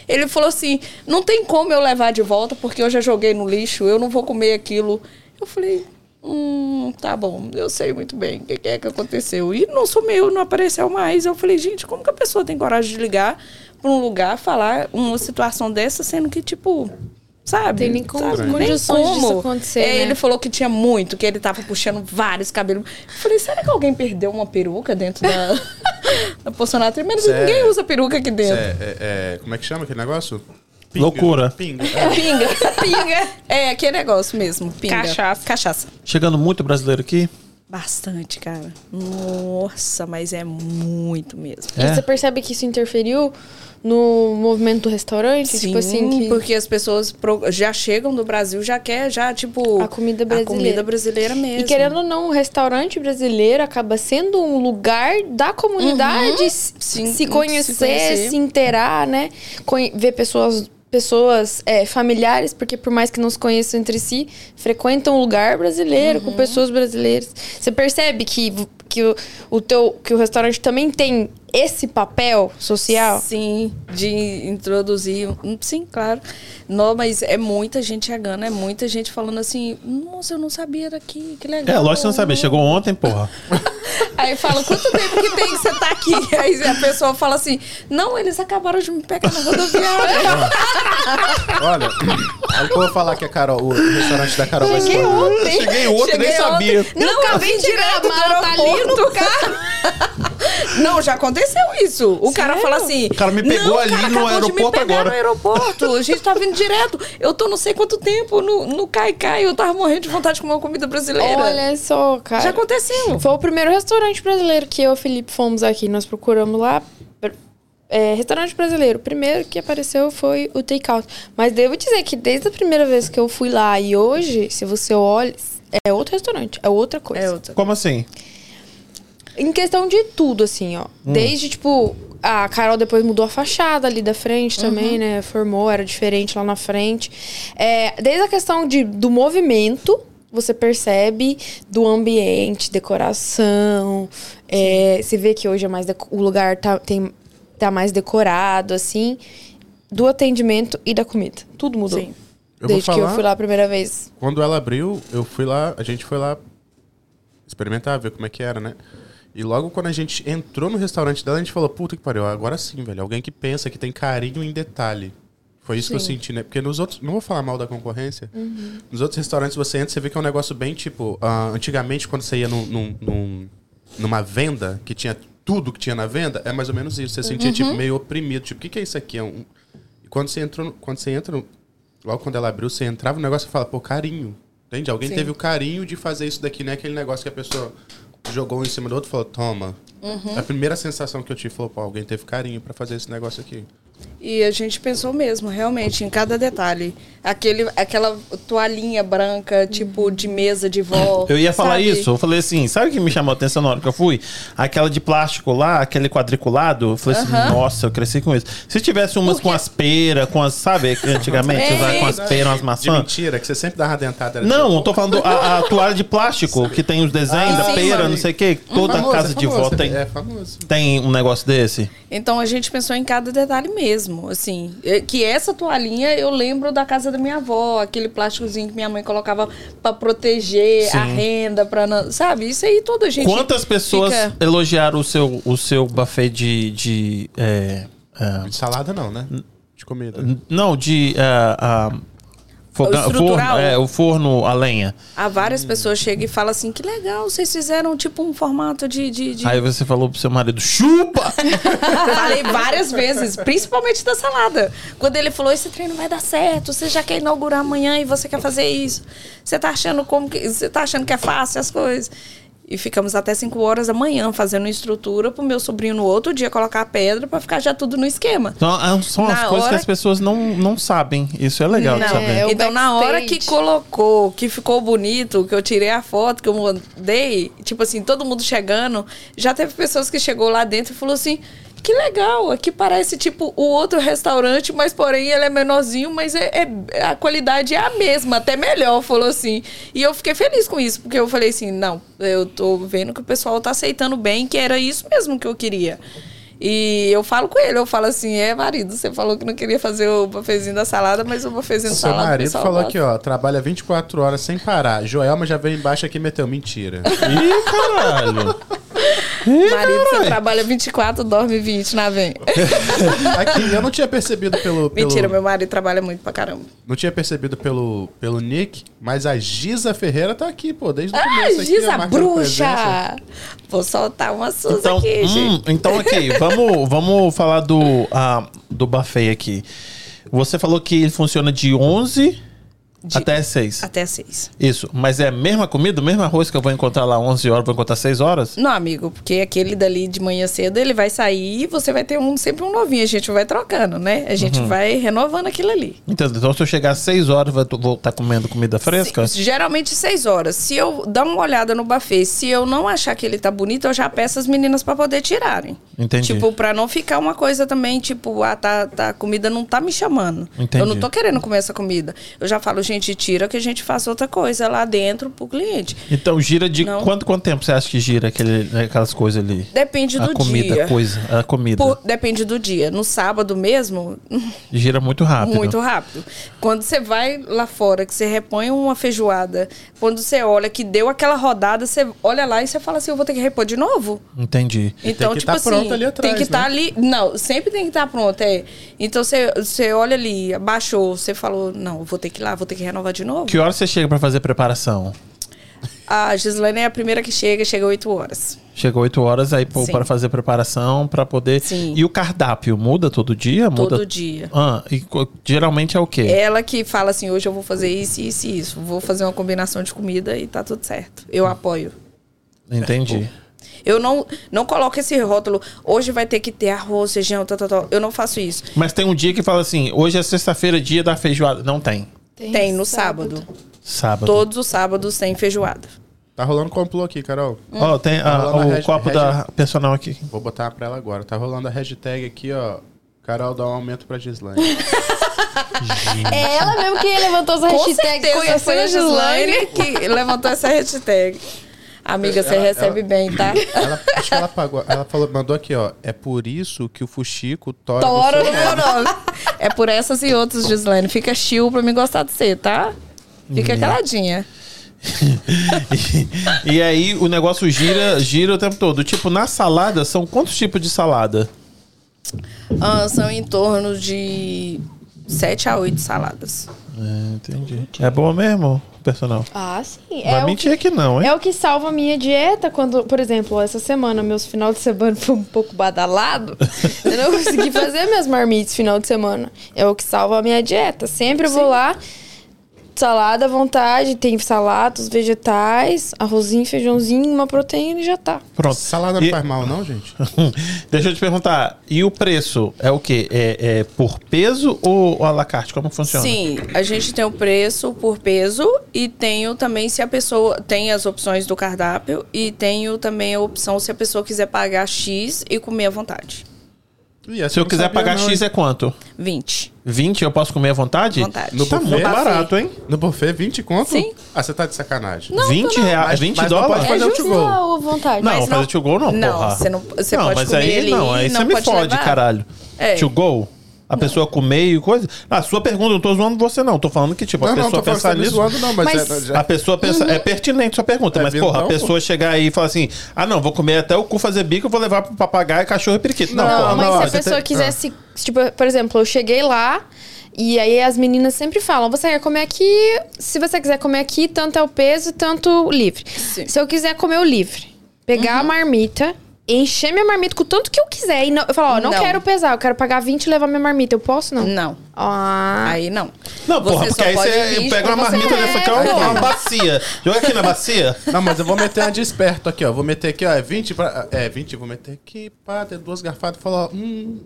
D: Ele falou assim, não tem como eu levar de volta, porque eu já joguei no lixo, eu não vou comer aquilo. Eu falei, Hum, tá bom, eu sei muito bem o que, que é que aconteceu. E não sumiu, não apareceu mais. Eu falei, gente, como que a pessoa tem coragem de ligar pra um lugar, falar uma situação dessa, sendo que, tipo, sabe?
C: Tem nem como-
D: sabe?
C: condições disso acontecer,
D: É,
C: né?
D: Ele falou que tinha muito, que ele tava puxando vários cabelos. Eu falei, será que alguém perdeu uma peruca dentro da, da Bolsonaro? Menos
B: Sério?
D: ninguém usa peruca aqui
B: é,
D: dentro.
B: é, é- como é que chama aquele negócio?
A: Loucura.
B: Pinga.
D: É pinga, pinga. É, aquele negócio mesmo, pinga. Cachaça. Cachaça.
A: Chegando muito brasileiro aqui.
D: Bastante, cara. Nossa, mas é muito mesmo.
A: É.
C: E você percebe que isso interferiu no movimento do restaurante? tipo assim, que...
D: porque as pessoas pro- já chegam do Brasil, já quer, já, tipo...
C: A comida brasileira.
D: A comida brasileira mesmo.
C: E querendo ou não, o restaurante brasileiro acaba sendo um lugar da comunidade se,
D: Uhum. Sim,
C: se
D: se
C: conhecer, se
D: conhecer.
C: inteirar, né? Conhe- ver pessoas, pessoas é, familiares, porque por mais que não se conheçam entre si, frequentam um lugar brasileiro
D: Uhum.
C: com pessoas brasileiras. Você percebe que, que, o, o teu, que o restaurante também tem esse papel social?
D: Sim, de introduzir. um- Sim, claro. Não, mas é muita gente chegando, é muita gente falando assim, nossa, eu não sabia daqui, que legal.
A: É, lógico que você não sabia. Chegou ontem, porra.
D: Aí fala, quanto tempo que tem que você tá aqui? Aí a pessoa fala assim, não, eles acabaram de me pegar na rodoviária.
B: Olha, aí eu vou falar que a Carol, o restaurante da Carol vai
C: Cheguei
B: explodir.
C: ontem.
A: Cheguei ontem,
D: Cheguei
A: nem
D: ontem.
A: sabia.
D: Não, eu
C: acabei
D: vim
C: de tirar a
D: direto do
C: mala, tá ali
D: aeroporto.
C: no carro.
D: Não, já aconteceu isso. O cara fala assim. O
A: cara me pegou ali no aeroporto agora."
D: no aeroporto. A gente tá vindo direto. Eu tô não sei quanto tempo no, no Cai Cai. Eu tava morrendo de vontade de comer uma comida brasileira.
C: Olha só, cara.
D: já aconteceu.
C: Foi o primeiro restaurante brasileiro que eu e o Felipe fomos aqui. Nós procuramos lá. pr- é, restaurante brasileiro. O primeiro que apareceu foi o takeout. Mas devo dizer que desde a primeira vez que eu fui lá e hoje, se você olha, é outro restaurante, é outra coisa.
D: É outra.
A: Como assim?
C: Em questão de tudo, assim, ó.
D: Hum.
C: Desde, tipo, a Carol depois mudou a fachada ali da frente também,
D: Uhum.
C: né? Formou, era diferente lá na frente. É, desde a questão de, do movimento, você percebe do ambiente, decoração. É, você vê que hoje é mais deco- o lugar tá, tem, tá mais decorado, assim. Do atendimento e da comida. Tudo mudou.
D: Sim.
B: Eu vou
C: Desde que eu
B: falar-
C: fui lá a primeira vez.
B: Quando ela abriu, eu fui lá, a gente foi lá experimentar, ver como é que era, né? E logo quando a gente entrou no restaurante dela, a gente falou, puta que pariu, agora sim, velho. Alguém que pensa que tem carinho em detalhe. Foi isso que eu senti, né? Porque nos outros. Não vou falar mal da concorrência. Nos outros restaurantes você entra, você vê que é um negócio bem tipo. ah, antigamente, quando você ia num, num- num- numa venda que tinha tudo que tinha na venda, é mais ou menos isso. Você sentia tipo, meio oprimido. Tipo, o que, que é isso aqui? É um... E quando você, entrou, no- quando você entra no- Logo quando ela abriu, você entrava no negócio e fala, pô, carinho. Entende? Alguém teve o carinho de fazer isso daqui, né? Aquele negócio que a pessoa jogou um em cima do outro e falou, toma. A primeira sensação que eu tive falou, pô, alguém teve carinho pra fazer esse negócio aqui.
D: E a gente pensou mesmo, realmente, em cada detalhe. Aquele, aquela toalhinha branca, tipo, de mesa de vó.
A: Eu ia falar
D: sabe?
A: isso, eu falei assim, sabe o que me chamou a atenção na hora que eu fui? Aquela de plástico lá, aquele quadriculado, eu falei assim, nossa, eu cresci com isso. Se tivesse umas com as peiras, com as, sabe, que antigamente,
D: É
A: usava com as peiras, umas
B: É, De
A: maçãs.
B: mentira, que você sempre dava uma dentada. era
A: Não,
B: tipo,
A: eu tô falando a, a toalha de plástico, que tem os desenhos da
D: Ah, sim,
A: pera,
D: mano.
A: não sei o que, toda
B: famoso,
A: casa
B: é
A: de vó
B: famoso,
A: tem,
B: É famoso.
A: tem um negócio desse.
D: Então a gente pensou em cada detalhe mesmo, assim. É Que essa toalhinha eu lembro da casa da minha avó, aquele plásticozinho que minha mãe colocava pra proteger a
A: Sim.
D: renda, para não. Sabe? Isso aí toda a gente.
A: Quantas pessoas
D: fica-
A: elogiaram o seu, o seu buffet de... de é, é,
B: De salada não, né? De comida.
A: não, de... é, a- foga-
D: estrutural?
A: forno, é, o forno a lenha.
D: Há várias pessoas chegam e falam assim: que legal, vocês fizeram tipo um formato de. de, de...
A: Aí você falou pro seu marido, chupa!
D: Falei várias vezes, principalmente da salada. Quando ele falou, esse treino vai dar certo, você já quer inaugurar amanhã e você quer fazer isso. Você tá achando como que. Você tá achando que é fácil as coisas. E ficamos até 5 horas da manhã fazendo estrutura pro meu sobrinho no outro dia colocar a pedra pra ficar já tudo no esquema.
A: Então, ah, são as
D: Na
A: coisas que
D: hora-
A: as pessoas não, não sabem. Isso é legal de
C: Não,
A: saber.
C: é o
D: então, na hora
C: backstage.
D: que colocou, que ficou bonito, que eu tirei a foto, que eu mandei, tipo assim, todo mundo chegando, já teve pessoas que chegou lá dentro e falou assim: que legal, aqui parece tipo o outro restaurante, mas porém ele é menorzinho, mas é, é- a qualidade é a mesma, até melhor, falou assim. E eu fiquei feliz com isso, porque eu falei assim: não, eu tô vendo que o pessoal tá aceitando bem, que era isso mesmo que eu queria. E eu falo com ele, eu falo assim, é marido, você falou que não queria fazer o buffetzinho da salada, mas o buffetzinho da
B: Seu
D: salada. o
B: marido
D: pessoal
B: falou
D: gosta.
B: aqui, ó, trabalha 24 horas sem parar. Joelma já veio embaixo aqui e meteu mentira.
A: Ih, caralho.
D: Marido, você trabalha 24, dorme 20, na vem.
B: aqui, eu não tinha percebido pelo... pelo-
D: Mentira, meu marido trabalha muito pra caramba.
B: Não tinha percebido pelo, pelo Nick, mas a Giza Ferreira tá aqui, pô, desde o
D: Ah,
B: começo. aqui, ó,
D: Giza
B: marcando presença.
D: Bruxa! Vou soltar uma Suza
A: Então,
D: aqui, gente.
A: hum, então ok, vamos, vamos falar do, ah, do buffet aqui. Você falou que ele funciona de 11 até 6.
D: Até 6.
A: Isso, mas é a mesma comida, o mesmo arroz que eu vou encontrar lá 11 horas, vou encontrar 6 horas?
D: Não, amigo, porque aquele dali de manhã cedo, ele vai sair e você vai ter um, sempre um novinho. A gente vai trocando, né? A
A: Uhum.
D: gente vai renovando aquilo ali.
A: Entendeu? Então se eu chegar às 6 horas, vou vou estar comendo comida fresca?
D: Sim, geralmente seis horas. Se eu dar uma olhada no buffet, se eu não achar que ele tá bonito, eu já peço as meninas pra poder tirarem.
A: Entendi.
D: Tipo, pra não ficar uma coisa também, tipo, ah, tá, tá, a comida não tá me chamando.
A: Entendi.
D: Eu não tô querendo comer essa comida. Eu já falo, gente, tira que a gente faça outra coisa lá dentro pro cliente.
A: Então gira de
D: Não.
A: quanto quanto tempo você acha que gira aquele, aquelas coisas ali?
D: Depende
A: a
D: do
A: comida,
D: dia.
A: coisa, a comida.
D: Por- depende do dia. No sábado mesmo,
A: Gira muito rápido.
D: Muito rápido. Quando você vai lá fora, que você repõe uma feijoada, quando você olha que deu aquela rodada, você olha lá e você fala assim, eu vou ter que repor de novo?
A: Entendi.
D: Então,
B: que
D: tipo
B: tá
D: assim,
B: pronto ali atrás,
D: tem que estar
B: né?
D: ali. Não, sempre tem que estar pronto. É. Então você, você olha ali, abaixou, você falou, não, eu vou ter que ir lá, vou ter que renovar de novo.
A: Que hora você chega pra fazer preparação?
D: A Gislaine é a primeira que chega, chega 8 horas.
A: Chega 8 horas aí pô,
D: Sim.
A: para fazer preparação, pra poder.
D: Sim.
A: E o cardápio muda todo dia? Muda
D: Todo dia.
A: Ah, e co- geralmente é o quê?
D: Ela que fala assim, hoje eu vou fazer isso, isso e isso. Vou fazer uma combinação de comida e tá tudo certo.
B: Hum.
D: Eu apoio. É.
A: Entendi.
D: Eu não, não coloco esse rótulo. Hoje vai ter que ter arroz, feijão, tal, tal, tal. Eu não faço isso.
A: Mas tem um dia que fala assim: hoje é sexta-feira, dia da feijoada. Não tem.
D: Tem no sábado. Tá
A: Sábado.
D: Todos os sábados tem feijoada.
B: Tá rolando complô aqui, Carol.
A: Ó, tem a-
B: Tá rolando a
A: o
B: hashtag-
A: copo da personal aqui.
B: Vou botar pra ela agora. Tá rolando a hashtag aqui, ó. Carol dá um aumento pra Gislaine.
C: É ela mesmo que levantou essa
D: Com
C: hashtag.
D: certeza foi
C: Conhecendo
D: a Gislaine que levantou essa hashtag.
J: Amiga, você
B: Ela-
J: recebe bem, tá?
B: Ela, acho que ela pagou. Ela falou, mandou aqui, ó. É por isso que o Fuxico tora. do
J: Toro
B: seu
J: no
B: nome."
J: meu nome. É por essas e outras, Gislaine. Fica chill pra me gostar de você, tá? Fica
B: Uhum.
J: caladinha.
A: e aí o negócio gira, gira o tempo todo. Tipo, na salada, são quantos tipos de salada?
D: Ah, são em torno de 7 a 8 saladas.
A: É, entendi.
D: Então, tá
A: É boa mesmo, personal.
C: Ah, sim.
A: Vai
C: É o,
A: mentir aqui não, hein?
C: é o que salva a minha dieta quando, por exemplo, essa semana, meus final de semana foi um pouco badalado. eu não consegui fazer minhas marmitas final de semana. É o que salva a minha dieta. Sempre eu vou lá, salada à vontade, tem salados, vegetais, arrozinho, feijãozinho, uma proteína e já tá.
A: Pronto.
B: Salada não
A: E-
B: faz mal, não, gente?
A: Deixa eu te perguntar, e o preço é o quê? É, é por peso ou à la carte? Como funciona?
D: Sim, a gente tem o preço por peso e tenho também se a pessoa tem as opções do cardápio e tenho também a opção se a pessoa quiser pagar X e comer à vontade.
B: Ih, essa
A: Se eu
B: não
A: quiser
B: sabia,
A: pagar
B: não,
A: X
B: hein?
A: é quanto?
D: 20.
A: 20 eu posso comer à vontade?
D: Vontade.
A: No tá
B: No
A: muito
B: buffet.
A: barato, hein?
B: No buffet, 20 conto?
D: Sim.
B: Ah, você tá de sacanagem.
A: 20 reais,
B: Mas-
A: 20
B: mas não
A: dólares?
B: pode fazer
C: é
B: o
C: justo
B: to-go.
C: ou à vontade?
A: Não,
D: Mas não-
A: fazer to go não,
D: não,
A: porra.
D: você não- você pode
A: mas
D: comer
A: aí,
D: ali,
A: Não, aí
D: não
A: você me
D: pode
A: fode,
D: levar.
A: caralho.
D: É.
A: To go? A pessoa comer e coisa. A sua pergunta, não tô zoando você, não. Tô falando que, tipo, a
B: Não, não,
A: pessoa
B: tô falando que
A: pensar
B: tá me
A: nisso.
B: zoando, não, mas,
C: Mas-
B: é- já-
A: A pessoa pensa, é pertinente sua pergunta,
B: É
A: mas porra, a
B: verdão,
A: pessoa chegar aí e falar assim: ah, não, vou comer até o cu fazer bico, eu vou levar pro papagaio, cachorro e periquito. Não,
C: Não,
A: porra,
C: mas
A: não,
C: se a
A: você
C: pessoa
A: tem- Ah.
C: quisesse. Tipo, por exemplo, eu cheguei lá e aí as meninas sempre falam: você quer comer aqui? Se você quiser comer aqui, tanto é o peso, tanto o livre. Se eu quiser comer o livre, pegar a marmita. Encher minha marmita com o tanto que eu quiser. E não, eu falo, ó, não,
D: Não. Hum.
C: quero pesar, eu quero pagar 20 e levar minha marmita. Eu posso, não?
D: Não,
C: Ah.
D: aí não.
A: Não, porra,
D: Você
A: porque
D: só
A: aí
D: pode
A: você
D: vir
A: pega uma
D: quando você
A: marmita dessa aqui, ó, uma bacia. Joga aqui na bacia.
B: Não, mas eu vou meter uma de esperto aqui, ó. Vou meter aqui, ó. É 20 pra. É, 20, vou meter aqui, pá, tem duas garfadas e falou, ó, hum.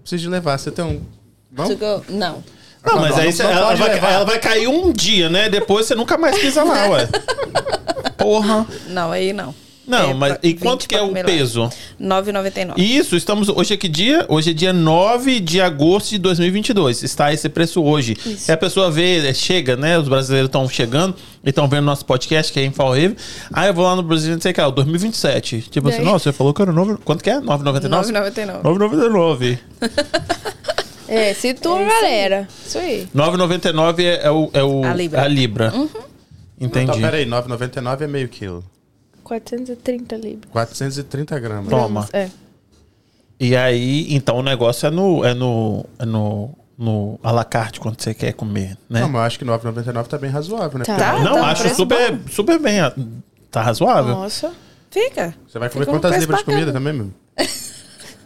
B: Preciso de levar. Você tem um. Não?
D: To go, Não.
A: Não,
B: Não,
A: mas
B: não,
A: aí
B: não
A: você-
B: pode
A: ela, vai,
B: levar.
A: ela vai cair um dia, né? Depois você nunca mais pisa lá, ué. Porra.
D: Não, aí não.
A: Não,
D: É,
A: mas
D: pra-
A: e
D: 20
A: quanto que é
D: pra
A: o
D: comer lá.
A: peso?
D: 9,99.
A: Isso, estamos. Hoje é que dia? Hoje é dia 9 de agosto de 2022. Está esse preço hoje. E a pessoa vê, é, chega, né? Os brasileiros estão chegando e estão vendo nosso podcast, que é Infalrave. Aí eu vou lá no Brasil e sei que é o 2027. Tipo assim, nossa, você falou que era novo. Quanto que é? 9,99?
D: 9,99.
A: 9,99.
C: É, se tu, galera. Isso aí.
A: 9,99 é, é o, é o.
D: A libra. Uhum.
A: A Libra.
B: Então,
A: Entendi.
B: peraí, 9,99 é meio quilo.
C: 430 libras.
B: 430 gramas.
A: Toma.
C: É.
A: E aí, então o negócio é no. É no. É no. No à la carte quando você quer comer, né?
B: Não, mas eu acho que 9,99 tá bem razoável, né?
C: Tá.
B: Porque
A: Não,
C: tá um
A: acho
C: preço
A: super, super bem. ah, Tá razoável.
C: Nossa.
D: Fica.
B: Você vai comer
D: Ficou um
B: quantas
D: preço
B: libras de comida
D: bacana.
B: também, meu?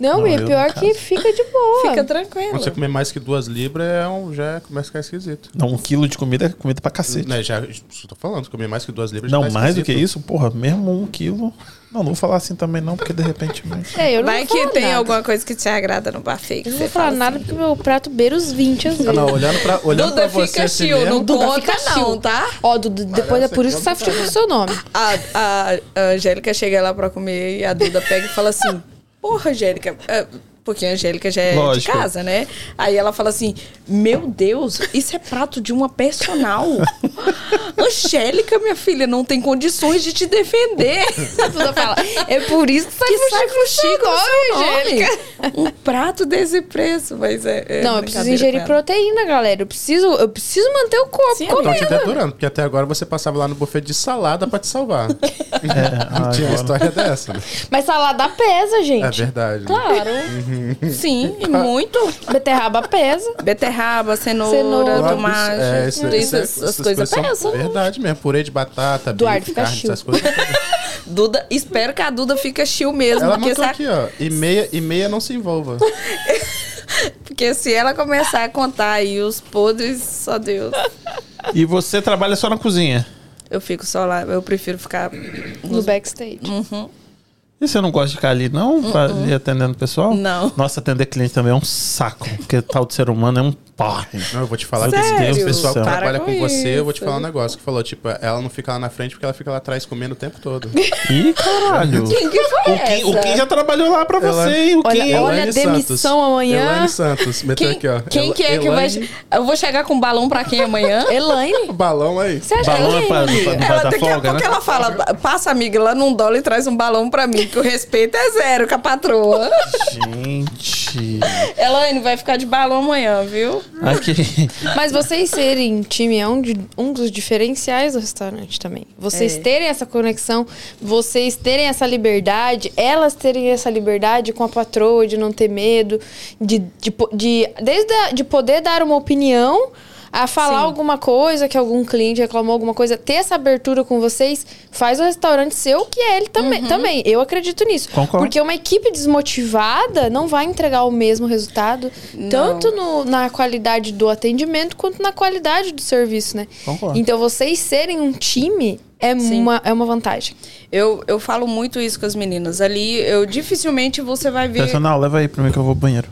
C: Não,
A: Não,
C: e
A: eu,
C: pior
A: no
C: que fica de boa.
J: Fica tranquila.
B: Quando você comer mais que duas libras, é um, já começa a ficar esquisito.
A: Não, um quilo de comida é comida pra cacete.
B: Né, já, isso eu tô falando, comer mais que duas libras
A: Não,
B: já tá
A: mais do que
B: esquisito.
A: isso, porra, mesmo um quilo. Não, não vou falar assim também, não, porque de repente. mas-
C: É, eu não
D: Vai
C: vou
D: que
C: falar
D: tem
C: nada.
D: alguma coisa que te agrada no buffet. que
C: Eu não
D: você
C: vou falar
D: fala
C: nada porque meu prato beira os 20 às vezes.
B: Ah, não, olhando pra, olhando pra
D: Duda
B: você
D: fica
B: assim
D: chill, né?
B: mesmo,
D: não
C: Duda,
D: conta
C: fica
D: não,
C: chill.
D: tá?
C: Ó, Dudu, depois é
B: Parece
C: por isso que
B: que
C: você tá fugindo com o seu nome.
D: A, a- a Angélica chega lá pra comer e a Duda pega e fala assim: Porra, Angélica. é, Porque a Angélica já é
A: Lógico.
D: de casa, né? Aí ela fala assim: Meu Deus, isso é prato de uma personal. Angélica, minha filha, não tem condições de te defender.
C: A Duda fala, é por isso que você
D: Que
C: tá
D: sai
C: fugindo com o seu
D: fuxico no
C: nome,
D: seu
C: Angélica.
D: nome. Um prato desse preço, mas é. é
C: Não, eu
D: brincadeira
C: preciso
D: com
C: ingerir
D: ela.
C: proteína, galera. Eu preciso, eu preciso manter o corpo
D: Sim,
B: Então te
C: comendo.
B: dedurando, porque até agora você passava lá no buffet de salada pra te salvar. É, não
A: ah,
B: tinha uma
A: agora.
B: história dessa, né?
C: Mas salada pesa,
B: É
C: gente.
B: verdade. né?
C: claro.
D: Sim, e muito.
C: Beterraba pesa.
D: Ah. Beterraba, cenoura,
C: Cenoura.
D: tomate.
B: É, isso-
D: tudo isso,
B: isso-
D: as- as coisas
B: são
D: pensam.
B: Verdade mesmo. Purê de batata,
C: Eduardo,
B: bife,
C: fica
B: carne,
C: chill.
B: essas coisas.
D: Duda, espero que a Duda fica chill mesmo.
B: Ela
D: porque,
B: mandou
D: se a-
B: aqui, ó. E meia, e meia não se envolva.
D: porque se ela começar a contar aí os podres, só Deus.
A: E você trabalha só na cozinha.
D: Eu fico só lá, eu prefiro ficar.
C: No backstage.
D: Uhum.
A: E você não gosta de ficar ali, não? Ali atendendo o pessoal?
D: Não.
A: Nossa, atender cliente também é um saco. Porque tal de ser humano é um porra.
B: Não, eu vou te falar
A: Sério?
B: que o pessoal que
A: Para
B: trabalha
J: com
B: com, você, eu vou te
J: isso.
B: falar um negócio que falou, tipo, ela não fica lá na frente porque ela fica lá atrás comendo o tempo todo.
A: Ih, caralho.
J: Quem que foi
A: O Kim, o
J: essa?
A: Kim já trabalhou lá pra
B: Ela-
A: você, hein? O
C: Olha,
A: Kim.
C: olha a
B: Elaine
C: demissão
B: Santos.
C: amanhã.
B: Elaine Santos, meteu
J: Quem,
B: aqui, ó.
J: quem
B: Ela-
J: que é que vai...
B: Elaine-
J: Eu vou chegar com um balão pra quem amanhã?
C: Elaine?
B: Balão aí.
C: Você acha
A: Balão é
C: Elaine?
A: pra, pra, pra
D: Ela,
A: dar
D: daqui a pouco
A: folga, né?
D: ela fala, passa amiga lá num dólar e traz um balão pra mim, que o respeito é zero com a patroa.
A: Gente.
D: Elaine, vai ficar de balão amanhã, viu?
A: Aqui.
C: Mas vocês serem time é um, de- um dos diferenciais do restaurante também. Vocês terem essa conexão, vocês terem essa liberdade, elas terem essa liberdade com a patroa de não ter medo, de, de, po- de- desde a- de poder dar uma opinião a falar alguma coisa que algum cliente reclamou alguma coisa, ter essa abertura com vocês faz o restaurante ser o que é ele também. também. Eu acredito nisso.
A: Concordo.
C: Porque uma equipe desmotivada não vai entregar o mesmo resultado, tanto no- na qualidade do atendimento quanto na qualidade do serviço, né?
A: Concordo.
C: Então vocês serem um time é, uma, é uma vantagem.
D: Eu, eu falo muito isso com as meninas. Ali, eu dificilmente você vai ver.
A: Personal, leva aí pra mim que eu vou ao banheiro.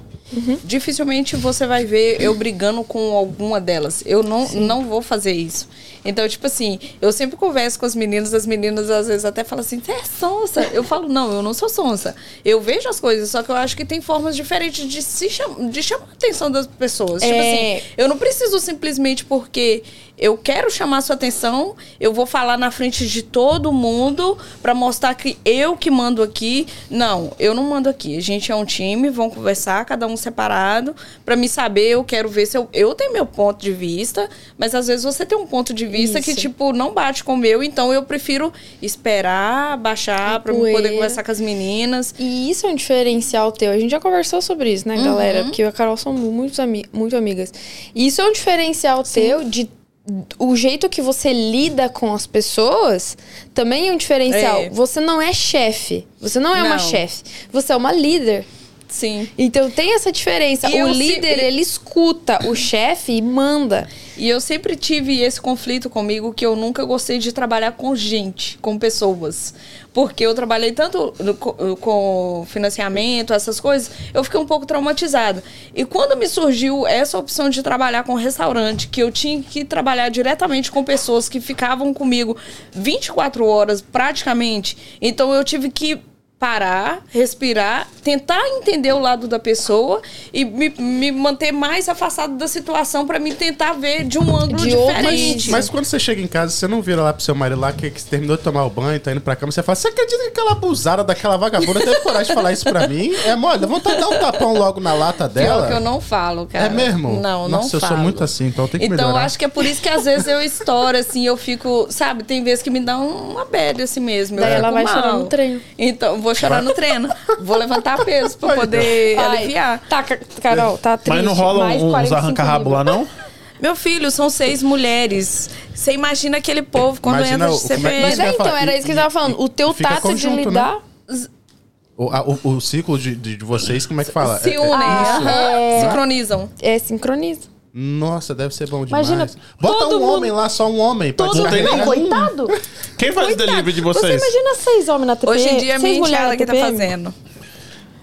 D: Dificilmente você vai ver eu brigando com alguma delas. Eu não, não vou fazer isso. Então, tipo assim, eu sempre converso com as meninas, as meninas às vezes até falam assim, você é sonsa. Eu falo, não, eu não sou sonsa. Eu vejo as coisas, só que eu acho que tem formas diferentes de, se cham de chamar a atenção das pessoas. Tipo
C: É.
D: assim, eu não preciso simplesmente porque eu quero chamar sua atenção, eu vou falar na frente de todo mundo pra mostrar que eu que mando aqui. Não, eu não mando aqui. A gente é um time, vão conversar, cada um separado, pra me saber, eu quero ver se eu, eu tenho meu ponto de vista, mas às vezes você tem um ponto de vista que
C: Isso.
D: tipo não bate com o meu, então eu prefiro esperar baixar pra eu poder
C: poeira.
D: conversar com as meninas.
C: E isso é um diferencial teu. A gente já conversou sobre isso, né,
D: Uhum.
C: galera? Porque eu e a Carol são muito, ami muito amigas. E isso é um diferencial teu de o jeito que você lida com as pessoas também é um diferencial.
D: É.
C: Você não é chefe. Você não é uma
D: Não.
C: chefe. Você é uma líder.
D: Sim.
C: Então tem essa diferença.
D: E
C: o
D: eu
C: líder,
D: sempre-
C: ele escuta o chefe e manda.
D: E eu sempre tive esse conflito comigo que eu nunca gostei de trabalhar com gente, com pessoas. Porque eu trabalhei tanto no co- eh, com financiamento, essas coisas, eu fiquei um pouco traumatizada. E quando me surgiu essa opção de trabalhar com restaurante, que eu tinha que trabalhar diretamente com pessoas que ficavam comigo 24 horas praticamente, então eu tive que parar, respirar, tentar entender o lado da pessoa e me, me manter mais afastado da situação pra me tentar ver de um ângulo
C: De outro-
D: diferente.
B: Mas quando você chega em casa, você não vira lá pro seu marido lá que, que terminou de tomar o banho, tá indo pra cama, você fala, você acredita que aquela abusada daquela vagabunda teve coragem de falar isso pra mim? É mole, vontade de dar um tapão logo na lata
D: Pior
B: dela.
D: que eu não falo, cara.
B: É mesmo?
D: Não, não
B: Nossa, eu sou
D: falo.
B: muito assim, então eu tenho que
D: Então eu
B: melhorar.
D: acho que é por isso que às vezes eu estouro, assim, eu fico, sabe, tem vezes que me dá uma bad assim mesmo. eu
C: Daí
D: fico
C: ela vai
D: mal.
C: chorar no treino.
D: Então, vou chorar no treino. Vou levantar peso pra
B: Ai,
D: poder
C: Ai,
D: aliviar.
C: Tá, Ca- Carol, tá triste.
A: Mas não rola
C: mais
A: um- uns
C: 45
A: arranca-rabo
C: libras.
A: lá, não?
D: Meu filho, são seis mulheres. Você imagina aquele povo quando
B: Imagina
D: entra de
B: o- como é que
D: CPM.
C: Mas
B: Isso que eu
C: é,
B: ia
C: então,
B: falar.
C: era isso que eu tava falando. O teu
B: Fica
C: tato de
B: conjunto, né?
C: lidar...
B: O, a- o- o ciclo de, de- de vocês, como é que fala?
D: Se
B: É- é-
D: unem,
B: isso.
D: aham, sincronizam.
C: É, sincroniza.
B: Nossa, deve ser bom demais.
C: Imagina,
B: Bota
C: todo
B: um
C: mundo-
B: homem lá, só um homem. pra
A: mundo-
B: descarregar.
A: Tem
C: Coitado.
A: Quem faz o delivery de
C: Você
A: vocês?
C: imagina seis homens na TPM?
D: Hoje em dia é
C: seis
D: minha
C: mulheres
D: enteada
C: na
D: que tá
C: TPM?
D: fazendo.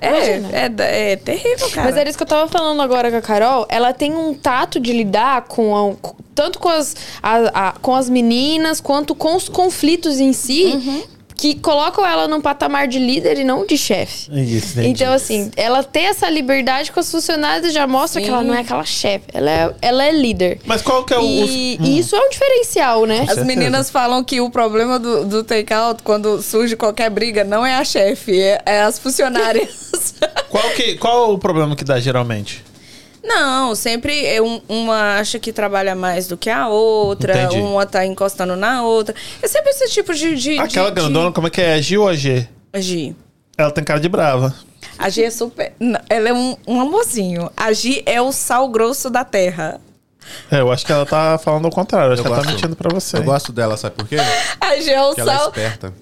D: É, é, da- é terrível, cara.
C: Mas era isso que eu tava falando agora com a Carol. Ela tem um tato de lidar com a- com- tanto com as, a- a- com as meninas quanto com os conflitos em si.
D: Uhum.
C: Que colocam ela num patamar de líder e não de chefe.
A: Isso, entendi.
C: Então, assim, ela ter essa liberdade com as funcionárias já mostra que ela não é aquela chefe. Ela é, ela é líder.
A: Mas qual que é o...
C: E, e isso é um diferencial, né?
D: As meninas falam que o problema do, do take-out, quando surge qualquer briga, não é a chefe, é, é as funcionárias.
A: Qual, que, qual o problema que dá geralmente?
D: não, sempre é um- uma acha que trabalha mais do que a outra,
A: Entendi.
D: uma tá encostando na outra. É sempre esse tipo de. de
A: Aquela
D: de,
A: grandona, como é que é? G ou a G?
D: De... Gi.
A: Ela tem cara de brava.
D: A Gi é super. não, Ela é um, um amorzinho. A Gi é o sal grosso da terra.
A: É, eu acho que ela tá falando ao contrário. Acho
B: Eu
A: que ela tá
B: gosto.
A: mentindo pra você.
B: Eu gosto dela, sabe por quê?
D: A Gi é o
B: Porque ela é
D: sal.
B: esperta.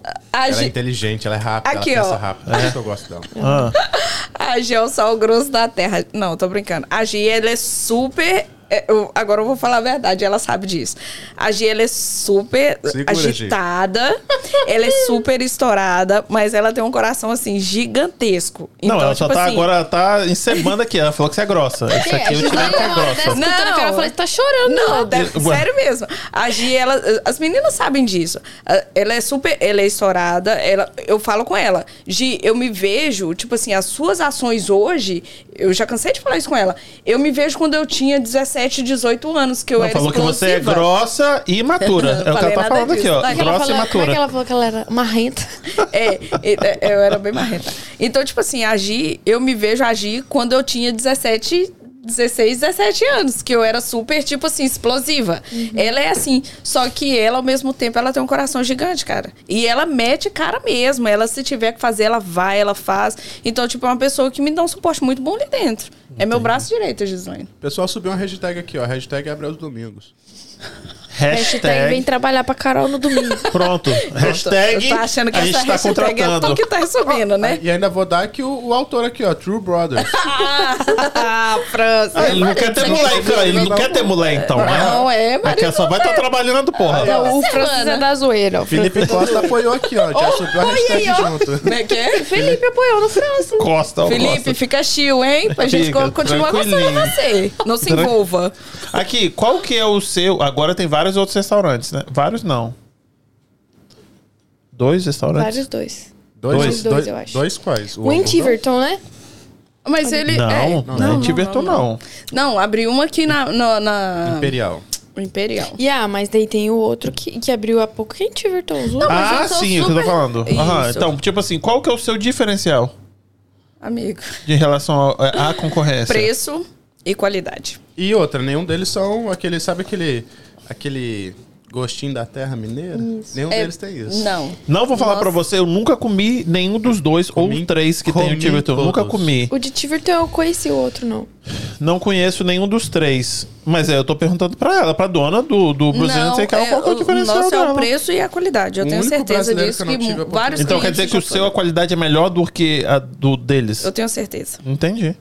B: Ela
D: A
B: é
D: Gi-
B: inteligente, ela é rápida,
D: Aqui,
B: ela
D: ó.
B: pensa rápido. É isso que eu gosto dela.
A: Ah,
D: A Gi é o sal grosso da terra. Não, tô brincando. A Gi, ela é super é, eu- agora eu vou falar a verdade, ela sabe disso. A Gi, ela é super
B: Segura, Gi.
D: agitada, ela é super estourada, mas ela tem um coração, assim, gigantesco.
A: não, ela só
D: tipo
A: tá
D: assim,
A: agora, tá encebando aqui. Ela falou que você é grossa. Isso aqui eu tirei que é grossa.
C: Não,
D: Não.
C: eu falei, tá chorando.
D: Não, deve-
A: Ué.
D: sério mesmo. A Gi, ela, as meninas sabem disso. Ah, Ela é super, ela é estourada. Ela, eu falo com ela, Gi, eu me vejo, tipo assim, as suas ações hoje, eu já cansei de falar isso com ela. Eu me vejo quando eu tinha 17, 18 anos, que eu
A: Ela
D: era
A: falou que você é
D: explosiva.
A: grossa e imatura. É o que ela
D: Falei
A: tá
D: nada
A: falando aqui,
D: disso.
A: ó.
D: Como é
C: Como é que ela
A: Grossa e
C: falou- Como é
A: imatura.
C: que ela falou que ela era marrenta?
D: É, e- é, eu era bem marreta. Então, tipo assim, agir, eu me vejo agir quando eu tinha 17, 16, 17 anos, que eu era super, tipo assim, explosiva.
A: Uhum.
D: Ela é assim, só que ela, ao mesmo tempo, ela tem um coração gigante, cara. E ela mete cara mesmo. Ela, se tiver que fazer, ela vai, ela faz. Então, tipo, é uma pessoa que me dá um suporte muito bom ali dentro. É meu braço direito, Gislaine.
B: O pessoal subiu uma hashtag aqui, ó. Hashtag abre aos domingos.
C: Hashtag vem
A: Hashtag.
C: trabalhar pra Carol no domingo.
A: Pronto. Hashtag.
D: Eu tô achando que
A: É a
D: essa
A: gente tá
D: hashtag é tu
A: contratando.
D: que tá resolvendo, né?
B: E ainda vou dar aqui o, o autor aqui, ó. True Brothers.
D: Ah, França.
A: Ah, ele não quer ter mulher, então. Ele não quer ter mulher, então, né?
D: Não, é,
A: Aqui
D: Maria.
A: ela só vai estar trabalhando, porra.
C: Não, o Francis é da zoeira. O
B: Felipe Costa apoiou aqui, ó. Já subiu a hashtag junto.
D: Como é que é?
C: Felipe apoiou no França.
A: Costa, ó,
D: Felipe,
A: Costa.
D: fica chill, hein? A gente
A: Fica,
D: co- continua gostando de você. Não se
A: Tran-
D: envolva.
A: Aqui, qual que é o seu? Agora tem vários outros restaurantes, né? Vários não. Dois restaurantes?
C: Vários dois.
B: Dois,
C: Dois, dois,
B: dois,
C: eu acho.
B: dois quais?
C: O em Tiverton, né?
D: Mas ele.
A: Não,
D: é.
A: não, é Tiverton, não.
D: Não, abriu uma aqui na. na, na-
B: Imperial.
D: Imperial.
C: E ah, mas daí tem o outro que, que abriu há pouco. Quem Tiverton usou?
A: Ah, sim, é o que eu tô falando. Aham,
D: Isso.
A: então, tipo assim, qual que é o seu diferencial
D: Amigo.
A: de relação ao- é, à concorrência?
D: Preço e qualidade.
B: E outra, nenhum deles são aquele, sabe aquele, aquele gostinho da terra mineira? Nenhum
C: É,
B: deles tem isso.
D: Não.
A: Não vou falar
D: Nossa.
A: pra você, eu nunca comi nenhum dos dois ou
B: Comi-
A: três que tem
B: comi
A: o Tiverton.
B: todos.
A: Nunca comi.
C: O de Tiverton eu conheci o outro, não.
A: Não conheço nenhum dos três. Mas é, eu tô perguntando pra ela, pra dona do, do Bruzinho, não, sei qual,
D: é,
A: qual que é o diferencial
D: nosso é
A: dela.
D: o preço e a qualidade. Eu
B: O
D: tenho
B: único
D: certeza
B: brasileiro
D: disso
B: que eu
D: que,
B: não tive a
D: vários
A: Então quer
D: clientes
A: dizer que o
D: já
A: seu, a
D: foram.
A: qualidade é melhor do que a do deles?
D: Eu tenho certeza.
A: Entendi.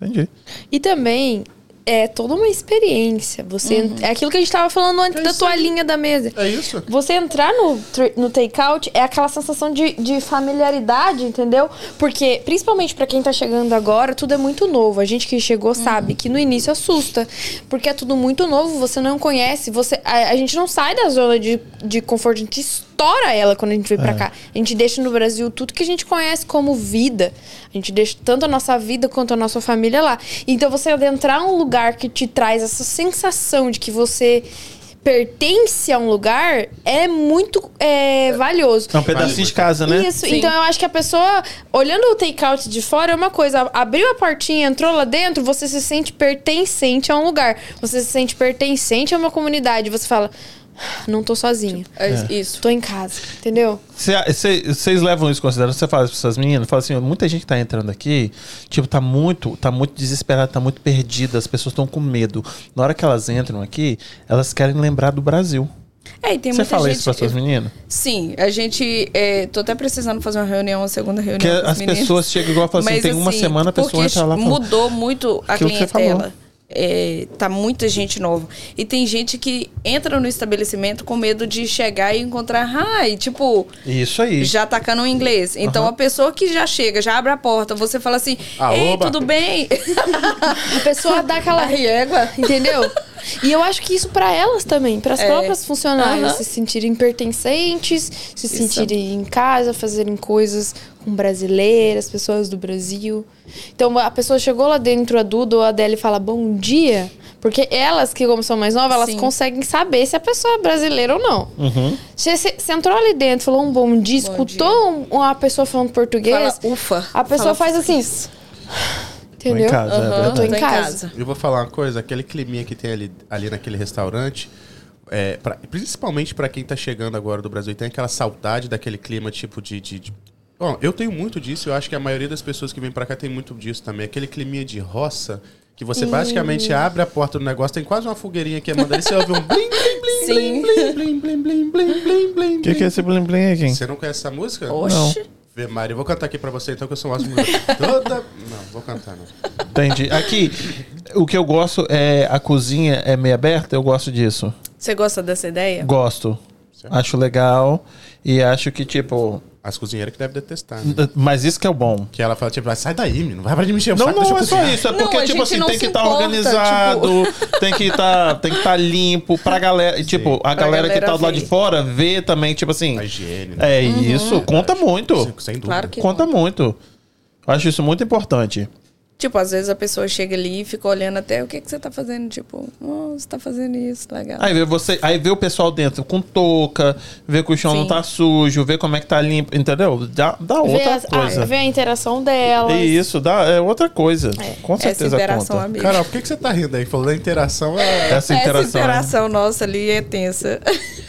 A: Entendi.
C: E também é toda uma experiência. Você ent- É aquilo que a gente tava falando antes da toalhinha da mesa.
B: É isso?
C: Você entrar no, tr- no take-out é aquela sensação de, de familiaridade, entendeu? Porque, principalmente pra quem tá chegando agora, tudo é muito novo. A gente que chegou sabe que no início assusta. Porque é tudo muito novo, você não conhece. você A, a gente não sai da zona de, de conforto, a gente estoura ela quando a gente vem pra cá. A gente deixa no Brasil tudo que a gente conhece como vida. A gente deixa tanto a nossa vida quanto a nossa família lá. Então, você adentrar um lugar que te traz essa sensação de que você pertence a um lugar é muito é, valioso.
A: É um pedacinho de casa, né?
C: Isso, então eu acho que a pessoa, olhando o take-out de fora, é uma coisa. Abriu a portinha, entrou lá dentro, você se sente pertencente a um lugar. Você se sente pertencente a uma comunidade. Você fala, "Ah, não tô sozinha.
D: É Isso.
C: Tô em casa, entendeu?
A: Cê- cê- Vocês levam isso em consideração? Você fala pra essas meninas, fala assim, muita gente que tá entrando aqui, tipo, tá muito, tá muito desesperada, tá muito perdida, as pessoas estão com medo. Na hora que elas entram aqui, elas querem lembrar do Brasil.
D: É, e tem
A: Você
D: muita
A: fala
D: gente...
A: isso pra suas meninas?
D: Sim, a gente. É, tô até precisando fazer uma reunião, uma segunda reunião.
A: Porque
D: com os
A: as
D: meninos.
A: pessoas chegam igual falam assim,
D: Mas,
A: tem uma
D: assim,
A: semana a pessoa
D: porque
A: entra lá e fala,
D: mudou muito a
A: Aquilo que você falou.
D: clientela. É, tá muita gente nova. E tem gente que entra no estabelecimento com medo de chegar e encontrar raio, tipo,
A: Isso aí.
D: já tacando o inglês. Então a pessoa que já chega, já abre a porta, você fala assim:
B: Ah,
D: Ei,
B: oba."
D: tudo bem?
C: A pessoa dá aquela riega, entendeu? E eu acho que isso pra elas também, para as
D: É.
C: próprias funcionárias
D: Aham.
C: se sentirem pertencentes, se sentirem em casa, fazerem coisas com brasileiras, pessoas do Brasil. Então a pessoa chegou lá dentro, a Duda ou a Adele fala bom dia, porque elas que como são mais novas, elas
D: Sim.
C: conseguem saber se a pessoa é brasileira ou não.
A: Uhum.
C: Você você entrou ali dentro, falou um bom dia,
D: Bom
C: escutou um- uma pessoa falando português,
D: Fala, ufa.
C: a pessoa
D: Fala,
C: faz assim,
A: Tô
C: entendeu?
A: em casa, é
D: "Aham,
A: verdade.
C: tô em casa."
B: Eu vou falar uma coisa, aquele climinha que tem ali, ali naquele restaurante, é, pra- principalmente pra quem tá chegando agora do Brasil, e tem aquela saudade daquele clima tipo de, de- de- Bom, eu tenho muito disso, eu acho que a maioria das pessoas que vem pra cá tem muito disso também. Aquele climinha de roça, que você basicamente abre a porta do negócio, tem quase uma fogueirinha que é mandada, e você ouve um blim, blim, blim,
D: Sim.
B: blim, blim, blim, blim, blim, blim, blim, blim,
A: O que, que é esse blim-blim aqui?
B: Você não conhece essa música?
D: Oxe.
B: Vê, Mari, eu vou cantar aqui pra você então que eu sou um ótimo. Toda. Não, vou cantar, não.
A: Entendi. Aqui, o que eu gosto é a cozinha é meio aberta, eu gosto disso.
D: Você gosta dessa ideia?
A: Gosto. Acho legal e acho que, tipo.
B: As cozinheiras que devem detestar, né?
A: Mas isso que é o bom.
B: Que ela fala, tipo, "Ah, sai daí, menino. Vai pra de mexer.
A: Não, não, é só
B: isso.
A: isso. É
J: Não,
A: porque,
J: a
A: tipo
J: gente
A: assim,
J: não
A: tem que
J: se
A: estar
J: importa, tipo-
A: organizado, tem que tá, estar limpo pra galera. E, tipo, a galera, que
D: galera
A: tá do lado
D: ver.
A: de fora vê também, tipo assim.
B: A higiene, né?
A: É isso,
J: Uhum.
A: conta muito.
B: Sem, sem dúvida.
D: Claro que
A: Conta muito. Eu acho isso muito importante.
D: Tipo, às vezes a pessoa chega ali e fica olhando até o que, que você tá fazendo. Tipo, oh, você tá fazendo isso, legal.
A: Aí vê você, aí vê o pessoal dentro com touca, vê que o chão não tá sujo, vê como é que tá limpo, entendeu? Dá, dá
C: Ver
A: outra
C: as- ah,
A: coisa.
C: a, ver a interação delas.
A: É isso, dá, é outra coisa. Com
D: Essa
A: certeza
D: interação
A: conta.
D: amiga.
B: Carol, por que, que você tá rindo aí? Falou da interação. É...
A: Essa interação. né?
D: Essa interação nossa ali é tensa.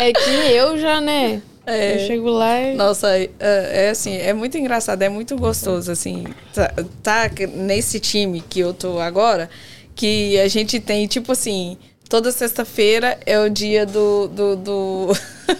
C: É que eu já, né? Eu chego lá e.
D: Nossa, é, é assim, é muito engraçado, é muito gostoso, assim, tá, tá nesse time que eu tô agora, que a gente tem, tipo assim, toda sexta-feira é o dia do... do, do-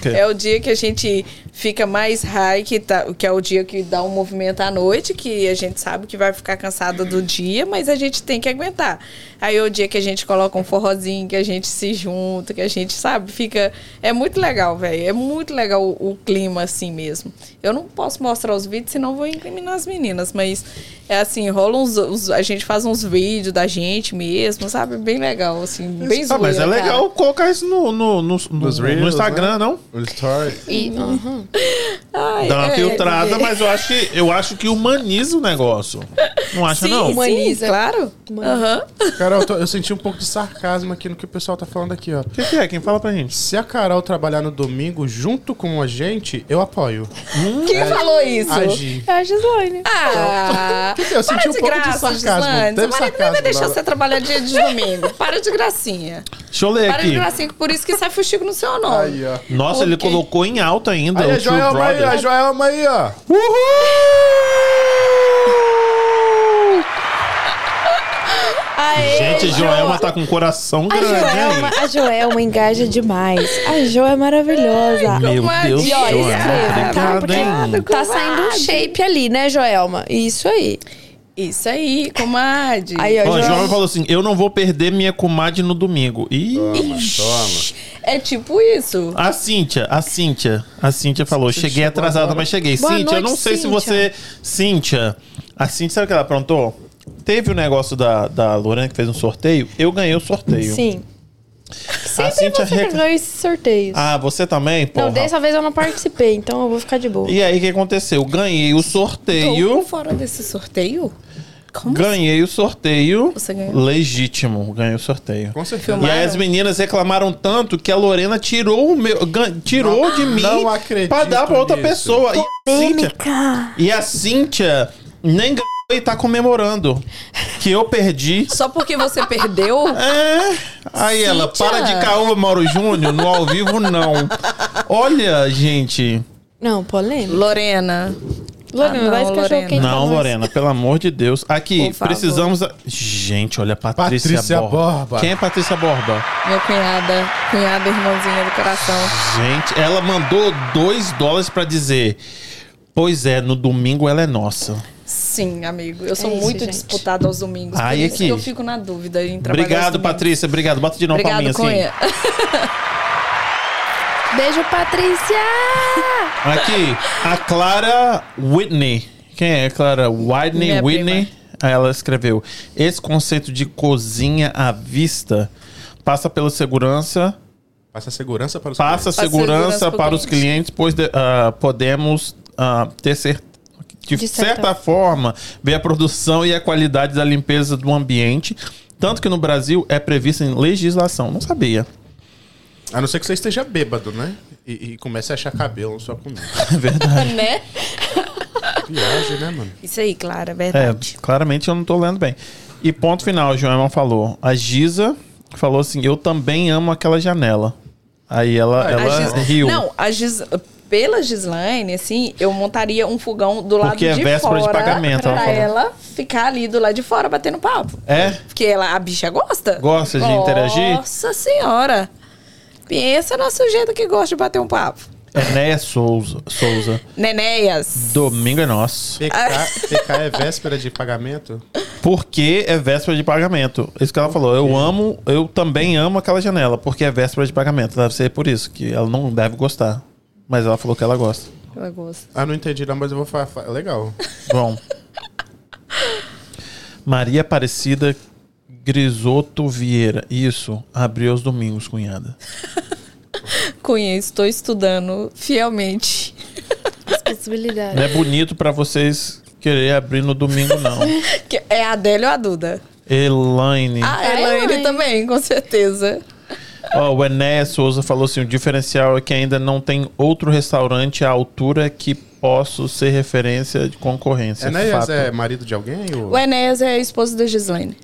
A: quê?
D: é o dia que a gente fica mais high, que, tá, que é o dia que dá um movimento à noite, que a gente sabe que vai ficar cansada do dia, mas a gente tem que aguentar. Aí é o dia que a gente coloca um forrozinho, que a gente se junta, que a gente, sabe, fica... É muito legal, velho, é muito legal o, o clima assim mesmo. Eu não posso mostrar os vídeos, senão eu vou incriminar as meninas, mas é assim, rola uns... uns- a gente faz uns vídeos da gente mesmo, sabe? Bem legal, assim, bem
A: Ah, mas é
D: zoeira, cara.
A: legal colocar isso no, no, no, no-
B: Nos
A: no
B: Reels,
A: Instagram,
B: né?
A: não?
B: O story.
C: E,
D: Ai,
A: Dá uma
D: é,
A: filtrada, mas eu acho, que, eu acho que humaniza o negócio. Não acha,
D: Sim,
A: não?
D: sim,
C: Humaniza.
D: claro. Aham.
B: Carol, eu, tô- eu senti um pouco de sarcasmo aqui no que o pessoal tá falando aqui, ó.
A: O que, que é? Quem fala pra gente?
B: Se a Carol trabalhar no domingo junto com a gente, eu apoio.
D: Quem
A: É.
D: falou isso?
B: Agir.
C: é a Gislaine.
D: Ah,
B: Que que eu senti
D: para
B: um
D: de
B: pouco de
D: graça,
B: sarcasmo. Teve
D: Gislaine. Seu marido não
B: sarcasmo,
D: vai deixar
B: Laura.
D: você trabalhar dia de domingo. Para de gracinha.
A: Deixa eu ler
D: Para de
A: aqui.
D: gracinha, que por isso que sai fuxico no seu nome.
B: Aí, ó.
A: Nossa, ele
D: Ok.
A: colocou em alta ainda
B: Aí,
A: o
B: a
A: True
B: Joelma aí, a
A: Brother.
B: Joelma aí, ó.
C: Aê,
A: Gente,
C: Jo.
A: Joelma tá com um coração
C: A
A: grande,
C: Joelma,
A: hein?
C: a Joelma engaja demais. A Jo é maravilhosa.
A: Meu Deus do
C: E olha,
A: céu,
C: escreva, tá?
A: né? obrigado, hein?
C: Porque tá saindo um shape ali, né, Joelma? Isso aí.
D: Isso aí, comadre.
C: Aí, ó,
A: Ó, a Joelma
C: Joelma.
A: falou assim, eu não vou perder minha comadre no domingo. Ih,
B: Toma.
D: É tipo isso.
A: a Cíntia, a Cíntia, a Cíntia falou, cheguei atrasada, mas cheguei.
C: Boa
A: Cíntia, eu
C: noite,
A: não sei se
C: Cíntia.
A: você... Cíntia, a Cíntia, sabe o que ela aprontou? Teve o negócio da, da Lorena que fez um sorteio, eu ganhei o sorteio.
C: Sim.
A: A
C: Sempre
A: Cíntia
C: você que
A: recla-
C: ganha esses sorteios.
A: Ah, você também? Porra.
C: Não, dessa vez eu não participei, então eu vou ficar de boa.
A: E aí, o que aconteceu? Ganhei o sorteio.
D: Tô fora desse sorteio? Como
A: Ganhei o sorteio.
D: Você ganhou?
A: Legítimo, ganhei o sorteio.
B: Com certeza.
A: E aí as meninas reclamaram tanto que a Lorena tirou o meu, gan- tirou de mim
B: não acredito
A: pra dar pra outra
B: nisso.
A: pessoa. E a, Cíntia, e a Cíntia nem ganhou e tá comemorando que eu perdi.
D: assim? Só porque você perdeu?
A: É. Aí ela,
D: Cíntia.
A: para de caô, Mauro Júnior, no ao vivo não. Olha, gente.
C: Não, polêmica.
D: Lorena.
C: Lorena,
D: Ah, não,
C: dá esse cachorro
D: Lorena.
C: quente pra
A: Não,
C: nós.
A: Lorena, pelo amor de Deus. Aqui,
D: Por favor.
A: precisamos. a- Gente, olha a Patrícia,
B: Patrícia
A: Borba.
B: Borba.
A: Quem é Patrícia Borba?
D: Minha cunhada. Cunhada, irmãzinha do coração.
A: Gente, ela mandou dois dólares pra dizer. Pois é, no domingo ela é nossa.
D: Sim, amigo. Eu sou
C: É isso,
D: muito
C: gente.
D: disputada aos domingos.
A: Ai,
D: por isso
A: aqui.
D: que eu fico na dúvida em trabalhar aos
A: Obrigado,
D: domingos.
A: Patrícia. Obrigado. Bota de novo pra mim,
D: assim Obrigado,
A: assim.
D: Cunha.
C: Beijo, Patrícia!
A: Aqui, a Clara Whitney. Quem é? Clara Whitney
D: Minha
A: Whitney. Aí Ela escreveu: Esse conceito de cozinha à vista passa pela segurança
B: Passa segurança para os
A: passa
D: Passa
A: segurança
D: segurança pro
A: para os clientes, pois de- ah, podemos ah, ter cer de,
C: De
A: certa,
C: certa
A: forma ver a produção e a qualidade da limpeza do ambiente, tanto que no Brasil é prevista em legislação. Não sabia.
B: clientes. A não ser que você esteja bêbado, né? E, e comece a achar cabelo na sua comida.
A: É verdade.
C: né?
B: Viagem, né, mano?
D: Isso aí, Clara,
A: É,
D: verdade.
A: claramente eu não tô lendo bem. E ponto final, o Joelma falou. A Giza falou assim: "Eu também amo aquela janela". Aí ela,
B: Ah,
A: É, ela
D: É, A Gis-
A: riu.
D: Não, a Gis... pela Gislaine, assim, eu montaria um fogão do lado
A: Porque é
D: de
A: véspera de
D: fora
A: pagamento, ela
D: pra
A: falou.
D: ela ficar ali do lado de fora batendo papo.
A: É?
D: Porque ela, a bicha gosta.
A: Gosta de interagir?
D: Nossa senhora. Pensa no sujeito que gosta de bater um papo.
A: Enéas Souza. Souza.
J: Nenéias.
A: Domingo é nosso.
B: PK, PK é véspera de pagamento?
A: Porque é véspera de pagamento. Isso que ela falou. Eu amo, eu também amo aquela janela, porque é véspera de pagamento. Deve ser por isso, que ela não deve gostar. Mas ela falou que ela gosta.
J: Eu gosto.
B: Ah, não entendi não, mas eu vou falar. fa- Legal.
A: Bom. Maria Aparecida Grisoto Vieira. Isso. Abriu aos domingos, cunhada.
J: Conheço, estou estudando fielmente.
F: As possibilidades.
A: Não é bonito pra vocês querer abrir no domingo, não.
J: Que É a Adélia ou a Duda?
A: Elaine.
J: Ah,
F: a
J: ela ele
F: Elaine.
J: também, com certeza.
A: Ó, o Enéas Souza falou assim: o diferencial é que ainda não tem outro restaurante à altura que possa ser referência de concorrência.
B: Enéas
A: Fato.
B: é marido de alguém? Ou...
J: O Enéas é esposo da Gislaine.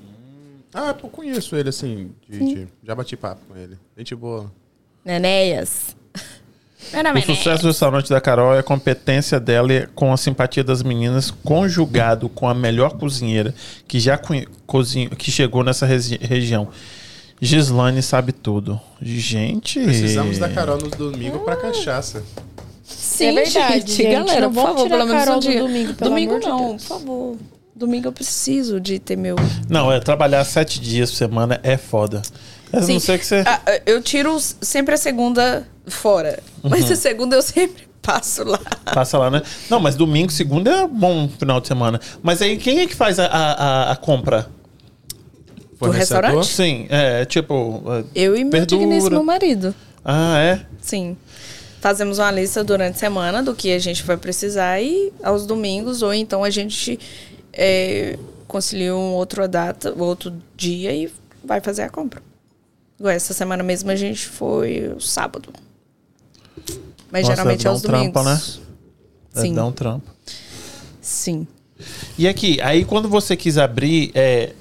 B: Ah, eu conheço ele assim. de- de- já bati papo com ele. Gente boa.
J: Nenéias. Meu nome
A: O sucesso do restaurante da Carol é a competência dela e é com a simpatia das meninas, conjugado com a melhor cozinheira que já conhe- cozinha, que chegou nessa resi- região. Gislane sabe tudo. Gente.
B: Precisamos da Carol no domingo pra cachaça.
J: Sim,
F: É verdade, gente.
J: galera,
F: Não
J: por
F: vamos
J: favor,
F: tirar
J: pelo menos
F: Carol
J: um
F: do
J: dia.
F: domingo, pelo
J: domingo
F: amor de
J: não,
F: Deus.
J: por favor. Domingo eu preciso de ter meu.
A: Não, é trabalhar sete dias por semana é foda. A não
D: Sim.
A: ser que você.
D: Ah, ah, eu tiro s- sempre a segunda fora. Mas
J: Uhum.
D: a segunda eu sempre passo lá.
A: Passa lá, né? Não, mas domingo, segunda é bom final de semana. Mas aí quem é que faz a, a, a- a compra?
B: Foi
D: restaurante?
A: Sim, é tipo. é-
D: Eu e
A: Verdura.
D: meu digníssimo marido.
A: Ah, é?
D: Sim. Fazemos uma lista durante a semana do que a gente vai precisar e aos domingos, ou então a gente é, concilia um outra data, outro dia e vai fazer a compra. Igual Essa semana mesmo a gente foi o sábado. Mas
A: Nossa,
D: geralmente
A: deve
D: é
A: dar
D: aos
A: um trampo,
D: domingos.
A: Deve
D: Sim.
A: dar um trampo.
D: Sim.
A: E aqui, aí quando você quis abrir é,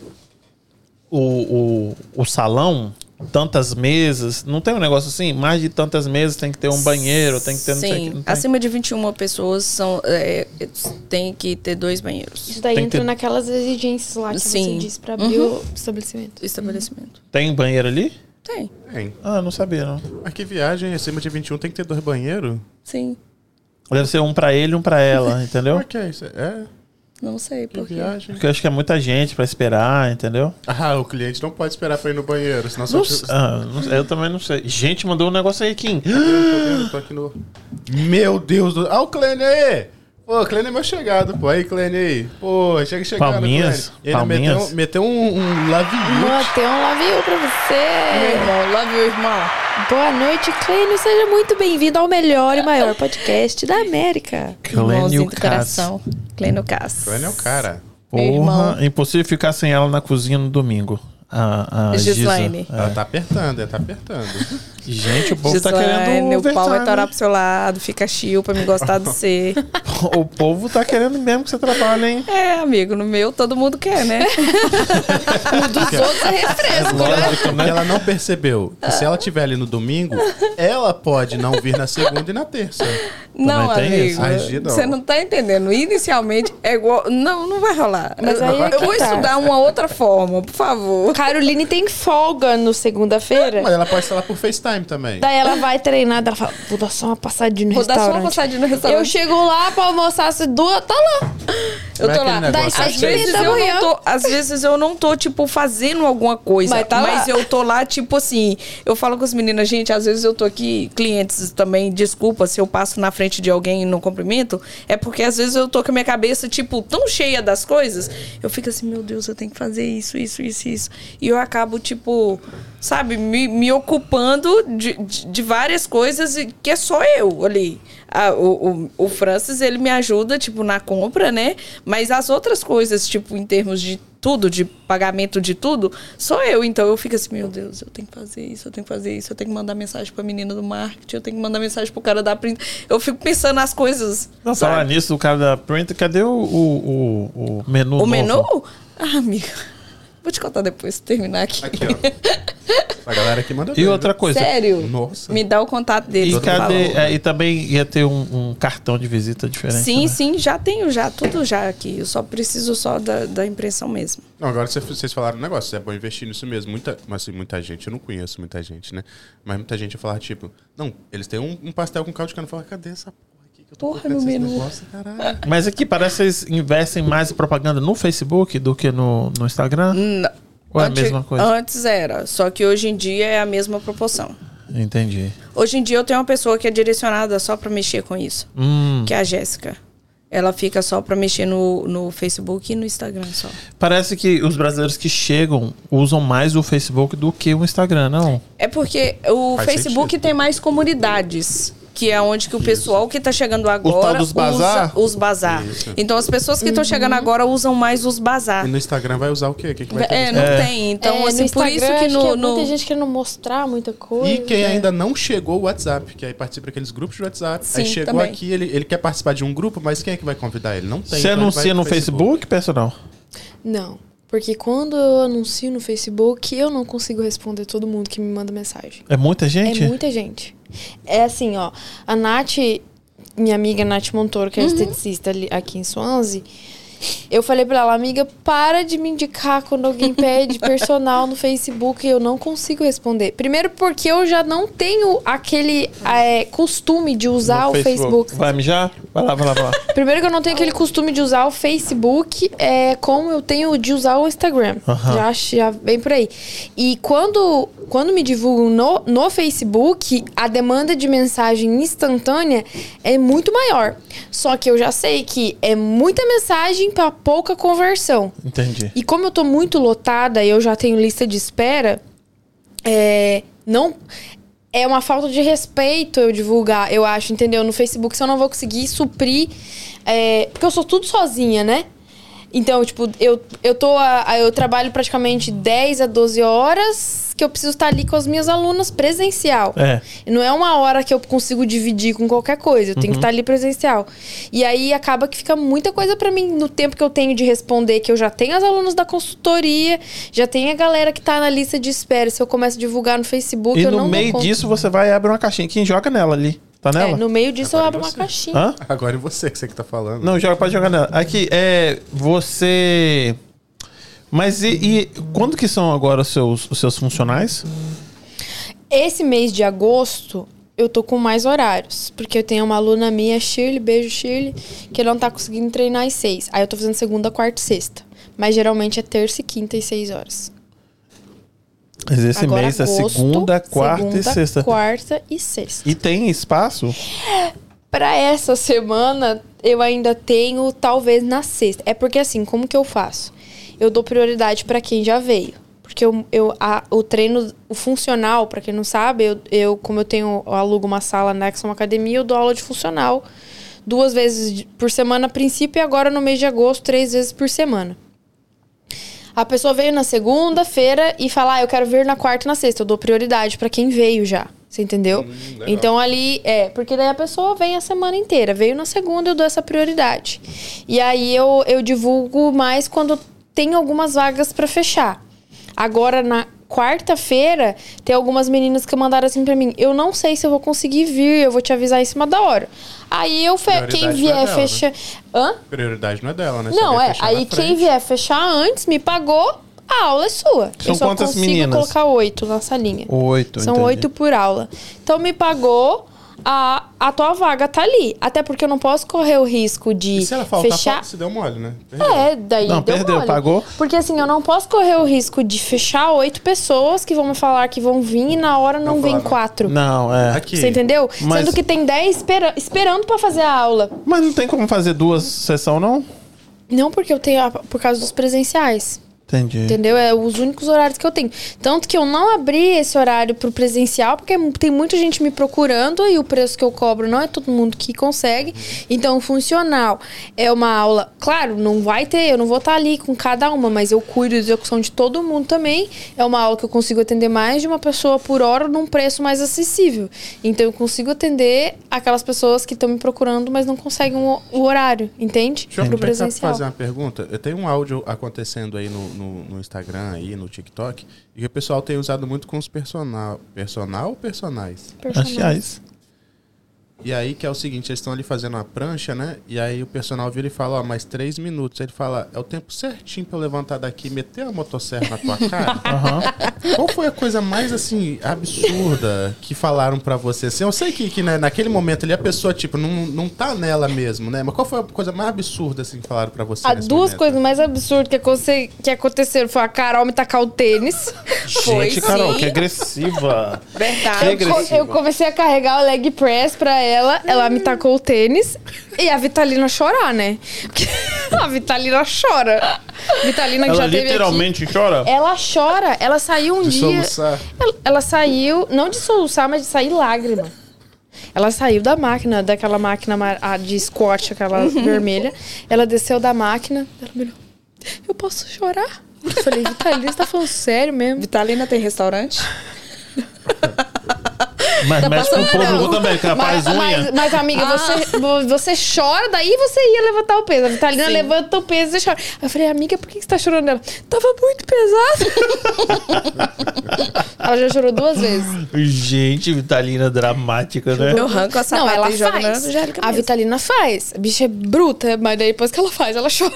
A: o, o, o salão, tantas mesas, não tem um negócio assim? Mais de tantas mesas tem que ter um banheiro, tem que ter não sei o que,
D: Sim.
A: não tem?
D: Acima de 21 pessoas são, é, tem que ter dois banheiros.
C: Isso daí
A: Tem que
C: entra
A: ter-
C: naquelas exigências lá que você
D: Sim. Uhum.
C: disse pra abrir o estabelecimento.
D: Estabelecimento.
A: Tem um banheiro ali?
D: Tem.
B: Tem.
A: Ah, não sabia, não.
B: Mas que viagem acima de 21 tem que ter dois banheiros?
D: Sim.
A: Deve ser um pra ele, um pra ela, entendeu?
B: Pra que isso? É?
D: Não sei
B: Que
D: por quê.
B: viagem?
A: Porque eu acho que é muita gente pra esperar, entendeu?
B: Ah, o cliente não pode esperar pra ir no banheiro, senão só
A: Não
B: precisa-
A: sei- ah, não sei, eu também não sei. Gente, mandou um negócio aí, Kim.
B: Eu Tá tô aqui no. Meu Deus do. Ah, o Clênio aí! Pô, o Clênio é meu chegado, pô. Aí, Clênio aí. Pô, chega chegando.
A: Palminhas?
B: Clênio. E ainda
A: Palminhas?
B: meteu, meteu um, um lavinho.
C: Botei um love you pra
D: Meu
C: você.
D: irmão, love you, irmão.
C: Boa noite, Clênio. Seja muito bem-vindo ao melhor e maior podcast da América.
A: Clênio
D: Irmãozinho do
A: Cass.
D: coração. Clênio Cass.
B: Clênio é o cara.
A: Porra, impossível ficar sem ela na cozinha no domingo. A, a Giza.
D: Gislaine.
A: É.
B: Ela tá apertando, ela tá apertando.
A: Ah, Gente, o povo tá
D: Gislaine,
A: querendo
D: o é, pau vai
A: versar,
D: torar
A: né?
D: pro seu lado, fica chill pra me gostar de ser.
A: O povo tá querendo mesmo que você trabalhe, hein?
D: É, amigo, no meu todo mundo quer, né? é
A: Lógico, né?
B: Porque ela não percebeu que se ela tiver ali no domingo, ela pode não vir na segunda e na terça.
D: não,
A: tem
D: amigo.
A: isso?
B: Agi não.
D: Você não tá entendendo. Inicialmente é igual. Não, não vai rolar.
C: Mas aí é
D: eu
C: que
D: vou
C: tá.
D: estudar uma outra forma, por favor.
C: Caroline tem folga no segunda-feira.
D: É.
B: Mas ela pode estar lá por FaceTime também.
C: Daí ela vai treinar, daí ela fala, vou dar só uma passadinha no
D: Vou dar
C: restaurante.
D: só uma passadinha no
C: Eu
D: restaurante.
C: chego lá pra almoçar as duas, tá lá.
D: Eu,
B: Como é
D: tô
B: aquele
D: lá.
B: negócio?
C: Daí,
B: Às
C: às vezes
D: Às
C: da
D: vezes eu
C: manhã.
D: não tô, às vezes eu não tô, tipo, fazendo alguma coisa.
C: Mas
D: Mas,
C: tá lá.
D: eu tô lá, tipo assim, eu falo com as meninas, gente, às vezes eu tô aqui, clientes também, desculpa se eu passo na frente de alguém e não cumprimento. É porque às vezes eu tô com a minha cabeça, tipo, tão cheia das coisas, eu fico assim, meu Deus, eu tenho que fazer isso, isso, isso, isso. E eu acabo, tipo, sabe, me, me ocupando de, de, de várias coisas e que é só eu ali. Ah, o, o, o Francis, ele me ajuda, tipo, na compra, né? Mas as outras coisas, tipo, em termos de tudo, de pagamento de tudo, sou eu. Então eu fico assim, meu Deus, eu tenho que fazer isso, eu tenho que fazer isso, eu tenho que mandar mensagem pra menina do marketing, eu tenho que mandar mensagem pro cara da print. Eu fico pensando nas coisas.
A: Não,
D: sabe?
A: falar nisso, o cara da print, cadê o, o, o- o menu
D: O
A: novo?
D: menu? Ah, amiga.
J: Vou te contar depois, terminar aqui.
B: Aqui, ó. A galera aqui manda
A: E
B: bem,
A: outra
B: viu?
A: é coisa.
J: Sério?
B: Nossa.
J: Me dá o contato dele.
A: E,
J: que eu
A: cadê,
J: falo.
A: é, e também ia ter um, um cartão de visita diferente.
D: Sim,
A: né?
D: sim, já tenho já, tudo já aqui. Eu só preciso só da, da impressão mesmo.
B: Não, agora cê- vocês falaram um negócio, é bom investir nisso mesmo. Muita, mas assim, muita gente, eu não conheço muita gente, né? Mas muita gente falava, tipo, não, eles têm um, um pastel com caldo de cana. Eu falava, cadê essa porra aqui que eu tô
J: Porra,
B: colocando
J: no
B: esses
J: menu.
B: negócios, caralho?
A: Mas aqui parece que vocês investem mais em propaganda no Facebook do que no, no Instagram.
D: Hum.
A: Ou é a
D: Ante-
A: mesma coisa?
D: Antes era, só que hoje em dia é a mesma proporção.
A: Entendi.
D: Hoje em dia eu tenho uma pessoa que é direcionada só pra mexer com isso,
A: Hum,
D: que é a Jéssica. Ela fica só pra mexer no, no Facebook e no Instagram só.
A: parece que os brasileiros que chegam usam mais o Facebook do que o Instagram, não?
D: É porque o
B: Faz
D: Facebook
B: sentido.
D: tem mais comunidades. Que é onde que o pessoal que tá chegando agora
A: tal dos bazar?
D: usa os bazar.
B: Isso.
D: Então as pessoas que estão
C: Uhum.
D: chegando agora usam mais os bazar.
B: E no Instagram vai usar o quê? O que, que vai ter?
D: É,
B: no
D: não
B: Instagram?
D: tem. Então,
C: É, no
D: assim, por isso
C: Instagram,
D: que
C: acho
D: no.
C: é
D: no-
C: muita gente querendo mostrar muita coisa.
B: E quem ainda não chegou o WhatsApp, que aí participa daqueles grupos de WhatsApp. aí
D: Sim,
B: chegou
D: também.
B: aqui, ele, ele quer participar de um grupo, mas quem é que vai convidar ele? Não tem.
A: Você
B: então ele
A: anuncia
B: vai
A: no Facebook, pessoal?
C: Não. Porque quando eu anuncio no Facebook, eu não consigo responder todo mundo que me manda mensagem.
A: É muita gente?
C: É muita gente. É assim, ó. A Nath, minha amiga Nath Montoro, que é esteticista ali, aqui em Swansea, eu falei pra ela, amiga, para de me indicar quando alguém pede personal no Facebook e eu não consigo responder. Primeiro porque eu já não tenho aquele eh, costume de usar o Facebook.
A: Vai mijar? Vai lá, vai lá, vai lá.
C: Primeiro que eu não tenho aquele costume de usar o Facebook, é como eu tenho de usar o Instagram.
A: Aham.
C: Já, acho- já vem por aí. E quando, quando me divulgam no, no Facebook, a demanda de mensagem instantânea é muito maior. Só que eu já sei que é muita mensagem para pouca conversão.
A: Entendi.
C: E como eu tô muito lotada e eu já tenho lista de espera, é, não é uma falta de respeito eu divulgar, eu acho, entendeu? No Facebook, se eu não vou conseguir suprir, é, porque eu sou tudo sozinha, né? Então, tipo, eu, eu tô a, a- eu trabalho praticamente 10 a 12 horas que eu preciso estar ali com as minhas alunas presencial.
A: É.
C: Não é uma hora que eu consigo dividir com qualquer coisa. Eu
A: Uhum.
C: tenho que estar ali presencial. E aí acaba que fica muita coisa pra mim no tempo que eu tenho de responder, que eu já tenho as alunas da consultoria, já tem a galera que tá na lista de espera. Se eu começo a divulgar no Facebook,
A: E
C: eu não
A: no
C: dou
A: meio
C: conta.
A: disso você vai e abre uma caixinha. Quem joga nela ali? Tá
C: É,
A: nela?
C: no meio disso eu
B: Agora
C: abro uma
B: você.
C: caixinha.
A: Hã?
B: Agora é você que você que tá falando.
A: Não, joga, pode jogar nela. Aqui, é. Você. Mas e, e quando que são agora os seus, os seus funcionais?
C: Esse mês de agosto, eu tô com mais horários. Porque eu tenho uma aluna minha, Shirley, beijo Shirley, que não tá conseguindo treinar às seis. Aí eu tô fazendo segunda, quarta e sexta. Mas geralmente é terça e quinta e seis horas.
A: Mas Esse
C: Agora,
A: mês é
C: agosto,
A: segunda, quarta e
C: segunda,
A: sexta.
C: Quarta e sexta.
A: E tem espaço?
C: Pra essa semana, eu ainda tenho, talvez na sexta. É porque assim, como que eu faço? Eu dou prioridade pra quem já veio. Porque eu, eu, a- o treino, o funcional, pra quem não sabe, eu, eu como eu tenho, eu alugo uma sala anexa a uma academia, eu dou aula de funcional duas vezes de- por semana a princípio e agora no mês de agosto, três vezes por semana. A pessoa veio na segunda-feira e fala, ah, eu quero vir na quarta e na sexta. Eu dou prioridade pra quem veio já. Você entendeu?
B: Hum, legal.
C: então ali, é, porque daí a pessoa vem a semana inteira. Veio na segunda, eu dou essa prioridade. E aí eu, eu divulgo mais quando tem algumas vagas pra fechar. Agora na quarta-feira, tem algumas meninas que mandaram assim pra mim: eu não sei se eu vou conseguir vir, eu vou te avisar em cima da hora. Aí eu, fe-
B: Prioridade
C: quem
B: pra
C: vier,
B: ela, né?
C: fecha. Hã?
B: Prioridade não é dela, né? Você
C: Não,
B: vai
C: é.
B: fechar na
C: Aí quem
B: frente.
C: vier fechar antes, me pagou, a aula é sua.
A: São
C: eu só
A: quantas
C: consigo
A: meninas?
C: colocar oito na salinha.
A: Oito.
C: São
A: entendi.
C: oito por aula. Então me pagou. A, a tua vaga tá ali. Até porque eu não posso correr o risco de
B: E se ela faltar,
C: fechar.
B: fala, se deu mole, né?
C: É, daí
A: Não,
C: deu
A: perdeu,
C: mole.
A: pagou.
C: Porque assim, eu não posso correr o risco de fechar oito pessoas que vão me falar que vão vir e na hora
B: Não
C: não, vem
B: falaram.
C: quatro.
A: Não, é.
B: Aqui.
C: Você entendeu?
A: Mas-
C: Sendo que tem dez espera- esperando pra fazer a aula.
A: Mas não tem como fazer duas sessões, não?
C: Não porque eu tenho a- por causa dos presenciais.
A: Entendi.
C: Entendeu? É os únicos horários que eu tenho. Tanto que eu não abri esse horário pro presencial, porque tem muita gente me procurando e o preço que eu cobro não é todo mundo que consegue. Então, funcional é uma aula. Claro, não vai ter, eu não vou estar ali com cada uma, mas eu cuido da execução de todo mundo também. É uma aula que eu consigo atender mais de uma pessoa por hora num preço mais acessível. Então, eu consigo atender aquelas pessoas que estão me procurando, mas não conseguem o, o horário, entende?
B: Deixa eu
C: Pro
B: aproveitar pra
C: É. presencial.
B: fazer uma pergunta. Eu tenho um áudio acontecendo aí no, no no, no Instagram aí, no TikTok, e que o pessoal tem usado muito com os personal. Personal ou personais?
E: Achais.
B: E aí que é o seguinte, eles estão ali fazendo uma prancha, né? E aí o personal vira e fala, ó, mais três minutos. Aí Ele fala, é o tempo certinho pra eu levantar daqui e meter a motosserra na tua cara? Qual foi a coisa mais, assim, absurda que falaram pra você? Assim, eu sei que, que né, naquele momento ali a pessoa, tipo, não, não tá nela mesmo, né? Mas qual foi a coisa mais absurda, assim, que falaram pra você
C: As
B: nesse
C: duas
B: momento?
C: coisas mais absurdas que, aconte- que aconteceram foi a Carol me tacar o tênis.
D: Foi,
A: Gente, Carol,
D: sim.
A: que agressiva.
D: Verdade.
A: Que
C: Eu, co-
A: agressiva.
C: eu comecei a carregar o leg press pra ela, ela me tacou o tênis e a Vitalina chorar, né? Porque a Vitalina chora. Vitalina que
A: Ela
C: já teve aqui.
A: literalmente chora?
C: Ela chora, ela saiu um
B: De
C: dia.
B: soluçar.
C: Ela, ela saiu, não de soluçar, mas de sair lágrima. Ela saiu da máquina, daquela máquina amar- ah, de squat, aquela vermelha. Ela desceu da máquina. Ela me olhou. Eu posso chorar? Eu falei, Vitalina, você tá falando sério mesmo?
D: Vitalina tem restaurante?
C: Tá
A: Mas mexe com o público também, que ela faz
C: mas,
A: unha.
C: mas, amiga, você, vo- você chora, daí você ia levantar o peso. A Vitalina levanta o peso e chora. Eu falei, amiga, por que que você tá chorando? Ela, tava muito pesado. ela já chorou duas vezes.
A: Gente, Vitalina dramática, né?
D: Eu arranco a
C: Não,
D: sapata
C: ela
D: e jogo na
C: faz.
D: Angélica
C: A
D: mesmo.
C: Vitalina faz. A bicha é bruta, mas daí depois que ela faz, ela chora.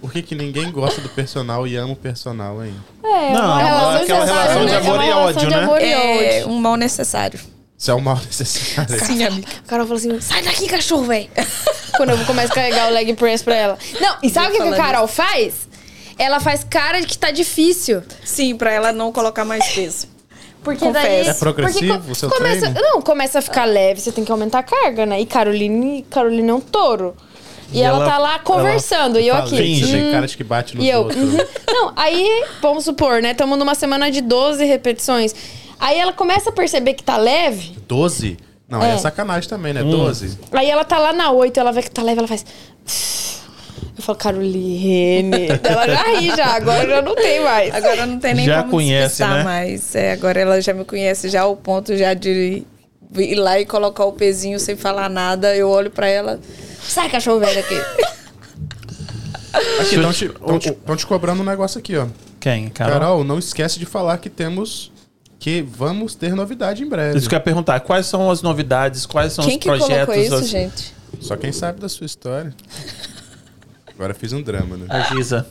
B: Por que, que ninguém gosta do personal e ama o personal, hein?
C: É,
A: Não, é
C: relação
A: aquela
C: de
A: relação
C: né?
A: de
C: É
A: amor
C: uma
A: e
C: relação
A: ódio,
C: de
A: né?
C: amor e
D: É
C: ódio.
D: um mal necessário.
B: Isso é um mal necessário.
D: Sim, amiga.
C: O cara fala assim, sai daqui, cachorro, velho. Quando eu começo a carregar o leg press pra ela. Não, e sabe o que, que a Carol faz? Ela faz cara de que tá difícil.
D: Sim, pra ela não colocar mais peso.
C: Porque daí.
D: Confesso. É
B: progressivo
C: porque
B: o seu
C: começa,
B: treino?
C: Não, começa a ficar leve, você tem que aumentar a carga, né? E Caroline, Caroline é um touro. E, ela, tá lá conversando, e eu
B: Fala,
C: aqui.
B: gente, Você tem cara de que bate nos
C: E eu.
B: outros.
C: uhum. Não, aí, vamos supor, né? Estamos numa semana de 12 repetições. Aí ela começa a perceber que tá leve.
B: 12? Não, é.
C: É.
B: sacanagem também, né?
A: Hum.
B: 12?
C: Aí ela tá lá na 8, ela vê que tá leve, ela faz. Eu falo, Caroline. ela já ri já, agora já não tem mais.
D: Agora não tem nem
A: Já
D: como
A: conhece,
D: despistar
A: né?
D: mais. É, agora ela já me conhece já ao ponto já de ir lá e colocar o pezinho sem falar nada. Eu olho pra ela.
C: Sai, cachorro velho aqui.
B: Aqui,
A: eu
B: estão
A: te-
B: te, tão te- tão te cobrando um negócio aqui, ó.
A: Quem,
B: Carol,
A: Carol?
B: não esquece de falar que temos. Que vamos ter novidade em breve.
A: Isso que eu ia perguntar. Quais são as novidades? Quais são
D: Quem
A: os
D: que colocou
A: projetos? assim."
D: isso,
A: as-
D: gente?
B: Só quem sabe da sua história. Agora eu fiz um drama, né?
A: A Giza.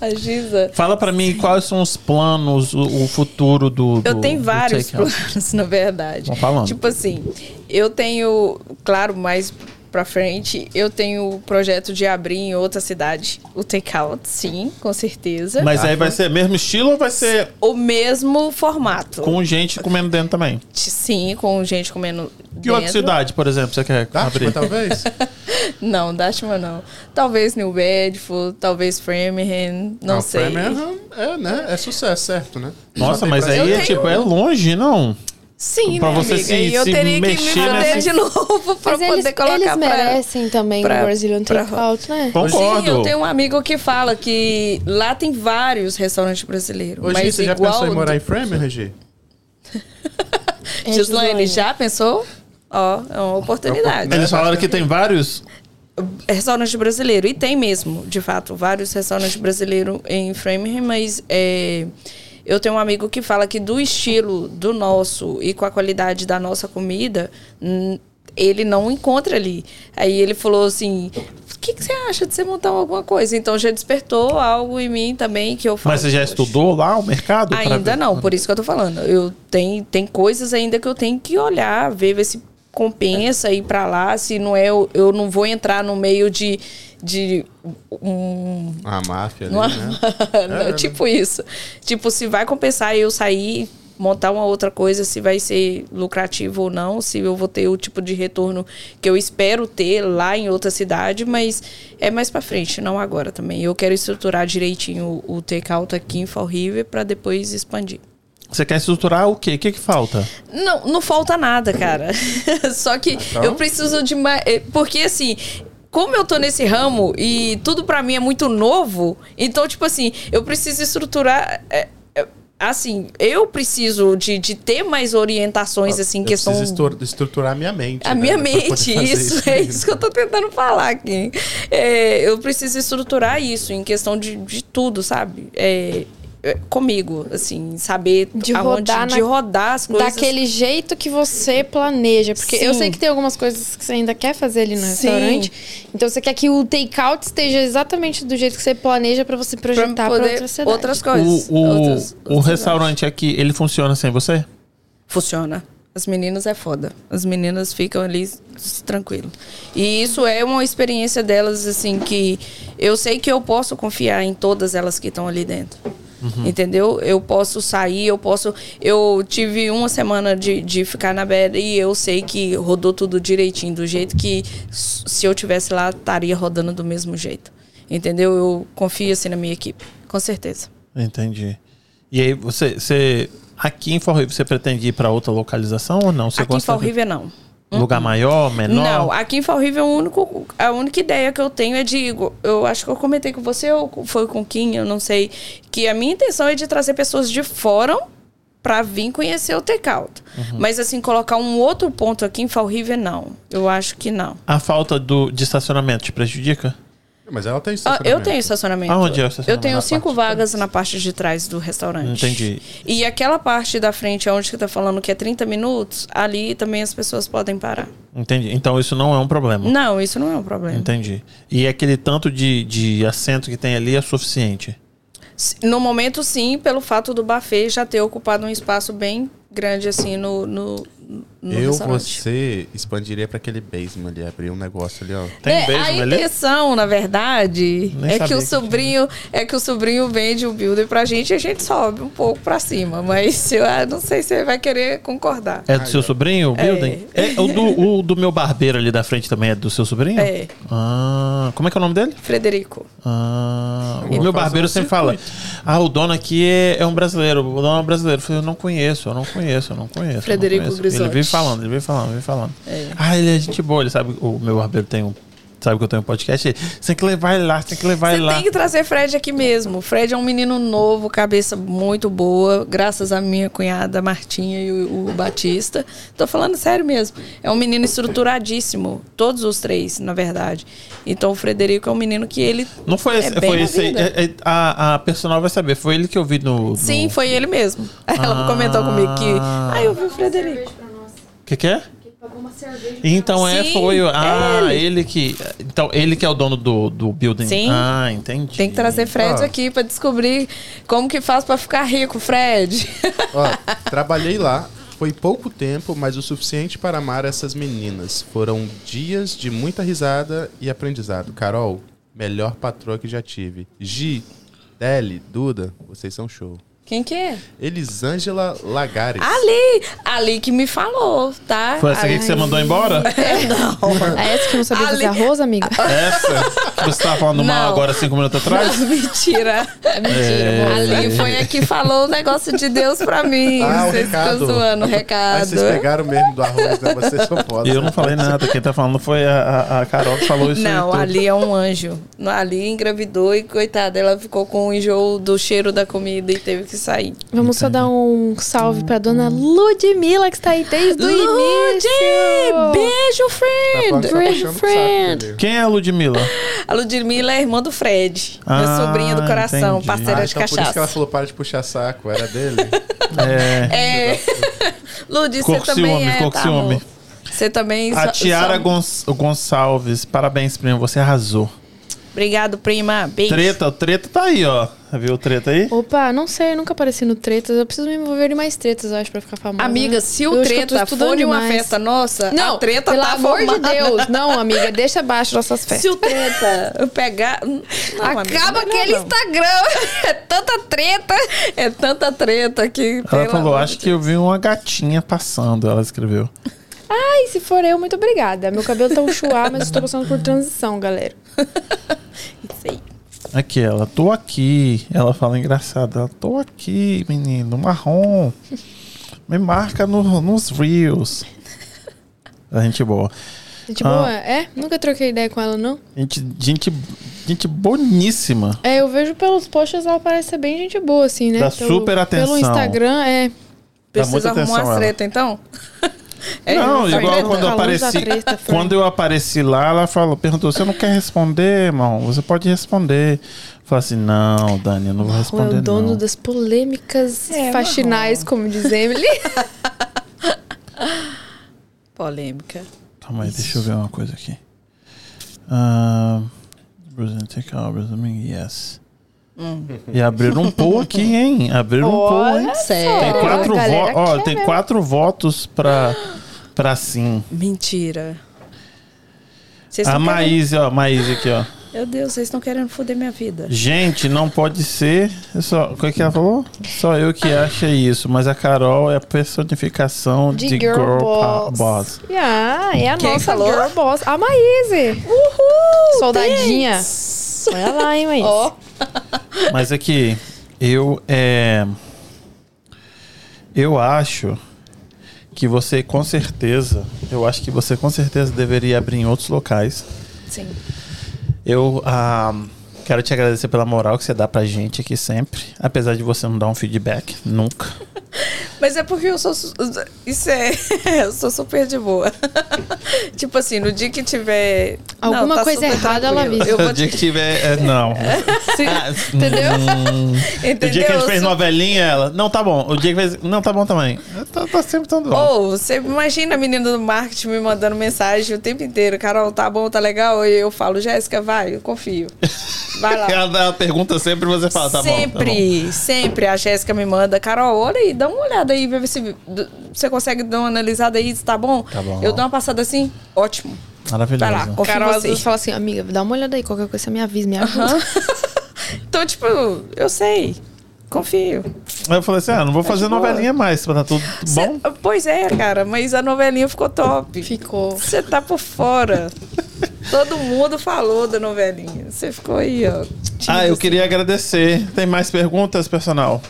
D: A Giza.
A: Fala pra mim quais são os planos, o, o futuro do, do-
D: Eu tenho
A: do
D: vários
A: Take Care.
D: planos, na verdade.
A: Vão falando.
D: Tipo assim, eu tenho, claro, mais pra frente, eu tenho o projeto de abrir em outra cidade o takeout, sim, com certeza.
A: Mas aí vai ser mesmo estilo ou vai ser
D: O mesmo formato.
A: com gente comendo dentro também?
D: Sim, com gente comendo.
A: Que outra
D: dentro.
A: cidade, por exemplo, você quer
B: Dátila,
A: abrir?
B: Tá? talvez?
D: Não, Dashman não. Talvez New Bedford, talvez Framingham, não
B: Ah, o
D: sei.
B: Framingham é, né? É sucesso, certo, né? Só
A: Nossa,
B: tem
A: mas
B: pra-
A: aí
D: Eu
A: é
D: tenho-
A: tipo, é longe, não?
D: Sim,
A: Pra
D: né,
A: você
D: amiga?
A: se-
D: e eu
A: se
D: teria que me
A: mexer
D: fuder
A: nessa-
D: de novo pra
C: Mas
D: poder
C: eles,
D: colocar
C: eles
D: pra...
C: merecem também
D: pra-
C: o Brazilian
D: pra-
C: Takeout, né?
A: Concordo.
D: Sim, eu tenho um amigo que fala que lá tem vários restaurantes
A: é-
D: brasileiros.
B: Ô, Gi,
D: mas
B: você já
D: igual
B: pensou em morar
D: do-
B: em Framingham, Regi?
D: Gislaine, já pensou? Ó, é uma oportunidade.
A: Eles falaram que tem vários?
D: Restaurante brasileiro. E tem mesmo, de fato, vários restaurantes brasileiros em Framingham, mas é, eu tenho um amigo que fala que do estilo do nosso e com a qualidade da nossa comida, hum, ele não encontra ali. Aí ele falou assim. O que, que você acha de você montar alguma coisa? Então já despertou algo em mim também que eu falo.
A: Mas você já
D: "Poxa,
A: estudou lá o mercado? pra
D: Ainda
A: ver?
D: não, por isso que eu tô falando. Eu tem, tem coisas ainda que eu tenho que olhar, ver, ver se compensa ir pra lá, se não é, eu, eu não vou entrar no meio de, de um,
B: A máfia ali,
D: uma-
B: né?
D: Não, tipo isso. Tipo, se vai compensar eu sair, montar uma outra coisa, se vai ser lucrativo ou não, se eu vou ter o tipo de retorno que eu espero ter lá em outra cidade, mas é mais pra frente, não agora também. Eu quero estruturar direitinho o, o take-out aqui em Fall River pra depois expandir.
A: Você quer estruturar o quê? O que, que falta?
D: Não, não falta nada, cara. Só que
B: Então?
D: eu preciso de mais. eh, Porque assim. Como eu tô nesse ramo e tudo pra mim é muito novo, então, tipo assim, eu preciso estruturar eh, eh, Assim, eu preciso de, de ter mais orientações, assim,
B: Ah, eu
D: questão.
B: preciso estor- estruturar a minha mente.
D: A
B: né,
D: minha
B: pra poder
D: mente,
B: fazer
D: isso, é isso que eu tô tentando falar aqui. É, eu preciso estruturar isso em questão de, de tudo, sabe? É, é, comigo, assim, saber
C: De
D: aonde,
C: rodar
D: de
C: na-
D: rodar as coisas.
C: Daquele jeito que você planeja. Porque eu
D: Sim.
C: sei que tem algumas coisas que você ainda quer fazer ali no
D: Sim.
C: restaurante. Então você quer que o take-out esteja exatamente do jeito que você planeja pra você
D: pra
C: projetar pra,
D: poder-
C: outra cidade.
D: outras coisas.
A: O, o,
D: outras-
A: o restaurante aqui, ele funciona sem você?
D: Funciona. As meninas é foda. As meninas ficam ali s- tranquilo. E isso é uma experiência delas, assim, que eu sei que eu posso confiar em todas elas que estão ali dentro.
A: Uhum.
D: Entendeu? Eu posso sair, eu posso. Eu tive uma semana de, de ficar na beira e eu sei que rodou tudo direitinho, do jeito que s- se eu tivesse lá, estaria rodando do mesmo jeito. Entendeu? Eu confio assim na minha equipe, com certeza.
A: Entendi. E aí, você, você aqui em Forrive, você pretende ir pra outra localização ou não? Você
D: Aqui em
A: gosta
D: Fall
A: de É
D: River, não.
A: lugar maior, menor?
D: Uhum. Não, aqui em Fall River, o único, a única ideia que eu tenho é de. Eu acho que eu comentei com você, ou foi com Kim, eu não sei. Que a minha intenção é de trazer pessoas de fora pra vir conhecer o Takeout.
A: Uhum.
D: Mas, assim, colocar um outro ponto aqui em Fall River, não. Eu acho que não.
A: A falta do, de estacionamento te prejudica?
B: Mas ela tem né?
D: Ah, eu
B: estacionamento.
D: tenho estacionamento.
A: Aonde é o
D: Eu
A: estacionamento?
D: tenho
A: Na parte de
D: cinco vagas na parte de trás do restaurante.
A: Entendi.
D: E aquela parte da frente, onde você tá falando que é 30 minutos, ali também as pessoas podem parar.
A: Entendi. Então isso não é um problema.
D: Não, isso não é um problema.
A: Entendi. E aquele tanto de, de assento que tem ali é suficiente.
D: No momento, sim, pelo fato do buffet já ter ocupado um espaço bem grande, assim, no, no, no
B: Eu,
D: restaurante.
B: você, expandiria pra aquele basement ali, abrir um negócio ali, ó.
A: Tem um
D: é,
A: mesmo
D: a
A: ali?
D: intenção, na verdade,
A: Nem sabia
D: é que o
A: que tinha.
D: sobrinho é que o sobrinho vende o builder pra gente e a gente sobe um pouco pra cima. Mas eu ah, não sei se ele vai querer concordar.
A: É do seu sobrinho, o building? É, o, do, o do meu barbeiro ali da frente também é do seu sobrinho?
D: É.
A: Ah, como é que é o nome dele?
D: Frederico.
A: Ah,
B: Eu
A: o
B: vou fazer
A: meu barbeiro
B: um
A: sempre fala: Ah, o dono aqui é, é um brasileiro, o dono é um brasileiro. Eu falei, eu não conheço, eu não conheço, eu não conheço. eu não
D: Frederico
A: conheço. Ele
D: Grisotti.
A: vem falando, ele vem falando, ele vem falando. Ah, ele é gente boa, ele sabe, o meu barbeiro tem um. Sabe que eu tenho um podcast? ele, Você tem que levar ele lá, você tem que levar
D: Você
A: ele lá.
D: tem que trazer Fred aqui mesmo. Fred é um menino novo, cabeça muito boa, graças à minha cunhada Martinha e o, o Batista. Tô falando sério mesmo. É um menino estruturadíssimo. Todos os três, na verdade. Então o Frederico é um menino que ele.
A: Não foi esse,
D: bem
A: foi
D: na
A: esse
D: vida.
A: é- é- a, a personal vai saber, foi ele que eu vi no. no-
D: Sim, foi ele mesmo. Ela
A: Ah.
D: comentou comigo que. Ah, eu vi o Frederico.
A: Que que é? Então é,
D: Sim,
A: foi. o- Ah,
D: é
A: ele. que. Então, ele que é o dono do, do building.
D: Sim.
A: Ah, entendi.
D: Tem que trazer Fred
B: Ah.
D: aqui pra descobrir como que faz pra ficar rico, Fred.
B: Ó, trabalhei lá. Foi pouco tempo, mas o suficiente para amar essas meninas. Foram dias de muita risada e aprendizado. Carol, melhor patroa que já tive. Gi, Deli, Duda, vocês são show.
D: Quem que é?
B: Elisângela Lagares.
D: Ali! Ali que me falou, tá?
A: Foi essa aqui que você mandou embora?
C: É essa que não sabia
D: Ali- Ah,
C: fazer arroz, amiga?
A: Essa? Que você tava falando mal
D: Não.
A: agora cinco minutos atrás?
D: Não, É mentira.
B: É.
D: Ali foi a que falou o negócio de Deus pra mim.
B: Ah, o
D: vocês
B: recado.
D: ficam zoando o
B: Aí
D: recado.
B: vocês pegaram mesmo do arroz, né? Vocês são foda.
A: Eu não falei nada. Quem tá falando foi a, a- a Carol que falou isso.
D: Não,
A: aí tudo.
D: ali é um anjo. Ali engravidou e, coitada, ela ficou com o enjoo do cheiro da comida e teve que sair.
C: Vamos só dar um salve pra dona Ludmilla, que está aí desde o início.
D: Beijo,
B: Tá
D: Fred!
B: falando que tá
C: Friend,
B: puxando o saco
C: friend.
B: dele. Ah,
A: Quem é a Ludmilla?
D: A Ludmilla é irmã do Fred,
A: Ah,
D: meu sobrinho do coração,
A: entendi.
D: parceira
B: Ah,
D: de
B: então por isso que ela
D: cachaça.
B: falou para de puxar saco. Era dele.
A: É,
D: É. Lud, você
A: Corciúme,
D: também é. tá,
A: corciúme.
D: amor? Você também.
A: a
D: só-
A: Tiara
D: só-
A: Gonç- Gonçalves. Parabéns, prima. Você arrasou.
D: Obrigado, prima. Beijo.
A: Treta, o treta tá aí, ó. Viu o treta aí?
C: Opa, não sei, eu nunca apareci no Tretas. Eu preciso me envolver em mais tretas, eu acho, pra ficar famosa.
D: Uhum. Amiga,
C: né?
D: se
C: Eu
D: o
C: acho que eu tô
D: treta for
C: estudando
D: de uma
C: demais.
D: festa nossa,
C: Não,
D: a treta
C: pelo
D: tá
C: amor de
D: formada.
C: Deus. Não, amiga, deixa abaixo nossas festas.
D: Se o treta eu pegar. Não, amiga,
C: Acaba
D: não é melhor
C: aquele
D: não.
C: Instagram.
D: É tanta treta. É tanta treta que.
A: Ela
D: pelo
A: falou,
D: amor
A: acho
D: de
A: que eu vi uma gatinha passando, ela escreveu.
C: Ai, se for eu, muito obrigada. Meu cabelo tá um chuá, mas estou passando por transição, galera.
A: Aqui, ela, tô aqui. Ela fala engraçada, ela, tô aqui, menino, marrom. Me marca no- nos reels. A gente boa.
C: Gente
A: Ah.
C: boa? É? Nunca troquei ideia com ela, não?
A: Gente, gente, gente boníssima.
C: É, eu vejo pelos posts, ela parece ser bem gente boa, assim, né?
A: Dá
C: Pelo-
A: super atenção.
C: Pelo Instagram, é.
A: Dá muita
D: Precisa arrumar
A: atenção
D: uma
A: ela.
D: treta, então? É,
A: não,
C: tá
A: igual
C: vendo?
A: quando eu
C: Tá longe da
A: apareci.
C: treta, foi.
A: quando eu apareci lá, ela falou, perguntou: você não quer responder, irmão? Você pode responder. Eu falei assim: não, Dani, eu não vou
C: Ou é
A: responder.
C: o dono
A: não.
C: das polêmicas
D: É,
C: faxinais, como diz Emily.
D: Polêmica.
A: Calma aí, deixa eu ver uma coisa aqui. Ah, Brazilian takeover, I mean, yes.
C: Hum.
A: E abriram um pool aqui, hein? Abriram um pool,
D: É
A: hein? Tem
D: Sério.
A: quatro,
C: a galera
A: vo- ó,
C: quer
A: tem
C: mesmo.
A: quatro votos pra, pra sim.
D: Mentira. Vocês
A: A
D: não querem-
A: Maíse, ó, Maíse aqui, ó.
D: Meu Deus, vocês estão querendo foder minha vida.
A: Gente, não pode ser. eu Só, o que, que ela falou? Só eu que acho isso, mas a Carol é a personificação de, girl, pa- boss.
C: Ah, é a
D: Quem
C: nossa
D: falou?
C: girl boss. A Maíse.
D: Uhul!
C: Soldadinha. Olha lá, hein, Maíse.
D: Ó.
A: Mas aqui, eu é. Eu acho que você com certeza. Eu acho que você com certeza deveria abrir em outros locais.
D: Sim.
A: Eu ah, quero te agradecer pela moral que você dá pra gente aqui sempre. Apesar de você não dar um feedback, nunca.
D: Mas é porque eu sou. su- Isso é. eu sou super de boa. tipo assim, no dia que tiver.
C: Alguma
D: Não, tá
C: coisa
D: super
C: errada,
D: tranquilo.
C: ela avisa.
D: Eu vou.
A: dia que tiver. é, não. Ah,
C: Entendeu?
A: O
D: Entendeu?
A: dia que a gente
D: Eu
A: fez
D: sou-
A: novelinha, ela. Não, tá bom. O dia que fez. Não, tá bom também. Tá, tá sempre tão bom.
D: Ou, você imagina a menina do marketing me mandando mensagem o tempo inteiro, Carol, tá bom, tá legal? E eu falo, Jéssica, vai, eu confio. Vai lá.
A: Ela, ela pergunta sempre você fala, tá bom, tá bom.
D: sempre, sempre a Jéssica me manda, Carol, olha aí, dá uma olhada aí, vê se d- você consegue dar uma analisada aí, se tá bom.
A: Tá bom.
D: Eu dou uma passada assim, ótimo. Vai lá,
A: Maravilhoso.
D: confio
C: Carol
D: em
C: às
D: você.
C: vezes fala assim, amiga, dá uma olhada aí, qualquer coisa você me avisa, me ajuda.
D: Então, tipo, eu sei, confio.
A: Aí eu falei assim: ah, não vou fazer
D: de boa.
A: novelinha mais, pra tá tudo
D: Cê-
A: bom.
D: pois é, cara, mas a novelinha ficou top.
C: Ficou.
D: Você tá por fora. Todo mundo falou da novelinha. Você ficou aí, ó.
A: Ah, eu queria agradecer. Tem mais perguntas, personal?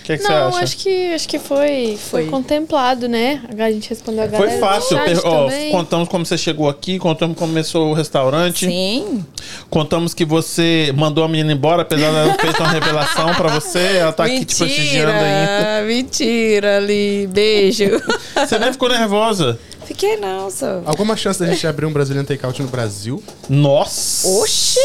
A: O que que você
C: Não,
A: acha?
C: acho que, acho que foi, foi,
D: Foi.
C: contemplado, né? A gente respondeu a galera.
A: Foi
C: do
A: fácil.
C: chat
A: Per- ó,
C: também.
A: contamos como você chegou aqui, contamos como começou o restaurante,
D: Sim.
A: contamos que você mandou a menina embora, apesar dela ter feito uma revelação pra você. Ela tá aqui te prestigiando ainda.
D: mentira, mentira, ali. Beijo.
A: Você nem ficou nervosa.
D: Fiquei não, só.
B: Alguma chance da gente abrir um Brazilian Takeout no Brasil?
A: Nossa!
D: Oxi!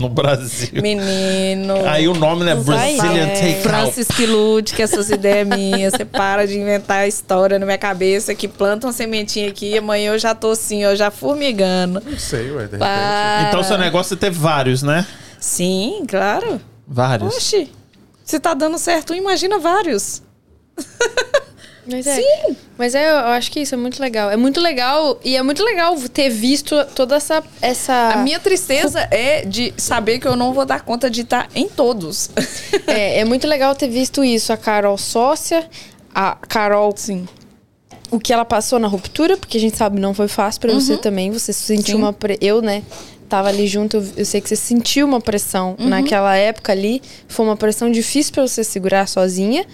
A: No Brasil.
D: Menino.
A: Aí o nome né?
C: Não vai,
A: Brazilian
C: né?
A: Takeout.
D: Francis que ilude, que essas ideias minhas. Você para de inventar história na minha cabeça, que planta uma sementinha aqui e amanhã eu já tô assim, ó, já formigando.
B: Não sei, ué, de repente.
D: Para.
A: Então seu negócio é ter vários, né?
D: Sim, claro.
A: Vários.
D: Oxi, se tá dando certo, um, imagina vários.
C: Mas é. Sim. Mas é, eu acho que isso é muito legal. É muito legal e é muito legal ter visto toda essa. essa
D: A minha tristeza é de saber que eu não vou dar conta de estar em todos.
C: é, é muito legal ter visto isso. A Carol sócia, a Carol. Sim. O que ela passou na ruptura, porque a gente sabe não foi fácil pra
D: Uhum.
C: você também. Você sentiu uma. Pre... Eu, né? Tava ali junto, eu, eu sei que você sentiu uma pressão
D: Uhum.
C: naquela época ali. Foi uma pressão difícil pra você segurar sozinha.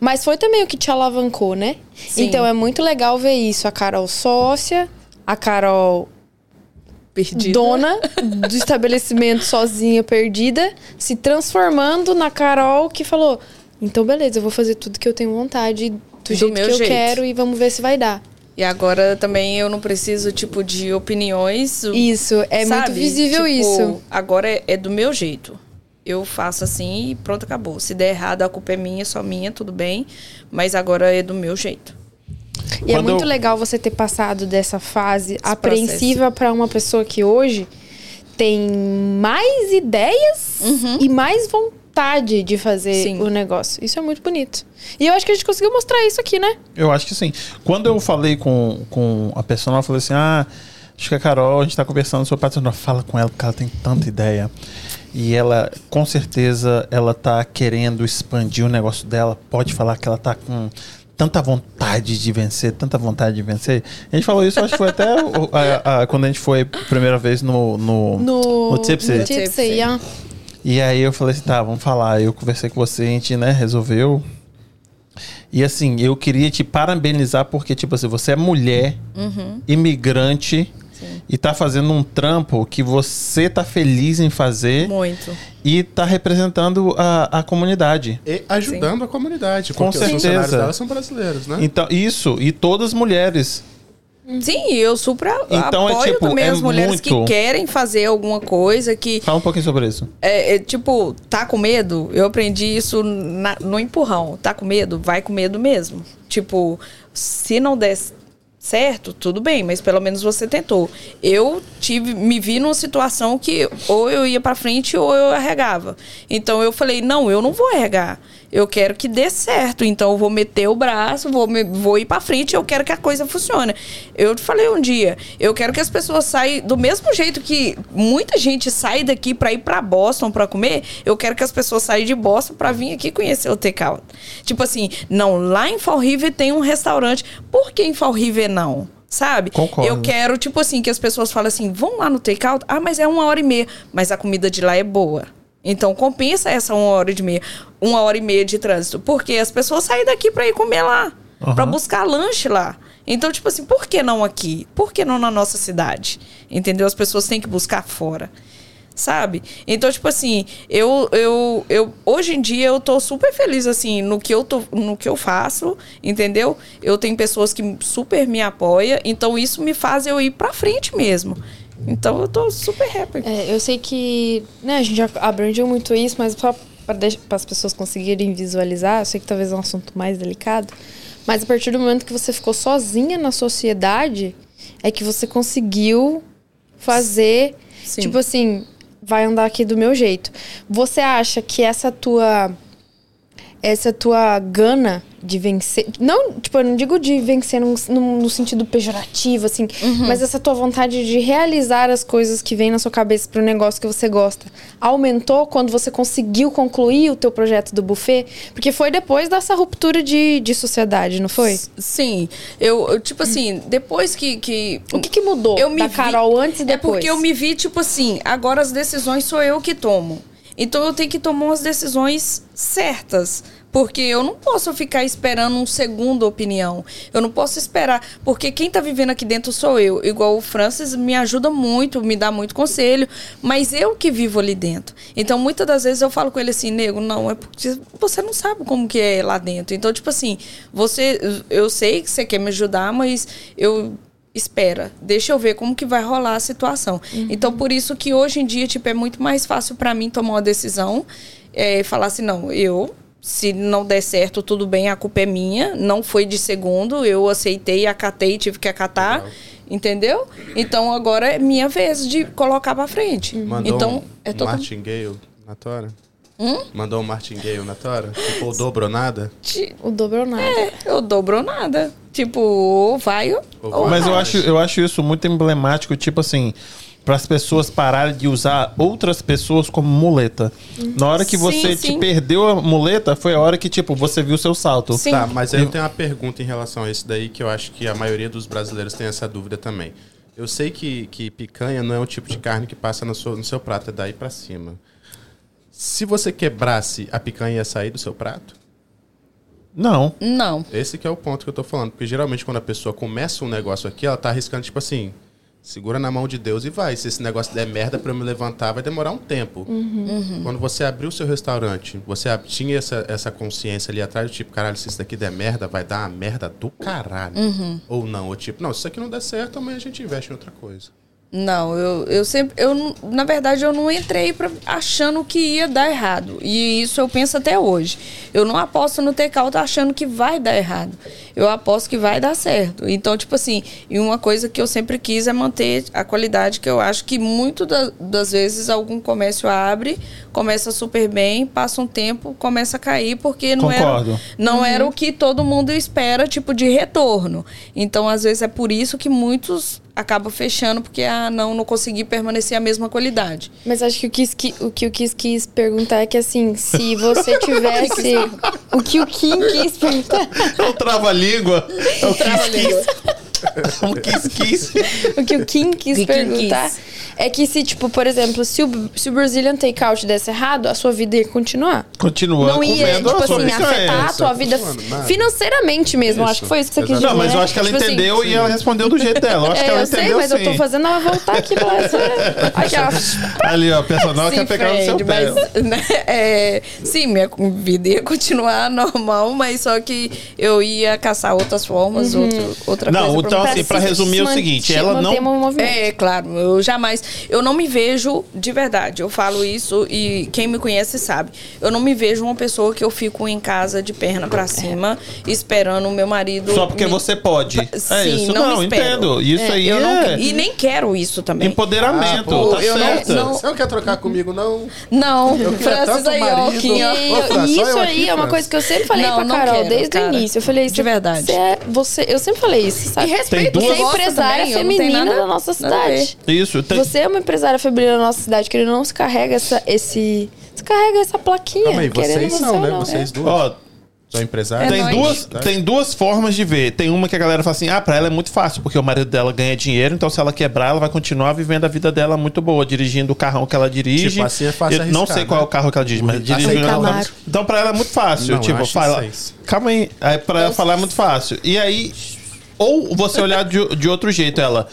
C: Mas foi também o que te alavancou, né?
D: Sim.
C: Então é muito legal ver isso. A Carol sócia, a Carol
D: Perdido.
C: dona do estabelecimento sozinha, perdida, se transformando na Carol que falou: então beleza, eu vou fazer tudo que eu tenho vontade, do, jeito
D: meu
C: que eu
D: jeito."
C: quero e vamos ver se vai dar.
D: E agora também eu não preciso, tipo, de opiniões.
C: Isso, é muito
D: sabe?
C: visível
D: Tipo,
C: isso.
D: Agora é, é do meu jeito. Eu faço assim e pronto, acabou. Se der errado, a culpa é minha, só minha, tudo bem. Mas agora é do meu jeito.
C: E é
A: Quando
C: muito
A: eu-
C: legal você ter passado dessa fase
D: processo.
C: apreensiva pra uma pessoa que hoje tem mais ideias e mais vontade de fazer
D: Uhum. Sim.
C: o negócio. Isso é muito bonito. E eu acho que a gente conseguiu mostrar isso aqui, né?
A: Eu acho que sim. Quando eu falei com, com a pessoa, ela falou assim: ah, acho que a Carol, a gente tá conversando sobre patrocinador. Fala com ela, porque ela tem tanta ideia. E ela, com certeza, ela tá querendo expandir o negócio dela. Pode falar que ela tá com tanta vontade de vencer, tanta vontade de vencer. A gente falou isso, acho que foi até o- a- a- quando a gente foi a primeira vez no. No,
C: No,
A: no Tipsy.
C: no Tipsy, yeah.
A: E aí eu falei assim, tá, vamos falar. Eu conversei com você, a gente, né, resolveu. E assim, eu queria te parabenizar porque, tipo assim, você é mulher, imigrante, e tá fazendo um trampo que você tá feliz em fazer
D: Muito.
A: e tá representando a, a comunidade.
B: E ajudando a comunidade.
A: Com
B: Porque os funcionários
A: certeza.
B: dela são brasileiros, né?
A: Então, isso, e todas mulheres.
D: Sim, eu super a-
A: Então, é
D: apoio
A: tipo,
D: também
A: é
D: as mulheres
A: muito.
D: que querem fazer alguma coisa, que
A: Fala um pouquinho sobre isso.
D: É, é, tipo, tá com medo? Eu aprendi isso na- no empurrão. Tá com medo? Vai com medo mesmo. Tipo, se não der certo, tudo bem, mas pelo menos você tentou. Eu tive, me vi numa situação que ou eu ia pra frente ou eu arregava. Então eu falei, não, eu não vou arregar. Eu quero que dê certo, então eu vou meter o braço, vou, me- vou ir pra frente, eu quero que a coisa funcione. Eu te falei um dia, eu quero que as pessoas saiam do mesmo jeito que muita gente sai daqui pra ir pra Boston pra comer, eu quero que as pessoas saiam de Boston pra vir aqui conhecer o takeout. Tipo assim, não, lá em Fall River tem um restaurante, por que em Fall River não? Sabe?
A: Concordo.
D: Eu quero, tipo assim, que as pessoas falem assim, vão lá no takeout, ah, mas é uma hora e meia, mas a comida de lá é boa. Então compensa essa uma hora e meia, uma hora e meia de trânsito, porque as pessoas saem daqui para ir comer lá,
A: Aham.
D: pra para buscar lanche lá. Então, tipo assim, por que não aqui? Por que não na nossa cidade? Entendeu? As pessoas têm que buscar fora. Sabe? Então, tipo assim, eu, eu, eu hoje em dia eu tô super feliz assim no que eu tô, no que eu faço, entendeu? Eu tenho pessoas que super me apoiam, então isso me faz eu ir pra frente mesmo. Então eu tô super happy.
C: É, eu sei que né, a gente já abrangiu muito isso, mas só para as pessoas conseguirem visualizar, eu sei que talvez é um assunto mais delicado, mas a partir do momento que você ficou sozinha na sociedade, é que você conseguiu fazer,
D: Sim.
C: tipo assim, vai andar aqui do meu jeito. Você acha que essa tua essa tua gana de vencer. Não, tipo, eu não digo de vencer num, num- no sentido pejorativo, assim,
D: Uhum.
C: mas essa tua vontade de realizar as coisas que vem na sua cabeça pro negócio que você gosta. Aumentou quando você conseguiu concluir o teu projeto do buffet? Porque foi depois dessa ruptura de, de sociedade, não foi?
D: S- Sim. Eu, eu, tipo assim, depois que. que
C: O que, que mudou
D: Eu me
C: da
D: vi-
C: Carol antes e depois?
D: É porque eu me vi, tipo assim, agora as decisões sou eu que tomo. Então eu tenho que tomar as decisões certas. Porque eu não posso ficar esperando um segunda opinião. Eu não posso esperar. Porque quem tá vivendo aqui dentro sou eu. Igual o Francis me ajuda muito, me dá muito conselho. Mas eu que vivo ali dentro. Então, muitas das vezes eu falo com ele assim, nego, não, é porque você não sabe como que é lá dentro. Então, tipo assim, você. Eu sei que você quer me ajudar, mas eu espera, deixa eu ver como que vai rolar a situação. Então, por isso que hoje em dia, tipo, é muito mais fácil pra mim tomar uma decisão é, e falar assim, não, eu, se não der certo, tudo bem, a culpa é minha, não foi de segundo, eu aceitei, acatei, tive que acatar, entendeu? Então, agora é minha vez de colocar pra frente.
B: Mandou
D: então,
B: um
D: é todo
B: martingale na tora?
D: Hum?
B: Mandou um martingale na tora? Tipo, o dobro ou nada?
D: Ti-
C: O dobro ou nada.
D: É, eu dobro nada. Tipo, ou vai ou...
B: Ou
D: ou
B: vai.
A: Mas eu
B: Mas-
A: acho, eu acho isso muito emblemático, tipo assim, para as pessoas pararem de usar outras pessoas como muleta. Na hora que
D: Sim,
A: você te
D: sim.
A: perdeu a muleta, foi a hora que, tipo, você viu o seu salto.
D: Sim.
B: Tá, mas aí eu tenho uma pergunta em relação a isso daí que eu acho que a maioria dos brasileiros tem essa dúvida também. Eu sei que, que picanha não é um tipo de carne que passa no seu, no seu prato, é daí pra cima. Se você quebrasse, a picanha ia sair do seu prato?
A: Não.
D: Não.
B: Esse que é o ponto que eu tô falando. Porque geralmente quando a pessoa começa um negócio aqui, ela tá arriscando, tipo assim, segura na mão de Deus e vai. Se esse negócio der merda pra eu me levantar, vai demorar um tempo.
C: Uhum.
A: Uhum.
B: Quando você abriu o seu restaurante, você ab- tinha essa, essa consciência ali atrás, tipo, caralho, se isso daqui der merda, vai dar uma merda do caralho.
A: Uhum.
B: Ou não, ou tipo, não, se isso aqui não der certo, amanhã a gente investe em outra coisa.
D: Não, eu, eu sempre. Eu, não- na verdade, eu não entrei pra, achando que ia dar errado. E isso eu penso até hoje. Eu não aposto no take-out achando que vai dar errado. Eu aposto que vai dar certo. Então, tipo assim, e uma coisa que eu sempre quis é manter a qualidade que eu acho que muito da- das vezes algum comércio abre, começa super bem, passa um tempo, começa a cair, porque não
A: Concordo.
D: era. Não era
A: Uhum.
D: o que todo mundo espera, tipo, de retorno. Então, às vezes, é por isso que muitos acabam fechando, porque, ah, não, não consegui permanecer a mesma qualidade.
C: Mas acho que o, Kiss, qui- o que o Kiss quis perguntar é que, assim, se você tivesse... o que o Kim quis perguntar...
A: É o trava-língua. É o quis-quis. É o quis-quis.
C: O que o Kim quis
D: Viking
C: perguntar
D: quis.
C: É que se, tipo, por exemplo, se o, se o Brazilian Takeout desse errado, a sua vida ia continuar.
A: Continua
C: não ia,
A: comendo,
C: tipo
A: a sua
C: assim,
A: vida é
C: afetar a
A: essa.
C: tua vida
B: Mano, nada.
C: financeiramente mesmo.
B: Isso.
C: Acho que foi isso que você quis
B: Exato.
C: dizer.
A: Não, mas eu
C: né?
A: acho que ela
C: Tipo assim,
A: entendeu e ela respondeu do jeito dela. Eu acho
C: é,
A: que ela
C: eu
A: entendeu
C: sei, mas
A: sim.
C: eu tô fazendo ela voltar aqui pra Aqui, ó.
A: Ali, ó, o personal quer pegar é no seu pé.
D: Fred, mas, né, é, sim, minha vida ia continuar normal, mas só que eu ia caçar outras formas,
A: Uhum.
D: outro- outra
A: Não,
D: coisa. pra
A: então,
D: mudar.
A: assim, pra
C: se-
A: resumir é o
C: se
A: seguinte,
C: manter-
A: ela não-
C: manter um movimento.
D: É, claro, eu jamais. Eu não me vejo de verdade. Eu falo isso e quem me conhece sabe. Eu não me vejo uma pessoa que eu fico em casa de perna pra cima esperando o meu marido.
A: É. Só porque
D: me-
A: você pode. é
D: Sim,
A: isso,
D: não
A: não,
D: me espero.
A: entendo. Isso aí
D: Eu não
A: é
D: que- E nem quero isso também.
A: empoderamento,
B: Ah, pô,
A: tá
D: eu não-
A: certo.
C: não-
B: Você não quer trocar comigo, não?
D: Não,
B: Eu queria
D: Francis
B: tanto
D: aí, ó,
B: marido.
D: que-
C: E
B: Ô, Fran,
C: isso
B: só eu
C: aí
B: aqui,
C: é uma
B: Fran.
C: coisa que eu sempre falei
D: Não,
C: pra
D: não
C: Carol
D: quero,
C: desde o
D: cara.
C: início. Eu falei isso.
D: De verdade.
C: Você, é- você, eu sempre falei isso, sabe?
D: E respeito,
A: Tem
C: Você
A: duas-
C: é empresária
D: Gosto também, eu não tenho
C: feminina
D: nada-
C: da nossa
D: nada a ver.
C: cidade.
A: Isso, tem...
C: Você é uma empresária feminina da nossa cidade, querendo ou não se carrega essa, esse. Se carrega essa plaquinha.
B: Calma aí,
C: querendo
B: vocês
C: você é
B: são,
C: ou
B: né?
C: não. É
B: Vocês duas.
A: Ó,
B: São empresários.
A: tem,
D: nóis.
A: duas,
B: Tá?
A: tem duas formas de ver. Tem uma que a galera fala assim: ah, pra ela é muito fácil, porque o marido dela ganha dinheiro, então se ela quebrar, ela vai continuar vivendo a vida dela muito boa, dirigindo o carrão que ela dirige.
B: Tipo, assim é fácil
A: Eu não
B: arriscar,
A: sei qual é
B: né?
A: o carro que ela dirige, mas
B: Aceitar
A: dirigindo o carro.
C: Camaro.
A: Então pra ela é muito fácil.
B: Não,
A: tipo,
B: acho
A: fala.
B: seis.
A: Calma aí. aí pra ela falar é muito fácil. E aí, ou você olhar de, de outro jeito, ela.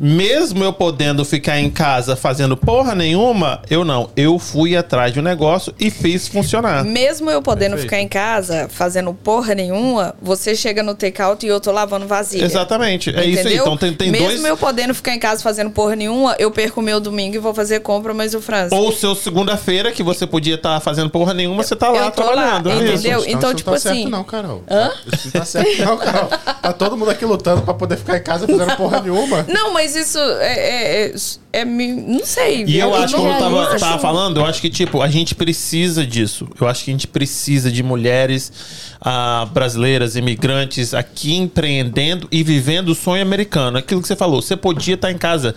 A: Mesmo eu podendo ficar em casa fazendo porra nenhuma, eu não. Eu fui atrás de um negócio e fiz funcionar.
D: Mesmo eu podendo
B: Perfeito.
D: ficar em casa fazendo porra nenhuma, você chega no take-out e eu tô lavando vasilha.
A: Exatamente. É isso aí.
D: Entendeu?
A: Então tem, tem
D: Mesmo
A: dois.
D: eu podendo ficar em casa fazendo porra nenhuma, eu perco o meu domingo e vou fazer compra, mas o França.
A: Ou seu segunda-feira, que você podia estar fazendo porra nenhuma, você tá lá
D: eu tô lá,
A: trabalhando. é isso.
D: entendeu?
B: Isso
D: Então,
B: não
D: tipo
B: tá
D: assim-
B: certo não, Carol. Isso não tá certo não, Carol. Tá todo mundo aqui lutando pra poder ficar em casa fazendo porra nenhuma.
D: Não, mas isso é. é, é, é mi- não sei.
A: E eu,
D: não
A: acho, como eu tava,
C: realizo,
A: tava
C: assim.
A: falando, eu acho que, tipo, a gente precisa disso. Eu acho que a gente precisa de mulheres ah, brasileiras, imigrantes, aqui empreendendo e vivendo o sonho americano. Aquilo que você falou, você podia estar em casa.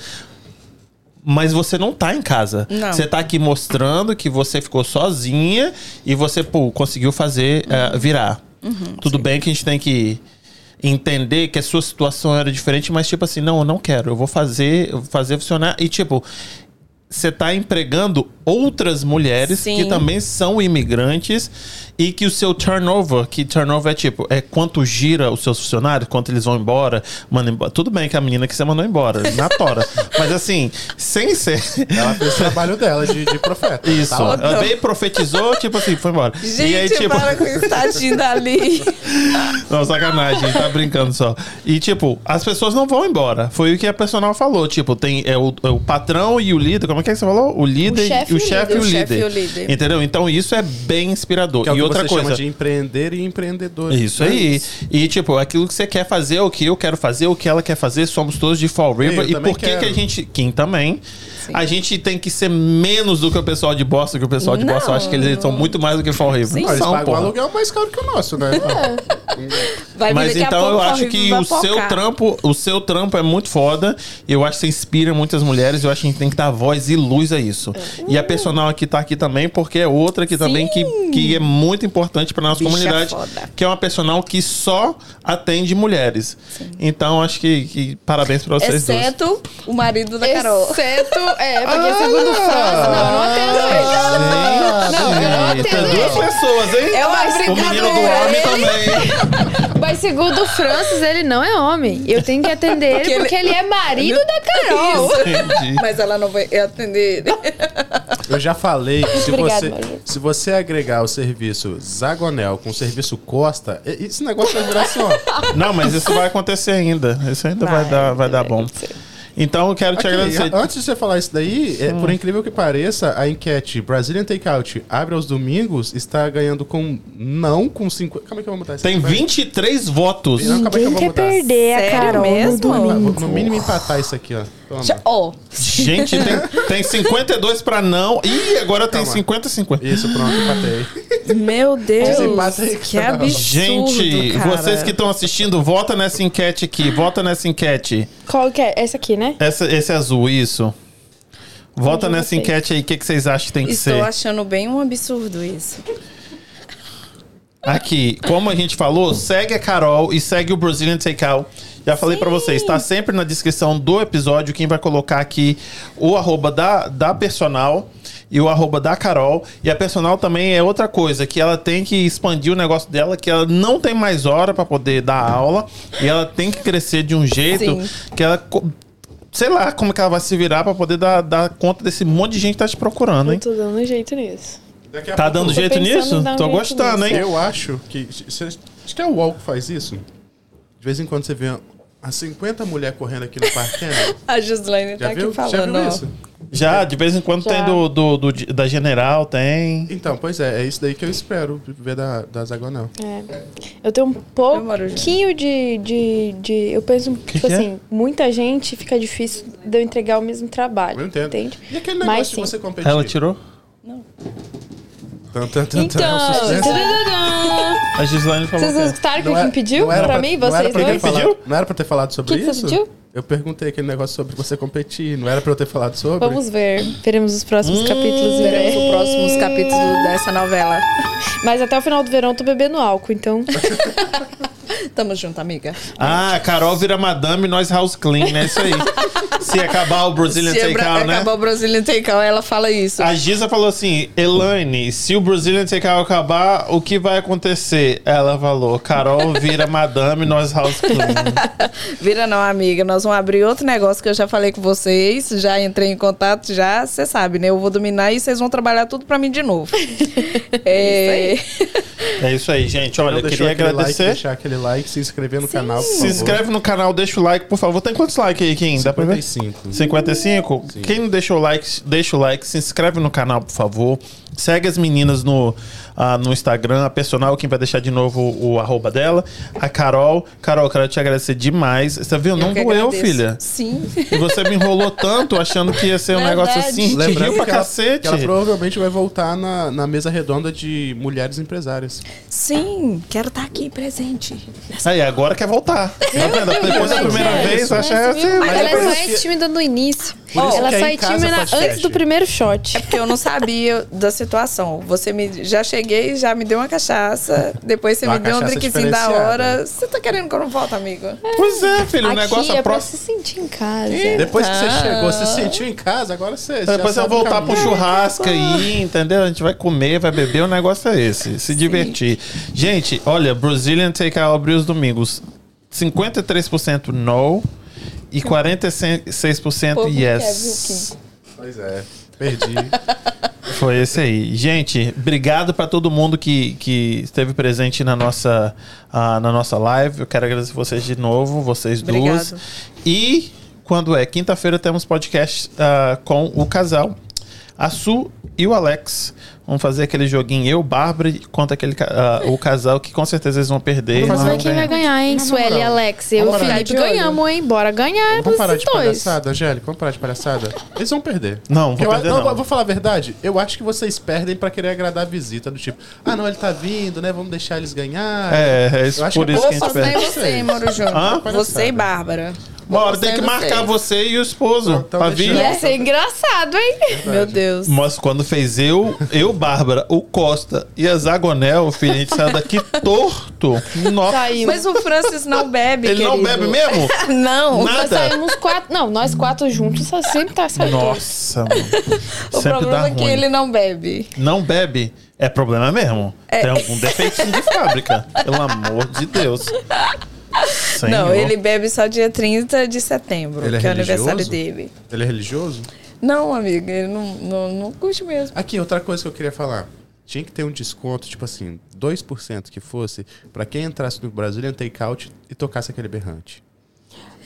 A: Mas você não tá em casa.
D: Não.
A: Você tá aqui mostrando que você ficou sozinha e você, pô, conseguiu fazer ah, virar. Tudo bem que a gente tem que entender que a sua situação era diferente, mas tipo assim, não, eu não quero. Eu vou fazer, eu vou fazer funcionar. E tipo, você tá empregando outras mulheres
D: Sim.
A: que também são imigrantes e que o seu turnover, que turnover é tipo, é quanto gira os seus funcionários, quanto eles vão embora, manda embora. Tudo bem que a menina que você mandou embora, na tora. Mas assim, sem ser.
D: Tá
B: Ela fez o trabalho dela de, de profeta.
A: Isso.
B: Tá ótimo.
A: ela veio, profetizou, tipo assim, foi embora.
D: então. Gente,
A: e aí, tipo.
D: para com esse tadinho dali.
A: Não, sacanagem, tá brincando só. E, tipo, as pessoas não vão embora. Foi o que a personal falou. Tipo, tem é o, é o patrão e o líder. Como é que, é que você falou? O líder,
C: O chefe
A: e o
C: e o
A: chefe e o
D: líder. O chefe
A: líder.
D: e o líder.
A: Entendeu? Então isso é bem inspirador.
B: Que é o
A: e
B: que
A: outra
B: você
A: coisa.
B: chama de empreender e empreendedor.
A: Isso
B: É
A: aí. E, tipo, aquilo que você quer fazer, o que eu quero fazer, o que ela quer fazer, somos todos de Fall River.
B: Eu
A: E
B: também
A: por que, que a
B: quero.
A: gente. Kim também. A gente tem que ser menos do que o pessoal de Boston, que o pessoal de
D: Não.
A: Boston acha que eles são muito mais do que Fall
B: Não,
A: River. Não
B: eles
A: são,
B: pagam um
A: porra.
B: aluguel mais caro que o nosso, né?
C: É.
D: Vai
A: Mas
D: daqui a
A: então
D: pouco
A: eu
D: corre
A: acho que
D: vai
A: o seu
D: focar.
A: trampo, o seu trampo é muito foda. Eu acho que você inspira muitas mulheres. Eu acho que a gente tem que dar voz e luz a isso. E
D: Uhum.
A: a personal aqui tá aqui também, porque é outra aqui também que, que é muito importante pra nossa
D: Bicha
A: comunidade.
D: foda.
A: Que é uma personal que só atende mulheres. Então acho que, que parabéns pra vocês dois.
D: Exceto o marido da Carol. Ah!
C: Exceto, é, porque segundo o Franz, não, não atendo
A: Ah, Gente,
C: Não, eu não
A: tem
C: atendo
A: duas pessoas, hein?
C: É uma
A: o menino do
C: brincadeira.
A: homem também.
C: Mas segundo o Francis, ele não é homem. Eu tenho que atender ele porque,
D: Porque
C: ele... é marido da Carol.
A: Entendi.
D: Mas ela não vai atender.
B: Eu já falei que se
C: Obrigada,
B: você,
C: Maju.
B: se você agregar o serviço Zagonel com o serviço Costa, e- esse negócio vai virar assim, ó.
A: Não, mas isso vai acontecer ainda. Isso ainda vai, dar, vai dar bom. Então eu quero te
B: Aqui,
A: agradecer.
B: a- antes de você falar isso daí, é, por incrível que pareça, a enquete Brazilian Takeout abre aos domingos está ganhando com não com 50. Calma aí que eu vou botar isso.
A: Tem 23 votos.
B: Não, calma aí que eu
K: Ninguém
B: vou
K: quer
B: botar.
K: perder a
D: Sério
K: Carol
D: mesmo?
K: no domingo.
B: Vou, no mínimo empatar isso aqui, ó. Toma.
D: Ó,
A: é? Gente, tem, tem 52 pra não. Ih, agora tem
B: Calma.
A: 50 50.
B: Isso, pronto, empatei.
D: meu Deus.
B: Desempata aí,
D: Que
B: Carol.
D: absurdo,
A: Gente,
D: cara.
A: vocês que estão assistindo, vota nessa enquete aqui. Vota nessa enquete.
C: Qual que é? Essa aqui, né?
A: Essa, esse azul, isso. Vota
C: Eu
A: nessa
C: gostei.
D: um
A: enquete aí. O que, que vocês acham que tem que
D: Estou
A: ser?
D: achando bem um absurdo isso.
A: Aqui, como a gente falou, segue a Carol e segue o Brazilian Takeout. Já falei pra vocês, tá sempre na descrição do episódio quem vai colocar aqui o arroba da, da personal e o arroba da Carol. E a personal também é outra coisa, que ela tem que expandir o negócio dela, que ela não tem mais hora pra poder dar aula e ela tem que crescer de um jeito
D: Sim.
A: que ela. co- Sei lá como que ela vai se virar pra poder dar, dar conta desse monte de gente que tá te procurando,
C: Eu
A: hein?
C: tô dando um jeito nisso.
B: Daqui a
A: Tá
B: pouco-
A: dando jeito
C: pensando em
A: nisso?
C: dar um
A: Tô
C: jeito
A: gostando,
C: nisso.
A: hein?
B: Eu acho que. Você acho que é o UOL que faz isso? De vez em quando você vê as 50 mulheres correndo aqui no parque. né?
D: A Gislaine
B: Já
D: tá
B: viu?
D: aqui
B: Já
D: falando.
B: viu
D: ó.
B: isso?
A: Já, de vez em quando tem do, do, do- da General, tem.
B: Então, pois é, é isso daí que eu espero ver da, da Zagonel.
C: É. Eu tenho um
D: Eu moro junto.
C: pouquinho de, de, de. Eu penso, tipo
A: que é?
C: assim, muita gente fica difícil de eu entregar o mesmo trabalho.
B: Eu entendo.
C: Entende?
B: E aquele
C: Mas
B: negócio de
C: sim.
B: você competir.
A: Ela tirou?
B: Tan, tan, tan, tan, é um
C: Então,
B: sucesso.
C: tadadã!
A: A Gislaine falou.
C: vocês
A: que é.
B: Não
C: escutaram quem
B: era-
C: pediu
B: não era
C: pra, mim,
B: não era
C: vocês
B: pra eu ter
C: dois?
A: Quem
B: falado-
A: pediu?
B: Não era pra ter falado sobre
C: Quem que você
B: isso?
C: pediu?
B: Eu perguntei aquele negócio sobre você competir, não era pra eu ter falado sobre?
C: Vamos ver. Veremos os próximos capítulos né? em
D: Veremos
C: breve.
D: os próximos capítulos dessa novela.
C: Mas até o final do verão eu tô bebendo álcool, então.
D: Tamo junto, amiga.
A: Ah, a Carol vira madame e nós house clean, né? Isso aí. Se acabar o Brazilian
D: Se
A: Takeout, né?
D: acabar o Brazilian Takeout, ela fala isso.
A: A Giza falou assim, Elaine, se o Brazilian Takeout acabar, o que vai acontecer? Ela falou, Carol vira madame, nós house clean.
D: Vira não, amiga. Nós vamos abrir outro negócio que eu já falei com vocês. Já entrei em contato, já. Você sabe, né? Eu vou dominar e vocês vão trabalhar tudo pra mim de novo. é...
A: É isso aí, gente. Olha,
B: Então,
A: eu
B: deixou
A: queria
B: aquele
A: agradecer.
B: Like, deixar aquele like, se inscrever no canal, por
A: Se
B: favor.
A: inscreve no canal, deixa o like, por favor. Tem quantos likes aí, Kim? Dá pra ver?
B: 55.
A: 55? Quem não deixou o like, deixa o like, se inscreve no canal, por favor. Segue as meninas no, ah, no Instagram, a personal, quem vai deixar de novo o, o arroba dela. A Carol. Carol, quero te agradecer demais. Você viu? Não
D: que
A: doeu,
D: agradeço.
A: filha.
D: Sim.
A: E você me enrolou tanto achando que ia ser um
D: Verdade.
A: negócio assim. Te
B: Lembrando
A: riu pra
B: que ela,
A: cacete.
B: que ela provavelmente vai voltar na, na mesa redonda de mulheres empresárias.
D: Sim. Quero estar aqui presente.
A: Aí, agora quer voltar. Tá vendo? Depois da primeira
B: é
C: gente.
A: vez, acha assim.
C: Mas
A: mas
C: ela
A: depois-
C: só é tímida no início.
B: Por isso
C: ela
B: que
C: só
B: aí
C: é
B: em casa
C: tímida
B: faz
C: antes
B: teste.
C: do primeiro shot.
D: É Porque eu não sabia da situação. Você me já cheguei, já me deu uma cachaça. Depois você
B: Uma
D: me deu um
B: cachaça
D: drinkzinho da
B: diferenciada.
D: hora. Você tá querendo que eu não volte, amigo?
A: Pois é, filho. O
C: Aqui
A: negócio
C: é
A: é
C: pra
A: próximo.
C: se sentir em casa.
B: Depois que você
C: Ah.
B: chegou, você se sentiu em casa, agora você. É, já
A: Depois eu
B: sabe o
A: voltar
B: caminho.
A: pro churrasco aí, entendeu? A gente vai comer, vai beber, o negócio é esse, se divertir. Gente, olha, Brazilian Takeout abriu os domingos. 53% no e 46%
D: povo quer,
A: yes.
B: Pois é, perdi.
A: Foi esse aí. Gente, obrigado pra todo mundo que, que esteve presente na nossa, ah, na nossa live. Eu quero agradecer vocês de novo, vocês duas.
D: Obrigado.
A: E quando é? Quinta-feira temos podcast ah, com o casal. A Su e o Alex. Vamos fazer aquele joguinho eu, Bárbara, contra aquele, ca- ah, o casal que com certeza eles vão perder.
C: Vamos
A: Não
C: ver quem
B: né?
A: tem-
C: vai ganhar, hein? Sueli e Alex. Eu e o
B: Vamos parar
C: Felipe
D: de olho.
C: ganhamos, hein? Bora ganhar
B: Vamos parar de
C: vocês É dois.
B: palhaçada, Angélica? Vamos parar de palhaçada? Eles vão perder.
A: Não, vou
B: eu,
A: perder não.
B: eu Vou falar a verdade. Eu acho que vocês perdem pra querer agradar a visita. Do tipo, ah, não, ele tá vindo, né? Vamos deixar eles ganhar.
A: É, é isso,
B: Eu acho
A: por
B: que-
A: isso que a
B: Opa,
A: gente
D: Só tem
A: perde.
D: você, Moro Júnior.
A: Hã?
D: Você e Bárbara.
A: Bora,
D: Você
A: tem que
D: e vocês.
A: marcar você e o esposo.
B: Então
A: pra
B: deixa
A: vir.
B: eu-
C: Ia ser engraçado, hein?
D: Meu Deus.
A: Mas quando fez eu, eu, Bárbara, o Costa e a Zagonel, filho, a gente saiu daqui torto. Nossa.
C: Saiu.
D: Mas o Francis não bebe,
A: Ele não bebe
D: querido.
A: mesmo?
D: Não.
C: Nós
A: Nada?
C: saímos quatro. Não, nós quatro juntos só sempre tá saindo.
A: Nossa, mano.
D: O
A: Sempre dá
D: problema é que
A: ruim.
D: ele não bebe.
A: Não bebe é problema mesmo.
D: É.
A: Tem algum defeitinho de fábrica. Pelo amor de Deus. Senhor.
D: Não, ele bebe só dia 30 de setembro,
B: Ele é
D: que é o
B: religioso?
D: aniversário dele.
B: Ele é religioso?
D: Não, amigo, ele não, não, não curte mesmo.
B: Aqui, outra coisa que eu queria falar. Tinha que ter um desconto, tipo assim, 2% que fosse, pra quem entrasse no Brazilian Takeout e tocasse aquele berrante.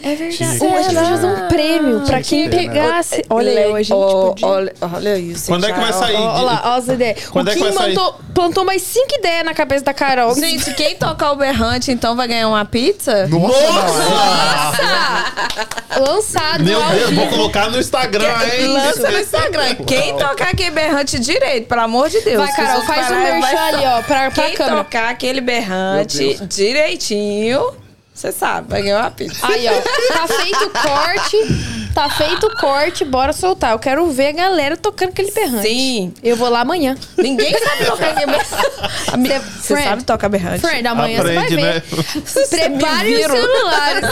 C: É
B: Tinha
C: verdade.
B: que
C: Nós
B: tirar.
C: vamos um prêmio pra
B: Tinha
C: quem
B: que tirar.
C: pegasse. Ah, Olha aí, a gente
D: Ó,
C: podia.
D: olha, olha isso.
A: Quando é que
D: já,
A: vai
D: ó.
A: sair?
C: Ó, ó lá, ó as ideias.
A: Quando
C: o
A: é que
C: Kim
A: vai sair?
C: mandou- plantou mais cinco ideias na cabeça da Carol.
D: Gente, quem tocar o berrante, então vai ganhar uma pizza?
A: Nossa!
C: Lançado
A: Meu
C: ao
A: Deus, vou
C: vivo.
A: colocar no Instagram, hein?
D: Lança no Instagram. Quem tocar aquele berrante direito, pelo amor de Deus.
C: Vai, Carol,
D: Vocês
C: faz um
D: vão parar e
C: merchan
D: vai-
C: ali, ó, É pra, pra
D: Quem
C: câmera.
D: tocar aquele berrante
C: Ah,
D: direitinho, você sabe, vai ganhar uma pizza.
C: Aí, ó. Tá feito o corte. Tá feito o corte, bora soltar. Eu quero ver a galera tocando aquele berrante.
D: Sim.
C: Eu vou lá amanhã.
D: Ninguém sabe tocar berrante.
C: Amiga,
D: Você sabe tocar berrante?
C: Friend, amanhã
A: Aprende,
C: você vai
A: né?
C: ver. Prepare
D: me
C: os
D: viram.
C: celulares.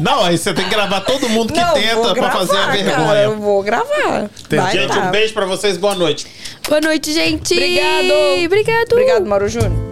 A: Não, aí você tem que gravar todo mundo que
D: Não,
A: tenta
D: vou
A: pra fazer a
D: gravar,
A: vergonha.
D: Cara, eu vou gravar. Vai
A: Gente,
D: tá.
A: um beijo pra vocês, boa noite.
C: Boa noite, gente.
D: Obrigado.
C: Obrigado.
D: Obrigado, Mauro Júnior.